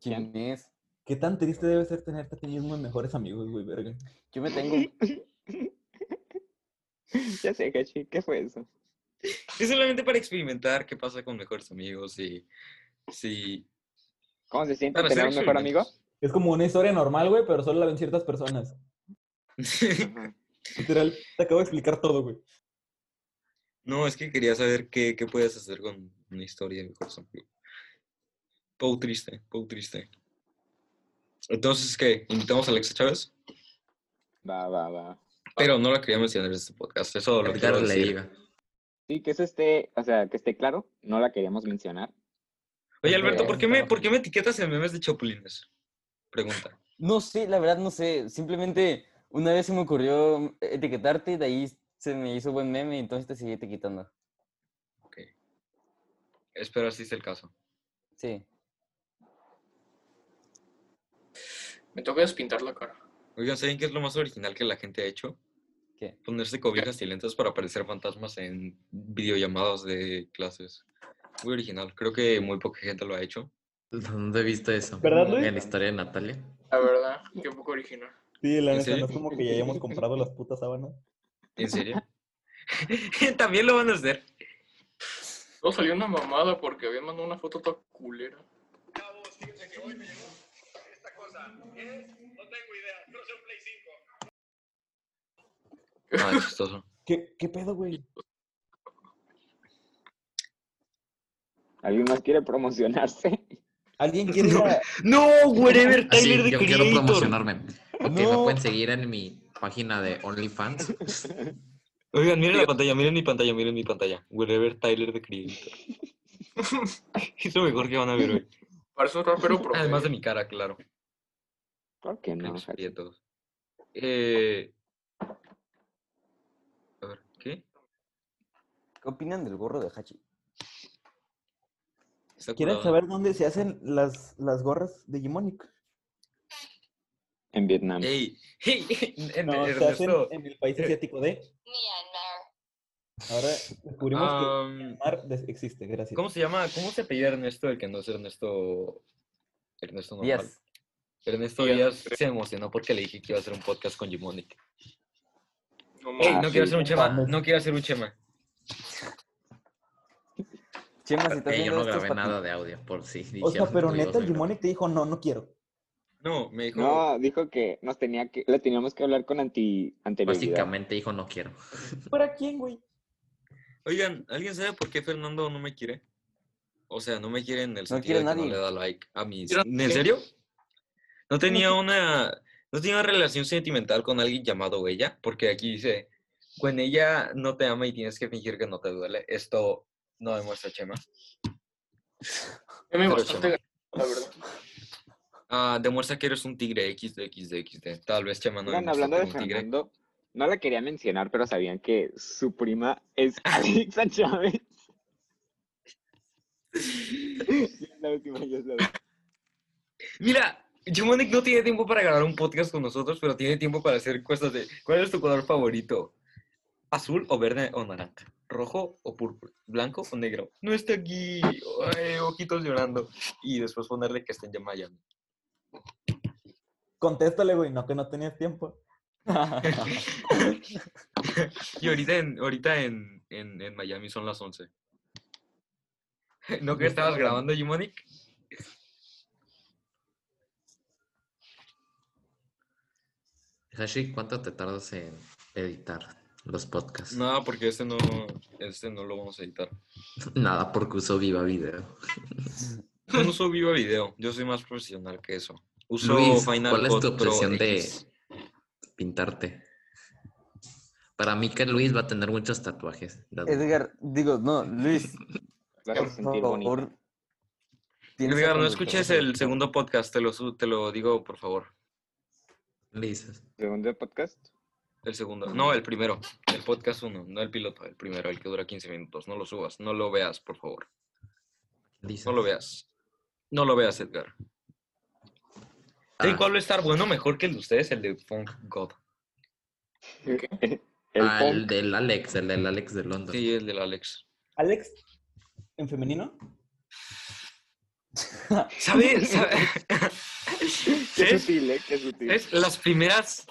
[SPEAKER 4] ¿Quién es?
[SPEAKER 5] Qué tan triste debe ser tenerte a ti mismo en mejores amigos, güey, verga.
[SPEAKER 4] Yo me tengo.
[SPEAKER 3] Ya sé, Cachi, ¿qué fue eso?
[SPEAKER 2] Es solamente para experimentar qué pasa con mejores amigos y si...
[SPEAKER 3] ¿Cómo se siente
[SPEAKER 2] para hacer
[SPEAKER 3] tener un mejor amigo?
[SPEAKER 2] experimentos.
[SPEAKER 5] Es como una historia normal, güey, pero solo la ven ciertas personas.
[SPEAKER 3] Ajá.
[SPEAKER 5] Literal, te acabo de explicar todo, güey.
[SPEAKER 2] No, es que quería saber qué, qué puedes hacer con una historia de mejores amigos. Pou triste, Pou triste. Entonces, ¿qué? Invitamos a Alexa Chávez,
[SPEAKER 3] Va, va, va.
[SPEAKER 2] pero no la quería mencionar en este podcast. Eso lo
[SPEAKER 1] Edgar
[SPEAKER 2] quiero
[SPEAKER 1] le
[SPEAKER 2] decir.
[SPEAKER 1] diga.
[SPEAKER 3] Sí, que eso esté, o sea, que esté claro, no la queríamos mencionar.
[SPEAKER 2] Oye, Alberto, ¿por qué, me,
[SPEAKER 4] Estamos
[SPEAKER 2] ¿por qué me etiquetas en memes de chapulines? Pregunta.
[SPEAKER 4] No sé, la verdad no sé. Simplemente una vez se me ocurrió etiquetarte y de ahí se me hizo buen meme y entonces te seguí etiquetando.
[SPEAKER 2] Ok. Espero así sea el caso.
[SPEAKER 4] Sí.
[SPEAKER 7] Me toca despintar la cara.
[SPEAKER 2] Oigan, ¿saben qué es lo más original que la gente ha hecho?
[SPEAKER 4] ¿Qué?
[SPEAKER 2] Ponerse cobijas y lentes para parecer fantasmas en videollamadas de clases. Muy original. Creo que muy poca gente lo ha hecho.
[SPEAKER 1] ¿Dónde viste eso?
[SPEAKER 5] ¿Verdad, Luis?
[SPEAKER 1] En la historia de Natalia.
[SPEAKER 7] La verdad, qué poco original.
[SPEAKER 5] Sí, la
[SPEAKER 2] ¿En
[SPEAKER 5] neta, no
[SPEAKER 2] serio?
[SPEAKER 5] es como que ya hayamos comprado las putas sábanas.
[SPEAKER 2] ¿En serio? También lo van a hacer.
[SPEAKER 7] Todo salió una mamada porque habían mandado una foto toda culera.
[SPEAKER 6] Cabos, fíjense que hoy me llegó esta cosa. ¿Qué es? No tengo idea. Creo que es un Play 5.
[SPEAKER 2] Ah, es chistoso.
[SPEAKER 5] ¿Qué, qué pedo, güey?
[SPEAKER 3] ¿Alguien más quiere promocionarse?
[SPEAKER 5] ¿Alguien quiere ir a-
[SPEAKER 2] ¡No! ¡Wherever
[SPEAKER 1] Así,
[SPEAKER 2] Tyler, the
[SPEAKER 1] Ah, yo quiero
[SPEAKER 2] Creator!
[SPEAKER 1] promocionarme. Ok, me
[SPEAKER 4] No.
[SPEAKER 1] pueden seguir en mi página de OnlyFans.
[SPEAKER 2] Oigan, miren la pantalla, miren mi pantalla, miren mi pantalla. Wherever Tyler, the Creator. es lo mejor que van a ver hoy.
[SPEAKER 7] Parece un rapero promedio.
[SPEAKER 2] Además de mi cara, claro.
[SPEAKER 3] ¿Por qué no?
[SPEAKER 2] Alex
[SPEAKER 3] Jachi?
[SPEAKER 2] Prieto. Eh... A ver, ¿qué?
[SPEAKER 4] ¿Qué opinan del gorro de Hachi?
[SPEAKER 2] Está
[SPEAKER 5] ¿Quieren
[SPEAKER 2] curado.
[SPEAKER 5] saber dónde se hacen las, las gorras de Gimonic?
[SPEAKER 3] En Vietnam.
[SPEAKER 2] Ey, ey, en-
[SPEAKER 5] No, se hacen
[SPEAKER 2] Ernesto. eh,
[SPEAKER 5] en el país asiático de... Ahora descubrimos
[SPEAKER 2] am,
[SPEAKER 5] que Mar des- existe, gracias.
[SPEAKER 2] Ah. ¿Cómo se llama? ¿Cómo se apellida Ernesto el que no es Ernesto? Ernesto normal.
[SPEAKER 4] Díaz.
[SPEAKER 2] Ernesto Díaz se emocionó porque le dije que iba a hacer un podcast con Jimonic.
[SPEAKER 7] No
[SPEAKER 5] Ah,
[SPEAKER 7] mames.
[SPEAKER 2] Ey, no
[SPEAKER 3] sí,
[SPEAKER 2] quiero hacer un
[SPEAKER 5] no
[SPEAKER 2] chema,
[SPEAKER 5] mames.
[SPEAKER 2] no quiero hacer un chema.
[SPEAKER 4] Chema, si estás
[SPEAKER 1] Porque Eh, yo
[SPEAKER 4] viendo
[SPEAKER 1] no
[SPEAKER 4] esto es
[SPEAKER 1] grabé
[SPEAKER 4] para ti.
[SPEAKER 1] nada de audio, por si.
[SPEAKER 5] O sea,
[SPEAKER 1] dijeron
[SPEAKER 5] pero
[SPEAKER 1] que
[SPEAKER 5] neta,
[SPEAKER 1] los
[SPEAKER 5] el
[SPEAKER 1] grabé.
[SPEAKER 5] Gimonic te dijo, no, no quiero.
[SPEAKER 2] No, me dijo.
[SPEAKER 3] No, dijo que nos tenía que, le teníamos que hablar con anti, anterioridad.
[SPEAKER 1] Básicamente dijo, no quiero.
[SPEAKER 5] ¿Para quién, güey?
[SPEAKER 2] Oigan, ¿alguien sabe por qué Fernando no me quiere? O sea, no me quiere en el
[SPEAKER 4] No
[SPEAKER 2] sentido
[SPEAKER 4] quiere
[SPEAKER 2] de que
[SPEAKER 4] nadie.
[SPEAKER 2] no le da like a mis.
[SPEAKER 7] Yo no
[SPEAKER 2] ¿En
[SPEAKER 7] sé.
[SPEAKER 2] serio? No tenía una. No tenía una relación sentimental con alguien llamado ella, porque aquí dice, con ella no te ama y tienes que fingir que no te duele. Esto no demuestra Chema.
[SPEAKER 7] Ya me
[SPEAKER 2] Pero
[SPEAKER 7] bastante
[SPEAKER 2] chema.
[SPEAKER 7] gan- la verdad.
[SPEAKER 2] Ah, demuestra que eres un tigre XD, XD, XD. Tal vez Chema no
[SPEAKER 3] Oigan,
[SPEAKER 2] demuestra
[SPEAKER 3] hablando
[SPEAKER 2] que
[SPEAKER 3] de
[SPEAKER 2] es un tigre.
[SPEAKER 3] Fernando, no la quería mencionar, pero sabían que su prima es Alexa Chávez. Ya la última, ya sabes.
[SPEAKER 2] Mira, Jumonic no tiene tiempo para grabar un podcast con nosotros, pero tiene tiempo para hacer cosas de. ¿Cuál es tu color favorito? ¿Azul o verde o naranja? ¿Rojo o púrpura? ¿Blanco o negro? No está aquí. Ay, ojitos llorando. Y después ponerle que está en Miami.
[SPEAKER 5] Contéstale, güey, no, que no tenías tiempo.
[SPEAKER 2] Y ahorita en, ahorita en, en, en Miami son las 11. ¿No que estabas grabando, Jumonic?
[SPEAKER 1] Hashi, ¿cuánto te tardas en editar los podcasts?
[SPEAKER 2] No, porque este no, este no lo vamos a editar.
[SPEAKER 1] Nada, porque uso Viva Video.
[SPEAKER 2] Yo no uso Viva Video. Yo soy más profesional que eso. Uso
[SPEAKER 1] Luis,
[SPEAKER 2] Final
[SPEAKER 1] ¿cuál es tu
[SPEAKER 2] Cut Pro
[SPEAKER 1] obsesión de-
[SPEAKER 2] X.
[SPEAKER 1] Pintarte. Para mí que Luis va a tener muchos tatuajes. Las-
[SPEAKER 4] Edgar, digo, no, Luis,
[SPEAKER 3] Lo hace
[SPEAKER 4] por
[SPEAKER 3] sentir bonito.
[SPEAKER 4] favor. piensa
[SPEAKER 2] Edgar, no
[SPEAKER 4] cuando
[SPEAKER 2] escuches
[SPEAKER 4] te vas a
[SPEAKER 2] el
[SPEAKER 4] editar.
[SPEAKER 2] segundo podcast, te lo, su- te lo digo, por favor.
[SPEAKER 1] Luis,
[SPEAKER 3] Segundo podcast.
[SPEAKER 2] El segundo. No, el primero. El podcast uno, no el piloto, el primero, el que dura 15 minutos. No lo subas, no lo veas, por favor.
[SPEAKER 1] Luis.
[SPEAKER 2] No lo veas. No lo veas, Edgar.
[SPEAKER 1] Ah,
[SPEAKER 2] ¿Saben cuál va a estar bueno mejor que el de ustedes? El de Funk God.
[SPEAKER 3] El
[SPEAKER 1] Ah, el
[SPEAKER 3] punk.
[SPEAKER 1] del Alex, el del Alex de Londres.
[SPEAKER 2] Sí, el del Alex.
[SPEAKER 5] Alex, en femenino.
[SPEAKER 2] ¿Sabes?
[SPEAKER 3] Qué sutil, ¿eh? Qué sutil.
[SPEAKER 6] Las primeras.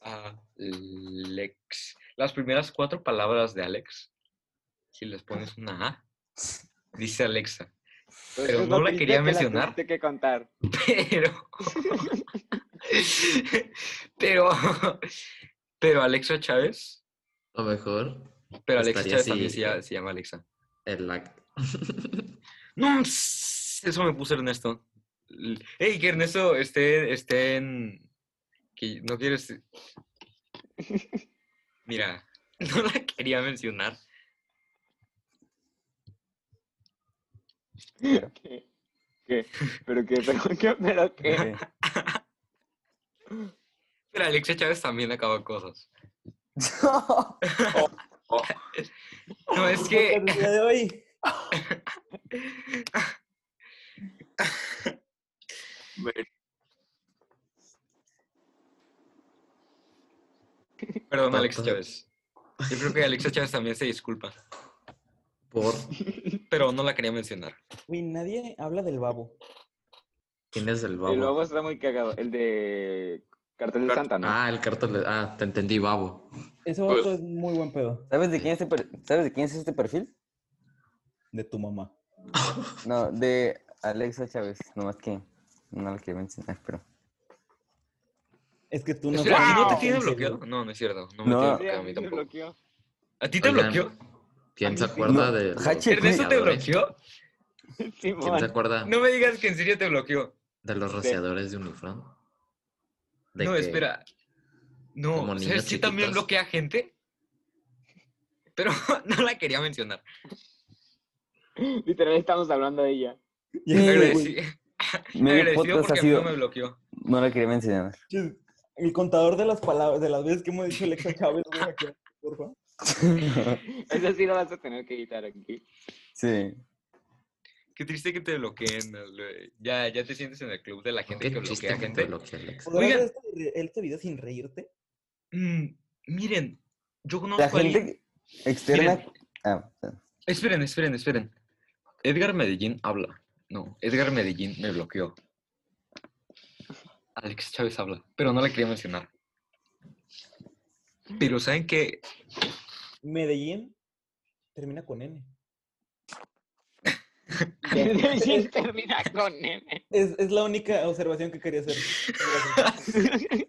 [SPEAKER 2] Alex. ah, Las primeras cuatro palabras de Alex, si les pones una A, dice Alexa.
[SPEAKER 3] Pues
[SPEAKER 2] pero
[SPEAKER 3] eso es
[SPEAKER 2] no
[SPEAKER 3] lo
[SPEAKER 2] la
[SPEAKER 3] triste
[SPEAKER 2] quería
[SPEAKER 3] que
[SPEAKER 2] mencionar.
[SPEAKER 3] tuviste que contar.
[SPEAKER 2] Pero. Pero. Pero Alexa Chávez.
[SPEAKER 1] A lo mejor
[SPEAKER 2] Pero Alexa
[SPEAKER 1] Estaría así,
[SPEAKER 2] Chávez también se llama,
[SPEAKER 1] eh.
[SPEAKER 2] se llama Alexa.
[SPEAKER 1] el act.
[SPEAKER 2] No, ps- eso me puso Ernesto. L- Ey, que Ernesto esté, esté en. Que no quieres. Mira, no la quería mencionar.
[SPEAKER 3] ¿Qué? ¿Qué? ¿Pero qué? ¿Pero qué? ¿Pero qué?
[SPEAKER 4] Ok.
[SPEAKER 2] Pero Alexa Chávez también acaba cosas. No, es que.
[SPEAKER 5] El día de hoy.
[SPEAKER 2] Perdón,
[SPEAKER 1] Todo-
[SPEAKER 2] Alexa
[SPEAKER 1] todo.
[SPEAKER 2] Chávez. Yo creo que Alexa Chávez también se disculpa.
[SPEAKER 1] Por
[SPEAKER 2] Pero no la quería mencionar.
[SPEAKER 5] Güey, nadie habla del babo.
[SPEAKER 1] quién es el babo.
[SPEAKER 3] El lobo está muy cagado. El de Cartel de Santa, ¿no?
[SPEAKER 1] Ah, el cartel. de- Ah, te entendí, babo.
[SPEAKER 5] Ese
[SPEAKER 7] Pues-
[SPEAKER 5] vato es muy buen pedo.
[SPEAKER 4] ¿Sabes de quién es este, per- ¿sabes de quién es este perfil?
[SPEAKER 5] De tu mamá.
[SPEAKER 4] No, de Alexa Chávez. Nomás que no la quiero mencionar, pero.
[SPEAKER 5] Es que tú no.
[SPEAKER 2] Espera, ¿a ti no te
[SPEAKER 3] ¡Wow!
[SPEAKER 2] tiene
[SPEAKER 5] Sí, güey.
[SPEAKER 2] bloqueado? No, no es cierto. No me
[SPEAKER 4] No.
[SPEAKER 2] tiene
[SPEAKER 3] Sí,
[SPEAKER 2] bloqueado
[SPEAKER 3] a
[SPEAKER 2] a mí
[SPEAKER 3] mí me
[SPEAKER 2] tampoco.
[SPEAKER 3] bloqueó.
[SPEAKER 2] ¿A ti te
[SPEAKER 1] Oigan,
[SPEAKER 2] bloqueó?
[SPEAKER 1] ¿Quién se
[SPEAKER 3] A mí sí.
[SPEAKER 1] acuerda
[SPEAKER 4] No,
[SPEAKER 1] de. los
[SPEAKER 4] Hachi,
[SPEAKER 2] Ah,
[SPEAKER 4] güey.
[SPEAKER 2] ¿Ernesto te
[SPEAKER 1] rociadores?
[SPEAKER 2] bloqueó?
[SPEAKER 1] ¿Quién se
[SPEAKER 3] Simón.
[SPEAKER 1] acuerda
[SPEAKER 2] No me digas que en serio te bloqueó.
[SPEAKER 1] de los rociadores de Unifran? De
[SPEAKER 2] No,
[SPEAKER 1] que-
[SPEAKER 2] espera.
[SPEAKER 1] como
[SPEAKER 2] No,
[SPEAKER 1] niños
[SPEAKER 2] ¿sabes que también
[SPEAKER 1] chiquitos.
[SPEAKER 2] bloquea gente? Pero no la quería mencionar.
[SPEAKER 3] Literal estamos hablando de ella.
[SPEAKER 5] Ya,
[SPEAKER 4] Sí,
[SPEAKER 5] güey.
[SPEAKER 2] Agradecí-
[SPEAKER 4] Medio
[SPEAKER 2] Agradecido
[SPEAKER 4] podcast ha
[SPEAKER 2] porque a mí no
[SPEAKER 4] sido.
[SPEAKER 2] me bloqueó.
[SPEAKER 4] No la quería mencionar.
[SPEAKER 5] Chis, El contador de las palabras, de las veces que hemos dicho Alexa Chávez, güey, aquí, porfa.
[SPEAKER 3] Eso sí lo vas a tener que quitar aquí.
[SPEAKER 4] Sí.
[SPEAKER 2] Qué triste que te bloqueen. güey. Ya, ya te sientes en el club de la gente
[SPEAKER 1] Qué
[SPEAKER 2] que
[SPEAKER 1] chiste
[SPEAKER 2] bloquea
[SPEAKER 1] que te
[SPEAKER 2] gente.
[SPEAKER 1] bloquea Alex.
[SPEAKER 5] ¿Podrás
[SPEAKER 2] Oigan.
[SPEAKER 5] ver este, re- este video sin reírte?
[SPEAKER 2] Mm, miren, yo conozco
[SPEAKER 4] La
[SPEAKER 2] a alguien-
[SPEAKER 4] gente externa.
[SPEAKER 2] Miren.
[SPEAKER 4] Ah, perdón.
[SPEAKER 2] Esperen, esperen, esperen. Edgar Medellín habla. No, Edgar Medellín me bloqueó. Alex Chávez habla, pero no la quería mencionar. Pero ¿saben qué?
[SPEAKER 5] Medellín termina con N.
[SPEAKER 3] Medellín termina con M.
[SPEAKER 5] Es, es la única observación que quería hacer. Gracias.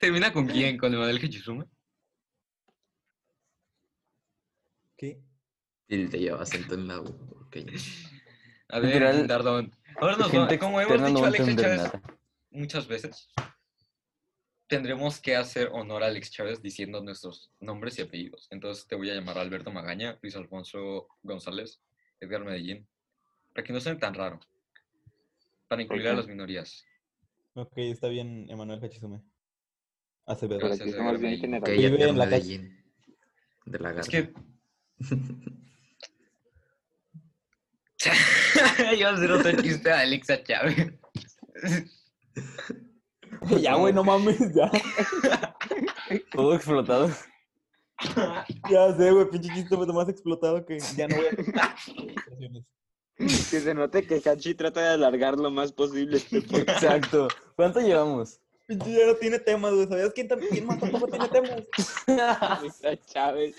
[SPEAKER 2] ¿Termina con quién? ¿Con Emanuel Hichisuma?
[SPEAKER 5] ¿Qué?
[SPEAKER 1] Y te llevas acento en la U. ok.
[SPEAKER 2] A ver,
[SPEAKER 4] Literal,
[SPEAKER 2] Dardón. Ahora nos va-
[SPEAKER 4] Gente
[SPEAKER 2] como hemos
[SPEAKER 4] externa no
[SPEAKER 2] dicho
[SPEAKER 4] va a
[SPEAKER 2] Alex
[SPEAKER 4] entender
[SPEAKER 2] Chávez
[SPEAKER 4] nada.
[SPEAKER 2] muchas veces, tendremos que hacer honor a Alex Chávez diciendo nuestros nombres y apellidos. Entonces te voy a llamar Alberto Magaña, Luis Alfonso González, Edgar Medellín. Para que no sean tan raro. Para incluir a
[SPEAKER 3] Ok.
[SPEAKER 2] las minorías.
[SPEAKER 5] Ok, está bien, Emanuel Hachisume. Acevedo.
[SPEAKER 3] Pero
[SPEAKER 2] Gracias,
[SPEAKER 3] aquí
[SPEAKER 2] Edgar
[SPEAKER 3] somos bien
[SPEAKER 2] Medellín.
[SPEAKER 1] Ok,
[SPEAKER 3] generales.
[SPEAKER 1] ya
[SPEAKER 5] Vive
[SPEAKER 1] te
[SPEAKER 5] en la calle.
[SPEAKER 1] Medellín. De la
[SPEAKER 2] Es
[SPEAKER 1] garra.
[SPEAKER 2] que. Iba a hacer otro chiste de Alexa Chávez.
[SPEAKER 5] Ya, güey, no mames, ya.
[SPEAKER 4] Todo explotado.
[SPEAKER 5] Ya sé, güey, pinche chiste me más explotado que ya no voy a hacer.
[SPEAKER 3] Que se note que Hachi trata de alargar lo más posible este podcast.
[SPEAKER 4] Exacto. ¿Cuánto llevamos?
[SPEAKER 5] Pinche ya no tiene temas, güey. ¿Sabías quién, tam- quién más tampoco tiene temas?
[SPEAKER 3] Alexa Chávez.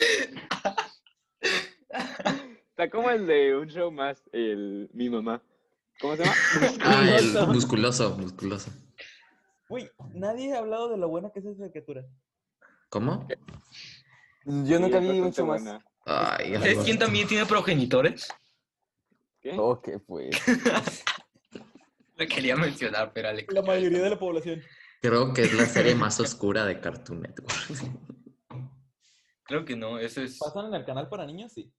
[SPEAKER 3] Está como el de un show más, el mi mamá. ¿Cómo se llama?
[SPEAKER 1] Ah, el musculoso, musculoso.
[SPEAKER 5] Güey, nadie ha hablado de lo buena que es esa caricatura.
[SPEAKER 1] ¿Cómo?
[SPEAKER 2] Eh,
[SPEAKER 4] Yo nunca vi mucho más.
[SPEAKER 1] Ay,
[SPEAKER 2] ¿Sabes
[SPEAKER 1] algo-
[SPEAKER 2] quién también tiene progenitores?
[SPEAKER 3] ¿Qué?
[SPEAKER 4] Ok, pues.
[SPEAKER 2] Lo quería mencionar, pero Alexa.
[SPEAKER 5] La mayoría de la población.
[SPEAKER 1] Creo que es la serie más oscura de Cartoon Network.
[SPEAKER 2] Creo que no, ese es.
[SPEAKER 5] ¿Pasan en el canal para niños? Sí.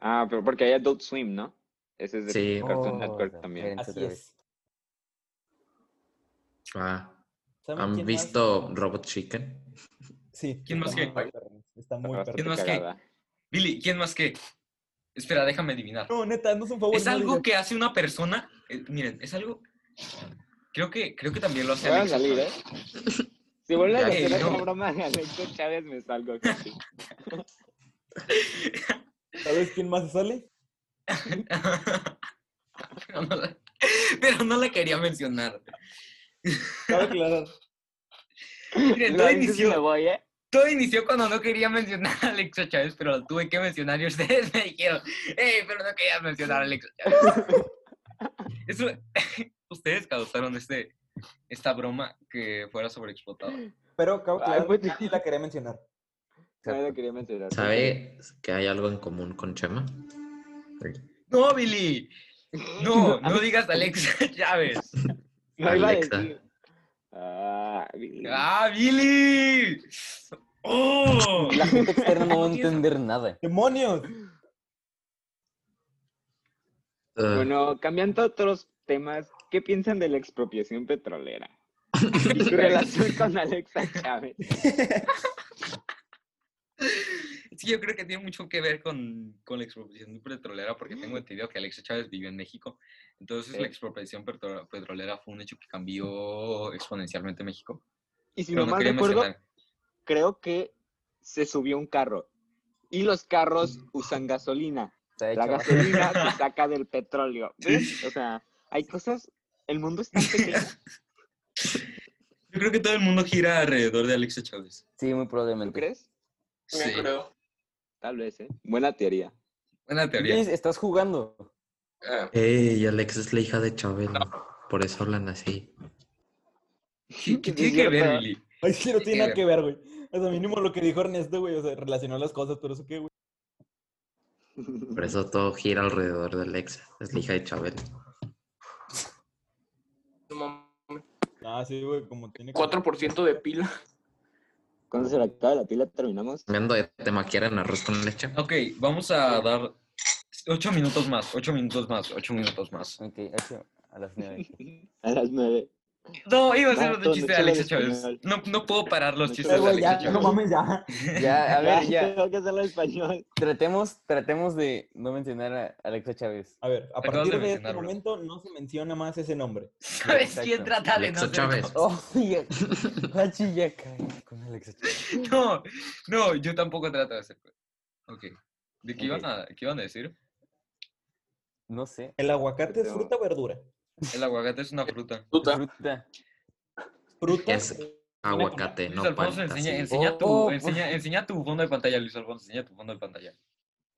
[SPEAKER 3] Ah, pero porque hay Adult Swim, ¿no? Ese es de
[SPEAKER 1] Sí.
[SPEAKER 3] Cartoon
[SPEAKER 4] Oh,
[SPEAKER 3] Network
[SPEAKER 4] la
[SPEAKER 3] también.
[SPEAKER 4] verga.
[SPEAKER 5] Así
[SPEAKER 4] otra vez.
[SPEAKER 5] es.
[SPEAKER 1] Ah,
[SPEAKER 5] ¿Saben
[SPEAKER 1] ¿Han
[SPEAKER 5] quién
[SPEAKER 1] visto Robot Chicken?
[SPEAKER 5] Más? Sí.
[SPEAKER 2] ¿Quién más
[SPEAKER 5] está
[SPEAKER 2] que-
[SPEAKER 5] muy perrón, Está muy
[SPEAKER 3] Está bastante
[SPEAKER 5] perro.
[SPEAKER 2] más que-
[SPEAKER 3] cagada.
[SPEAKER 2] Billy, ¿quién más que? Espera, déjame adivinar.
[SPEAKER 5] No, neta, no es un favor.
[SPEAKER 2] Es algo que hace una persona. eh, miren, es algo Creo que, creo que también lo hace
[SPEAKER 3] Voy a
[SPEAKER 2] Alex
[SPEAKER 3] salir, ¿eh?
[SPEAKER 2] Chávez.
[SPEAKER 3] Si vuelves
[SPEAKER 2] Ya,
[SPEAKER 3] a hacer
[SPEAKER 2] eh,
[SPEAKER 3] una
[SPEAKER 2] no.
[SPEAKER 3] broma de Alexis Chávez, me salgo aquí.
[SPEAKER 5] ¿Sabes quién más sale?
[SPEAKER 2] pero, no la, pero no la quería mencionar.
[SPEAKER 5] Cabe aclarar.
[SPEAKER 2] Miren,
[SPEAKER 3] Lo
[SPEAKER 2] todo,
[SPEAKER 3] dices y me
[SPEAKER 2] inició,
[SPEAKER 3] voy, ¿eh?
[SPEAKER 2] todo inició cuando no quería mencionar a Alexa Chávez, pero la tuve que mencionar y ustedes me dijeron, hey, pero no quería mencionar a Alexa Chávez. Eso, ustedes causaron este, esta broma que fuera sobreexplotada.
[SPEAKER 5] Pero cabe
[SPEAKER 3] Ay,
[SPEAKER 5] aclarar,
[SPEAKER 3] pues-
[SPEAKER 5] nadie la quería mencionar.
[SPEAKER 3] Nadie lo quería mencionar.
[SPEAKER 1] ¿Sabe que hay algo en común con Chema?
[SPEAKER 2] No, Billy. No, no digas Alexa Chávez.
[SPEAKER 3] No iba a
[SPEAKER 1] Alexa.
[SPEAKER 3] decir. Ah, Billy.
[SPEAKER 2] ¡Ah, Billy! ¡Oh!
[SPEAKER 4] La gente externa no va a
[SPEAKER 2] No tienes-
[SPEAKER 4] entender nada.
[SPEAKER 5] ¡Demonios!
[SPEAKER 1] Eh,
[SPEAKER 3] Bueno, cambiando a otros temas, ¿qué piensan de la expropiación petrolera? Y su relación con Alexa Chávez.
[SPEAKER 2] Sí, yo creo que tiene mucho que ver con, con la expropiación petrolera, porque tengo entendido que Alexa Chávez vivió en México. Entonces,
[SPEAKER 3] Sí.
[SPEAKER 2] la expropiación petro- petrolera fue un hecho que cambió exponencialmente México.
[SPEAKER 3] Y si
[SPEAKER 2] Pero
[SPEAKER 3] no
[SPEAKER 2] no
[SPEAKER 3] mal
[SPEAKER 2] quería
[SPEAKER 3] recuerdo,
[SPEAKER 2] mencionar.
[SPEAKER 3] creo que se subió un carro. Y los carros usan gasolina.
[SPEAKER 4] Está
[SPEAKER 3] La
[SPEAKER 4] hecho-
[SPEAKER 3] gasolina se saca del petróleo. ¿Ves? O sea, hay cosas. El mundo es tan pequeño.
[SPEAKER 2] Yo creo que todo el mundo gira alrededor de Alexa Chávez.
[SPEAKER 4] Sí, muy
[SPEAKER 3] ¿Tú
[SPEAKER 4] probablemente.
[SPEAKER 3] crees?
[SPEAKER 2] Sí.
[SPEAKER 7] creo.
[SPEAKER 3] Tal vez, ¿eh? Buena teoría.
[SPEAKER 2] Buena teoría.
[SPEAKER 4] Luis, estás jugando.
[SPEAKER 7] Ah,
[SPEAKER 1] Ey, Alexa es la hija de Chabelo. Por eso hablan así.
[SPEAKER 2] ¿Qué, qué
[SPEAKER 3] Sí,
[SPEAKER 2] tiene
[SPEAKER 3] es
[SPEAKER 2] que ver,
[SPEAKER 3] cierto.
[SPEAKER 2] Billy?
[SPEAKER 5] Ay, sí, no
[SPEAKER 2] Sí,
[SPEAKER 5] tiene nada
[SPEAKER 2] que
[SPEAKER 5] que ver, güey. O sea, mínimo lo que dijo Ernesto, güey. O sea, relacionó las cosas, pero eso qué, güey.
[SPEAKER 1] Por eso todo gira alrededor de Alexa. Es la hija de Chabelo.
[SPEAKER 7] no mames.
[SPEAKER 5] Ah, sí, güey, como tiene que-
[SPEAKER 7] 4% de pila.
[SPEAKER 3] Cuando se le acaba la pila, terminamos.
[SPEAKER 1] Cambiando de tema, ¿quieren arroz con leche?
[SPEAKER 2] Ok, vamos a dar ocho minutos más, ocho minutos más, ocho minutos más.
[SPEAKER 4] Ok, ocho a las nueve.
[SPEAKER 3] A las nueve.
[SPEAKER 2] No, iba a
[SPEAKER 3] Va,
[SPEAKER 2] ser otro
[SPEAKER 3] entonces,
[SPEAKER 2] chiste de
[SPEAKER 3] échale
[SPEAKER 2] Alexa
[SPEAKER 3] al
[SPEAKER 2] Chávez.
[SPEAKER 3] final.
[SPEAKER 2] No, no puedo parar los
[SPEAKER 3] Me
[SPEAKER 2] chistes
[SPEAKER 3] quedo-
[SPEAKER 5] Ay,
[SPEAKER 2] de
[SPEAKER 5] güey, ya,
[SPEAKER 2] Alexa
[SPEAKER 5] no
[SPEAKER 2] Chávez.
[SPEAKER 5] mames, ya.
[SPEAKER 4] Ya, a ver,
[SPEAKER 3] Ay,
[SPEAKER 4] ya.
[SPEAKER 3] Tengo que hacerlo en español.
[SPEAKER 4] Tratemos, tratemos de no mencionar a Alexa Chávez.
[SPEAKER 5] A ver, a
[SPEAKER 2] Acabas
[SPEAKER 5] partir
[SPEAKER 2] de
[SPEAKER 5] de, este
[SPEAKER 2] mencionarlo.
[SPEAKER 5] momento no se menciona más ese nombre.
[SPEAKER 2] ¿Sabes quién
[SPEAKER 4] Exacto.
[SPEAKER 2] trata de no
[SPEAKER 1] Alexa
[SPEAKER 2] hacer
[SPEAKER 1] Chávez.
[SPEAKER 4] Oh, ya. Hachi, ya cállate con Alexa Chávez.
[SPEAKER 2] cosas? No, no, yo tampoco trato de hacer cosas. Ok. ¿De qué, iban
[SPEAKER 4] Ok.
[SPEAKER 2] a, qué iban a decir?
[SPEAKER 4] No sé.
[SPEAKER 5] ¿El aguacate es
[SPEAKER 3] Pero-
[SPEAKER 5] fruta o verdura?
[SPEAKER 2] El aguacate es una fruta.
[SPEAKER 7] Puta.
[SPEAKER 4] Fruta.
[SPEAKER 5] Fruta.
[SPEAKER 1] Es
[SPEAKER 2] Ah,
[SPEAKER 1] aguacate,
[SPEAKER 2] Luis
[SPEAKER 1] no
[SPEAKER 2] Alfonso,
[SPEAKER 1] palta,
[SPEAKER 2] enseña,
[SPEAKER 1] sí.
[SPEAKER 2] enseña,
[SPEAKER 4] Oh,
[SPEAKER 2] tu,
[SPEAKER 4] oh,
[SPEAKER 2] enseña, enseña tu fondo de pantalla, Luis Alfonso, enseña tu fondo de pantalla.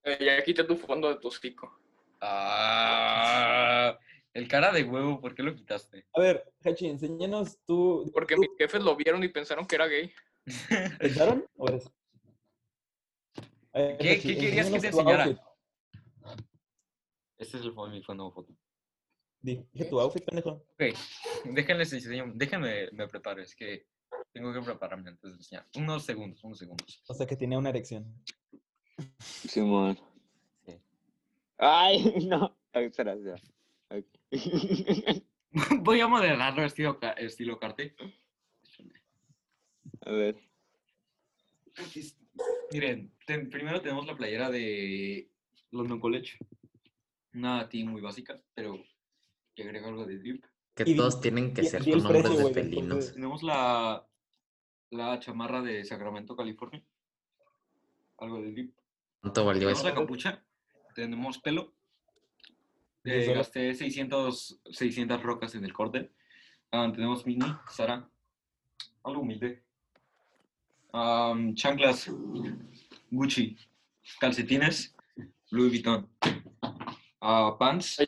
[SPEAKER 7] Eh, ya quita tu fondo de tu hocico.
[SPEAKER 2] Ah, el cara de huevo, ¿por qué lo quitaste?
[SPEAKER 5] A ver, Hachi, enséñanos tú.
[SPEAKER 7] Porque
[SPEAKER 5] ¿tú
[SPEAKER 7] mis jefes lo vieron y pensaron que era gay.
[SPEAKER 5] ¿Pensaron? ¿O eres? A ver,
[SPEAKER 2] ¿Qué-
[SPEAKER 5] Hachi,
[SPEAKER 2] qué querías que te
[SPEAKER 5] enséñanos tu
[SPEAKER 2] enseñara?
[SPEAKER 5] outfit.
[SPEAKER 2] Este es el fondo, mi fondo de foto.
[SPEAKER 5] Di- Dije tu outfit, pendejo.
[SPEAKER 2] Ok, déjenles enseño, déjenme, me preparo, es que tengo que prepararme antes de enseñar. Unos segundos, unos segundos.
[SPEAKER 5] O sea, que tenía una erección.
[SPEAKER 3] Simón.
[SPEAKER 4] Sí.
[SPEAKER 3] Ay, no. Ay, espera, espera. Ok.
[SPEAKER 2] Voy a modelarlo estilo, ca- estilo carte.
[SPEAKER 3] A ver.
[SPEAKER 2] Miren, te- primero tenemos la playera de London College. Una team muy básica, pero que agrega algo de drip.
[SPEAKER 1] Que
[SPEAKER 5] Y di-
[SPEAKER 1] todos tienen que
[SPEAKER 5] y-
[SPEAKER 1] ser
[SPEAKER 5] di el
[SPEAKER 1] con nombres
[SPEAKER 5] precio,
[SPEAKER 1] de
[SPEAKER 5] güey,
[SPEAKER 1] felinos.
[SPEAKER 5] entonces.
[SPEAKER 2] Tenemos la, la chamarra de Sacramento, California. Algo de drip.
[SPEAKER 1] ¿Cuánto valió
[SPEAKER 2] Tenemos
[SPEAKER 1] eso?
[SPEAKER 2] la capucha. Tenemos pelo.
[SPEAKER 5] Yo
[SPEAKER 2] Eh,
[SPEAKER 5] solo-
[SPEAKER 2] gasté 600, 600 rocas en el corte. Ah, tenemos mini, Sara. Algo humilde. Am, chanclas, Gucci. Calcetines, Louis Vuitton. Ah, pants,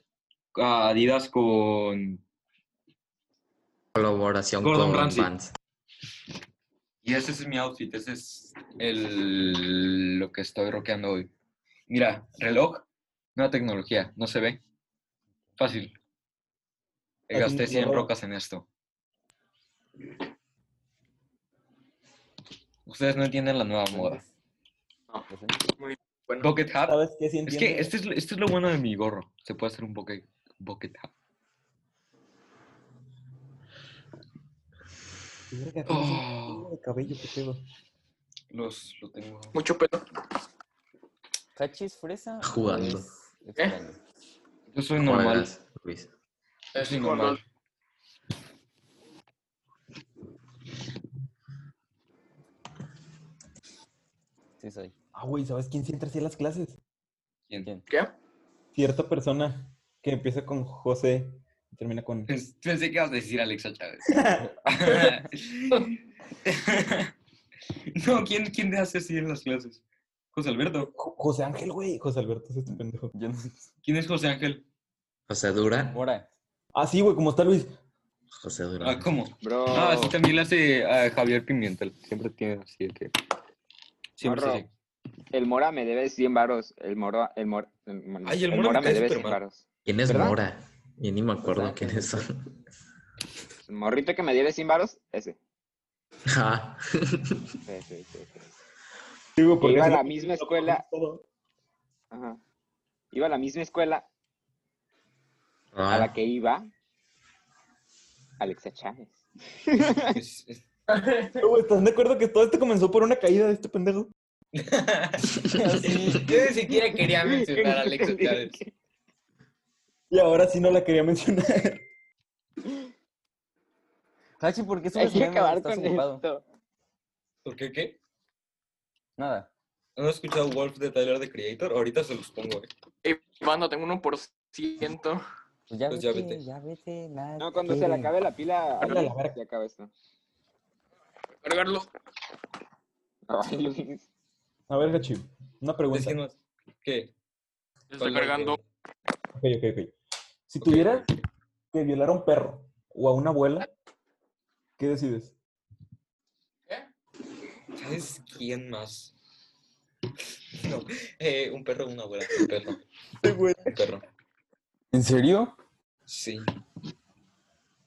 [SPEAKER 2] ah, Adidas con...
[SPEAKER 1] Colaboración
[SPEAKER 2] Gordon
[SPEAKER 1] con
[SPEAKER 2] Ramsay.
[SPEAKER 1] Vans.
[SPEAKER 2] Y ese es mi outfit, ese es el, lo que estoy rockeando hoy. Mira, reloj, nueva tecnología, no se ve. Fácil. Eh,
[SPEAKER 5] Fácil,
[SPEAKER 2] Gasté 100
[SPEAKER 5] claro.
[SPEAKER 2] rocas en esto. Ustedes no entienden la nueva moda.
[SPEAKER 7] Bueno,
[SPEAKER 2] Bucket hat.
[SPEAKER 5] ¿Sabes qué? Sí
[SPEAKER 2] Ah, Es
[SPEAKER 5] entiendo.
[SPEAKER 2] que este es, lo- esto es lo bueno de mi gorro. Se puede hacer un bucket, bucket hat.
[SPEAKER 5] Verga, tienes un
[SPEAKER 2] Oh,
[SPEAKER 5] chingo de cabello, qué pedo.
[SPEAKER 2] los, lo tengo.
[SPEAKER 7] mucho pedo.
[SPEAKER 4] ¿Hachi es fresa? o
[SPEAKER 1] Jugando.
[SPEAKER 4] es extraño?
[SPEAKER 2] Yo soy normal.
[SPEAKER 7] Eh,
[SPEAKER 1] Juegas, Luis.
[SPEAKER 2] Yo soy
[SPEAKER 7] Con
[SPEAKER 2] normal.
[SPEAKER 4] Sí soy.
[SPEAKER 5] Ah, güey, ¿sabes quién sí entra así a las clases?
[SPEAKER 2] ¿Quién?
[SPEAKER 4] ¿Quién?
[SPEAKER 7] ¿Qué?
[SPEAKER 5] Cierta persona que empieza con José y termina con...
[SPEAKER 2] Pens- Pensé que ibas a decir Alexa Chávez. no, ¿quién, ¿quién te hace así en las clases? José Alberto.
[SPEAKER 5] Jo- José Ángel, güey. José Alberto es este pendejo.
[SPEAKER 4] Yo no
[SPEAKER 2] ¿Quién es José Ángel?
[SPEAKER 1] José Durán.
[SPEAKER 4] Mora.
[SPEAKER 5] Ah, sí, güey, ¿cómo está Luis?
[SPEAKER 1] José Durán.
[SPEAKER 2] Ah, ¿cómo?
[SPEAKER 7] Bro.
[SPEAKER 2] Ah, sí, también la hace a Javier Pimentel. Siempre tiene así de que. Siempre
[SPEAKER 7] Marro.
[SPEAKER 2] es así.
[SPEAKER 3] El Mora me debe 100 varos. El Mora, el Mora, el, Mora-
[SPEAKER 2] Ay, el
[SPEAKER 3] el
[SPEAKER 2] Mora me
[SPEAKER 3] Mora me
[SPEAKER 2] cae
[SPEAKER 3] debe
[SPEAKER 2] súper
[SPEAKER 3] 100
[SPEAKER 2] mal.
[SPEAKER 3] varos.
[SPEAKER 1] ¿Quién es
[SPEAKER 3] ¿Verdad?
[SPEAKER 1] Mora? Y ni me acuerdo
[SPEAKER 3] José
[SPEAKER 1] quiénes son.
[SPEAKER 3] El morrito que me debe 100 varos, ese.
[SPEAKER 1] Ah.
[SPEAKER 3] Sí, sí, sí, sí.
[SPEAKER 5] Sí, güey, porque
[SPEAKER 3] Iba a
[SPEAKER 5] hace-
[SPEAKER 3] la misma escuela. Ajá. Iba a la misma escuela
[SPEAKER 1] ah,
[SPEAKER 3] a la que iba Alexa Chávez.
[SPEAKER 2] Es- es-
[SPEAKER 5] No, güey, ¿Están de acuerdo que todo esto comenzó por una caída de este pendejo?
[SPEAKER 2] Yo ni siquiera quería mencionar a Alexa Chávez.
[SPEAKER 5] Y ahora sí no la quería mencionar.
[SPEAKER 4] Hachi, ¿por qué
[SPEAKER 3] Hay
[SPEAKER 4] subes
[SPEAKER 3] que
[SPEAKER 4] memes?
[SPEAKER 3] acabar
[SPEAKER 4] Estás
[SPEAKER 3] con
[SPEAKER 4] ocupado.
[SPEAKER 3] esto.
[SPEAKER 2] ¿Por qué qué?
[SPEAKER 4] Nada.
[SPEAKER 2] ¿No has escuchado Wolf de Tyler the Creator? Ahorita se los pongo, eh.
[SPEAKER 7] Ey, Bando, tengo un 1%.
[SPEAKER 4] Pues ya,
[SPEAKER 2] Pues ya
[SPEAKER 4] vete,
[SPEAKER 2] vete.
[SPEAKER 4] ya vete. nadie
[SPEAKER 3] No, cuando
[SPEAKER 4] te
[SPEAKER 3] se le
[SPEAKER 4] quiere.
[SPEAKER 3] acabe la pila,
[SPEAKER 5] Ándale,
[SPEAKER 3] ahí
[SPEAKER 5] a ver.
[SPEAKER 3] se acaba esto.
[SPEAKER 7] Cargarlo.
[SPEAKER 3] Ay, Luis.
[SPEAKER 5] A ver, Hachi, una
[SPEAKER 2] Es
[SPEAKER 5] pregunta.
[SPEAKER 2] que no es- ¿Qué?
[SPEAKER 7] Se
[SPEAKER 2] ¿Cuál
[SPEAKER 7] está
[SPEAKER 2] es la que-
[SPEAKER 7] cargando.
[SPEAKER 5] Ok, ok, ok. Si tuvieras que violar a un perro o a una abuela, ¿qué decides?
[SPEAKER 2] ¿Sabes quién más? No, eh, un perro, una abuela, un perro. Un perro.
[SPEAKER 4] ¿En serio?
[SPEAKER 2] Sí.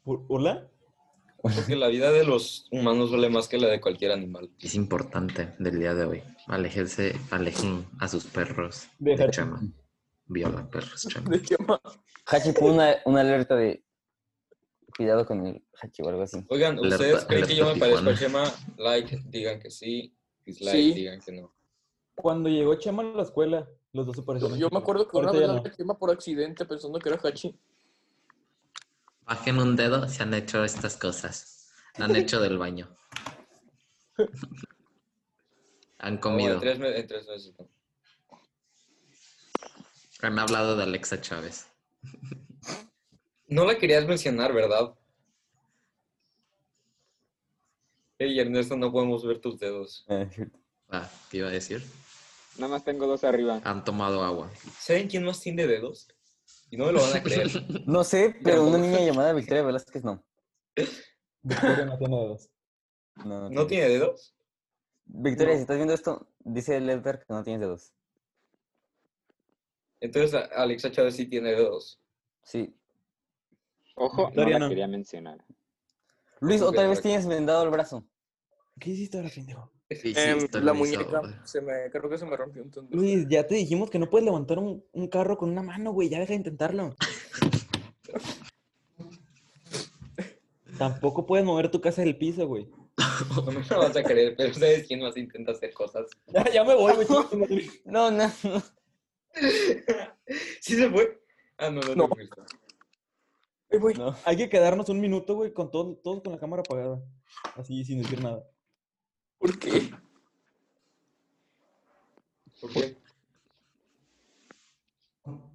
[SPEAKER 5] ¿Por- ¿Hola?
[SPEAKER 2] Porque la vida de los humanos vale más que la de cualquier animal.
[SPEAKER 1] Es importante del día de hoy. Alejense, alejen a sus perros de,
[SPEAKER 5] Dejar-
[SPEAKER 1] Chema. Viola perros, Chema.
[SPEAKER 4] Hachi pone una, una alerta de cuidado con el Hachi o algo así.
[SPEAKER 2] Oigan,
[SPEAKER 1] Alerta-
[SPEAKER 2] ¿ustedes creen que yo me
[SPEAKER 1] alerta
[SPEAKER 2] parezco a
[SPEAKER 1] Tijuana.
[SPEAKER 2] Chema? Like, digan que sí. Dislike,
[SPEAKER 7] Sí.
[SPEAKER 2] digan que no.
[SPEAKER 5] Cuando llegó Chema a la escuela, los dos se parecían.
[SPEAKER 7] Yo me acuerdo que una
[SPEAKER 5] Ahorita
[SPEAKER 7] vez
[SPEAKER 5] ya
[SPEAKER 7] la
[SPEAKER 5] no.
[SPEAKER 7] quema por accidente pensando que era Hachi.
[SPEAKER 1] Bajen un dedo, se han hecho estas cosas. Han hecho del baño. Han
[SPEAKER 2] No,
[SPEAKER 1] comido.
[SPEAKER 2] en, tres, me- en tres meses. no.
[SPEAKER 1] Han hablado de Alexa Chávez.
[SPEAKER 2] No la querías mencionar, ¿verdad? Ey, Ernesto, no podemos ver tus dedos.
[SPEAKER 4] Ah, es cierto.
[SPEAKER 1] Ah, ¿Qué iba a decir?
[SPEAKER 3] Nada más tengo dos arriba.
[SPEAKER 1] Han tomado agua.
[SPEAKER 2] ¿Saben quién más tiene dedos? Y no me lo van a creer.
[SPEAKER 4] No sé, pero una niña llamada Victoria Velázquez no.
[SPEAKER 5] Victoria no tiene dedos.
[SPEAKER 4] No,
[SPEAKER 2] ¿No tiene dedos?
[SPEAKER 4] Victoria,
[SPEAKER 2] No.
[SPEAKER 4] si estás viendo esto, dice el Edgar que no tienes dedos.
[SPEAKER 2] Entonces a- Alexa Chávez sí tiene dedos.
[SPEAKER 4] Sí.
[SPEAKER 3] Ojo, no
[SPEAKER 5] Victoria,
[SPEAKER 3] la
[SPEAKER 5] no.
[SPEAKER 3] quería mencionar.
[SPEAKER 4] Luis,
[SPEAKER 2] Ok,
[SPEAKER 4] otra vez
[SPEAKER 2] ok.
[SPEAKER 4] tienes vendado el brazo.
[SPEAKER 5] ¿Qué hiciste ahora, pendejo?
[SPEAKER 1] Sí, sí,
[SPEAKER 7] Em,
[SPEAKER 1] esto
[SPEAKER 7] la
[SPEAKER 1] lo hizo-
[SPEAKER 7] muñeca se me, creo que se me rompió un tendón.
[SPEAKER 5] Luis, ya te dijimos que no puedes levantar un, un carro con una mano, güey. Ya deja de intentarlo. Tampoco puedes mover tu casa del piso, güey.
[SPEAKER 2] No me lo vas a creer, pero ¿sabes quién más intenta hacer cosas?
[SPEAKER 5] Ya, ya me voy, güey. chinga tu madre.
[SPEAKER 4] No, no, no.
[SPEAKER 2] ¿Sí se fue? Ah, no, no, no.
[SPEAKER 7] No.
[SPEAKER 2] te fuiste.
[SPEAKER 7] Ay, güey.
[SPEAKER 4] No.
[SPEAKER 5] Hay que quedarnos un minuto, güey, con todo, todos con la cámara apagada. Así, sin decir nada.
[SPEAKER 7] ¿Por qué?
[SPEAKER 2] ¿Por qué?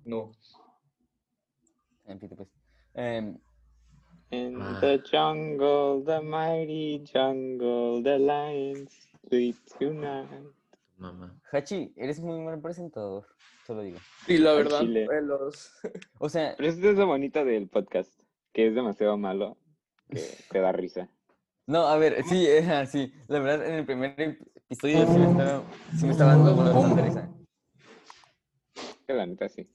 [SPEAKER 2] No.
[SPEAKER 4] En fin, pues. Em,
[SPEAKER 3] In
[SPEAKER 1] Ah.
[SPEAKER 3] the jungle, the mighty jungle, the lions sleep tonight.
[SPEAKER 1] Mamá.
[SPEAKER 4] Hachi, eres muy mal presentador. Solo digo.
[SPEAKER 7] Sí, la
[SPEAKER 3] Al
[SPEAKER 7] verdad,
[SPEAKER 3] chile.
[SPEAKER 7] eh, los...
[SPEAKER 4] O sea,
[SPEAKER 3] Pero esto es lo bonito del podcast, que es demasiado malo, que te da risa.
[SPEAKER 4] no, a ver, sí, eh, sí. La verdad, en el primer episodio sí me estaba, sí me estaba dando bastante risa.
[SPEAKER 3] Que la neta sí.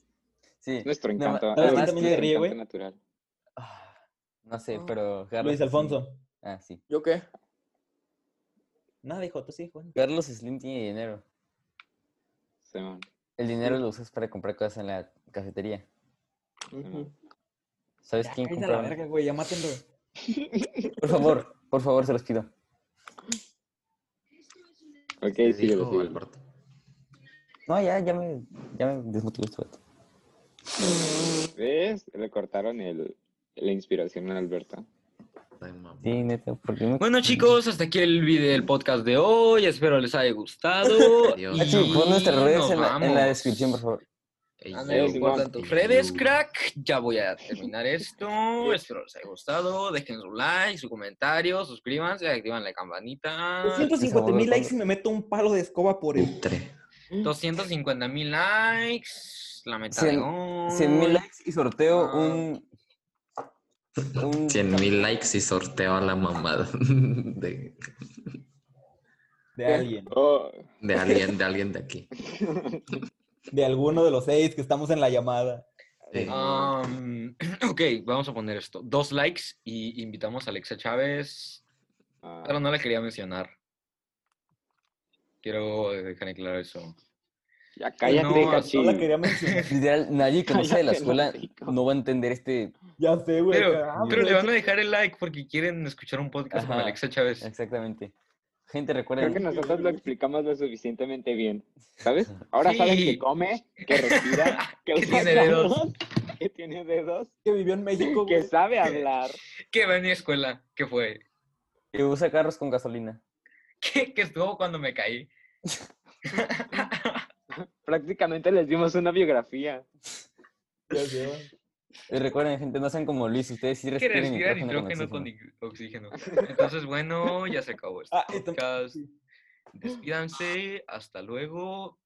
[SPEAKER 4] Sí.
[SPEAKER 3] Es nuestro
[SPEAKER 4] Nada ma-
[SPEAKER 3] encanto.
[SPEAKER 4] nada
[SPEAKER 3] es
[SPEAKER 4] más
[SPEAKER 3] nuestro
[SPEAKER 5] que- ríe, güey.
[SPEAKER 3] encanto natural.
[SPEAKER 4] Ah, No sé, pero Carlos.
[SPEAKER 5] Luis
[SPEAKER 4] Slim-
[SPEAKER 5] Alfonso.
[SPEAKER 4] Ah, sí.
[SPEAKER 7] ¿Yo qué?
[SPEAKER 5] Nada, hijo, tú sí, Juan.
[SPEAKER 4] Carlos Slim tiene dinero.
[SPEAKER 3] Simón,
[SPEAKER 4] El dinero lo usas para comprar cosas en la cafetería.
[SPEAKER 3] Simón.
[SPEAKER 4] ¿Sabes
[SPEAKER 5] Ya,
[SPEAKER 4] quién
[SPEAKER 5] cállate a la
[SPEAKER 4] compró?
[SPEAKER 5] verga, güey. Ya mátenlo.
[SPEAKER 4] Por favor, por favor, se los pido.
[SPEAKER 3] Ok,
[SPEAKER 1] ¿Qué
[SPEAKER 3] sí,
[SPEAKER 1] dijo Alberto?
[SPEAKER 4] No, ya, ya me, ya me desmotivó este vato.
[SPEAKER 3] ¿Ves? Le cortaron el, la inspiración a Alberto.
[SPEAKER 1] Está bien, mamá.
[SPEAKER 4] Sí, neta, ¿por qué no?
[SPEAKER 2] Bueno, chicos, hasta aquí el video del podcast de hoy. Espero les haya gustado.
[SPEAKER 1] Adiós.
[SPEAKER 4] Ah, sí, pon nuestras
[SPEAKER 2] Y
[SPEAKER 4] redes
[SPEAKER 2] nos
[SPEAKER 4] en, la, en la
[SPEAKER 2] vamos.
[SPEAKER 4] descripción, por favor.
[SPEAKER 1] Ey,
[SPEAKER 2] Ándale,
[SPEAKER 1] yo.
[SPEAKER 2] guardan
[SPEAKER 3] Simón.
[SPEAKER 2] tus redes, crack. Ya voy a terminar esto. Espero les haya gustado. Dejen su like, su comentario, suscríbanse, activan la
[SPEAKER 5] Ah,
[SPEAKER 2] campanita.
[SPEAKER 5] 250 mil likes y me meto un palo de escoba por el...
[SPEAKER 1] Putre.
[SPEAKER 2] 250 mil likes. La meta de
[SPEAKER 4] Cien-
[SPEAKER 2] hoy.
[SPEAKER 4] 100 mil likes y sorteo
[SPEAKER 2] Ah.
[SPEAKER 4] un... un
[SPEAKER 1] 100 mil likes y sorteo a la mamada de,
[SPEAKER 5] De alguien.
[SPEAKER 3] Oh.
[SPEAKER 1] de alguien, de alguien de aquí.
[SPEAKER 5] De alguno de los seis que estamos en la llamada.
[SPEAKER 1] Sí.
[SPEAKER 2] Um, ok, vamos a poner esto. Dos likes y invitamos a Alexa Chávez.
[SPEAKER 3] Ah.
[SPEAKER 2] Pero no la quería mencionar. Quiero dejar en claro eso.
[SPEAKER 3] Ya cállate,
[SPEAKER 2] No,
[SPEAKER 3] Hachi.
[SPEAKER 5] No la quería mencionar.
[SPEAKER 4] Literal, nadie que no sea de la
[SPEAKER 3] Cállate,
[SPEAKER 4] escuela
[SPEAKER 3] hocico.
[SPEAKER 4] no va a entender este...
[SPEAKER 5] Ya sé, güey.
[SPEAKER 2] Pero,
[SPEAKER 5] acá, ah,
[SPEAKER 2] pero le
[SPEAKER 5] güey,
[SPEAKER 2] van a dejar el like porque quieren escuchar un podcast con
[SPEAKER 4] Ajá.
[SPEAKER 2] Alexa Chávez.
[SPEAKER 4] Exactamente. Gente,
[SPEAKER 3] Creo que
[SPEAKER 4] recuerden...
[SPEAKER 3] nosotros lo explicamos lo suficientemente bien, ¿sabes? Ahora saben
[SPEAKER 2] Sí.
[SPEAKER 3] que come, que respira, que,
[SPEAKER 2] Que
[SPEAKER 3] usa
[SPEAKER 2] tiene dedos.
[SPEAKER 3] manos, que tiene dedos,
[SPEAKER 5] que vivió en México,
[SPEAKER 3] que
[SPEAKER 5] güey.
[SPEAKER 3] sabe hablar.
[SPEAKER 2] Que va en mi escuela, que fue,
[SPEAKER 4] Que usa carros con gasolina.
[SPEAKER 2] que, que estuvo cuando me caí.
[SPEAKER 3] Prácticamente les dimos una biografía.
[SPEAKER 5] Ya sé, güey.
[SPEAKER 4] Y recuerden, gente, no sean como Luis, ustedes sí
[SPEAKER 2] Que
[SPEAKER 4] respiren
[SPEAKER 2] respira
[SPEAKER 4] nitrógeno con
[SPEAKER 2] nitrógeno con
[SPEAKER 4] oxígeno.
[SPEAKER 2] ni- oxígeno. Entonces, bueno, ya se acabó este
[SPEAKER 5] Ah, y tam-
[SPEAKER 2] podcast.
[SPEAKER 5] sí.
[SPEAKER 2] Despídanse, hasta luego.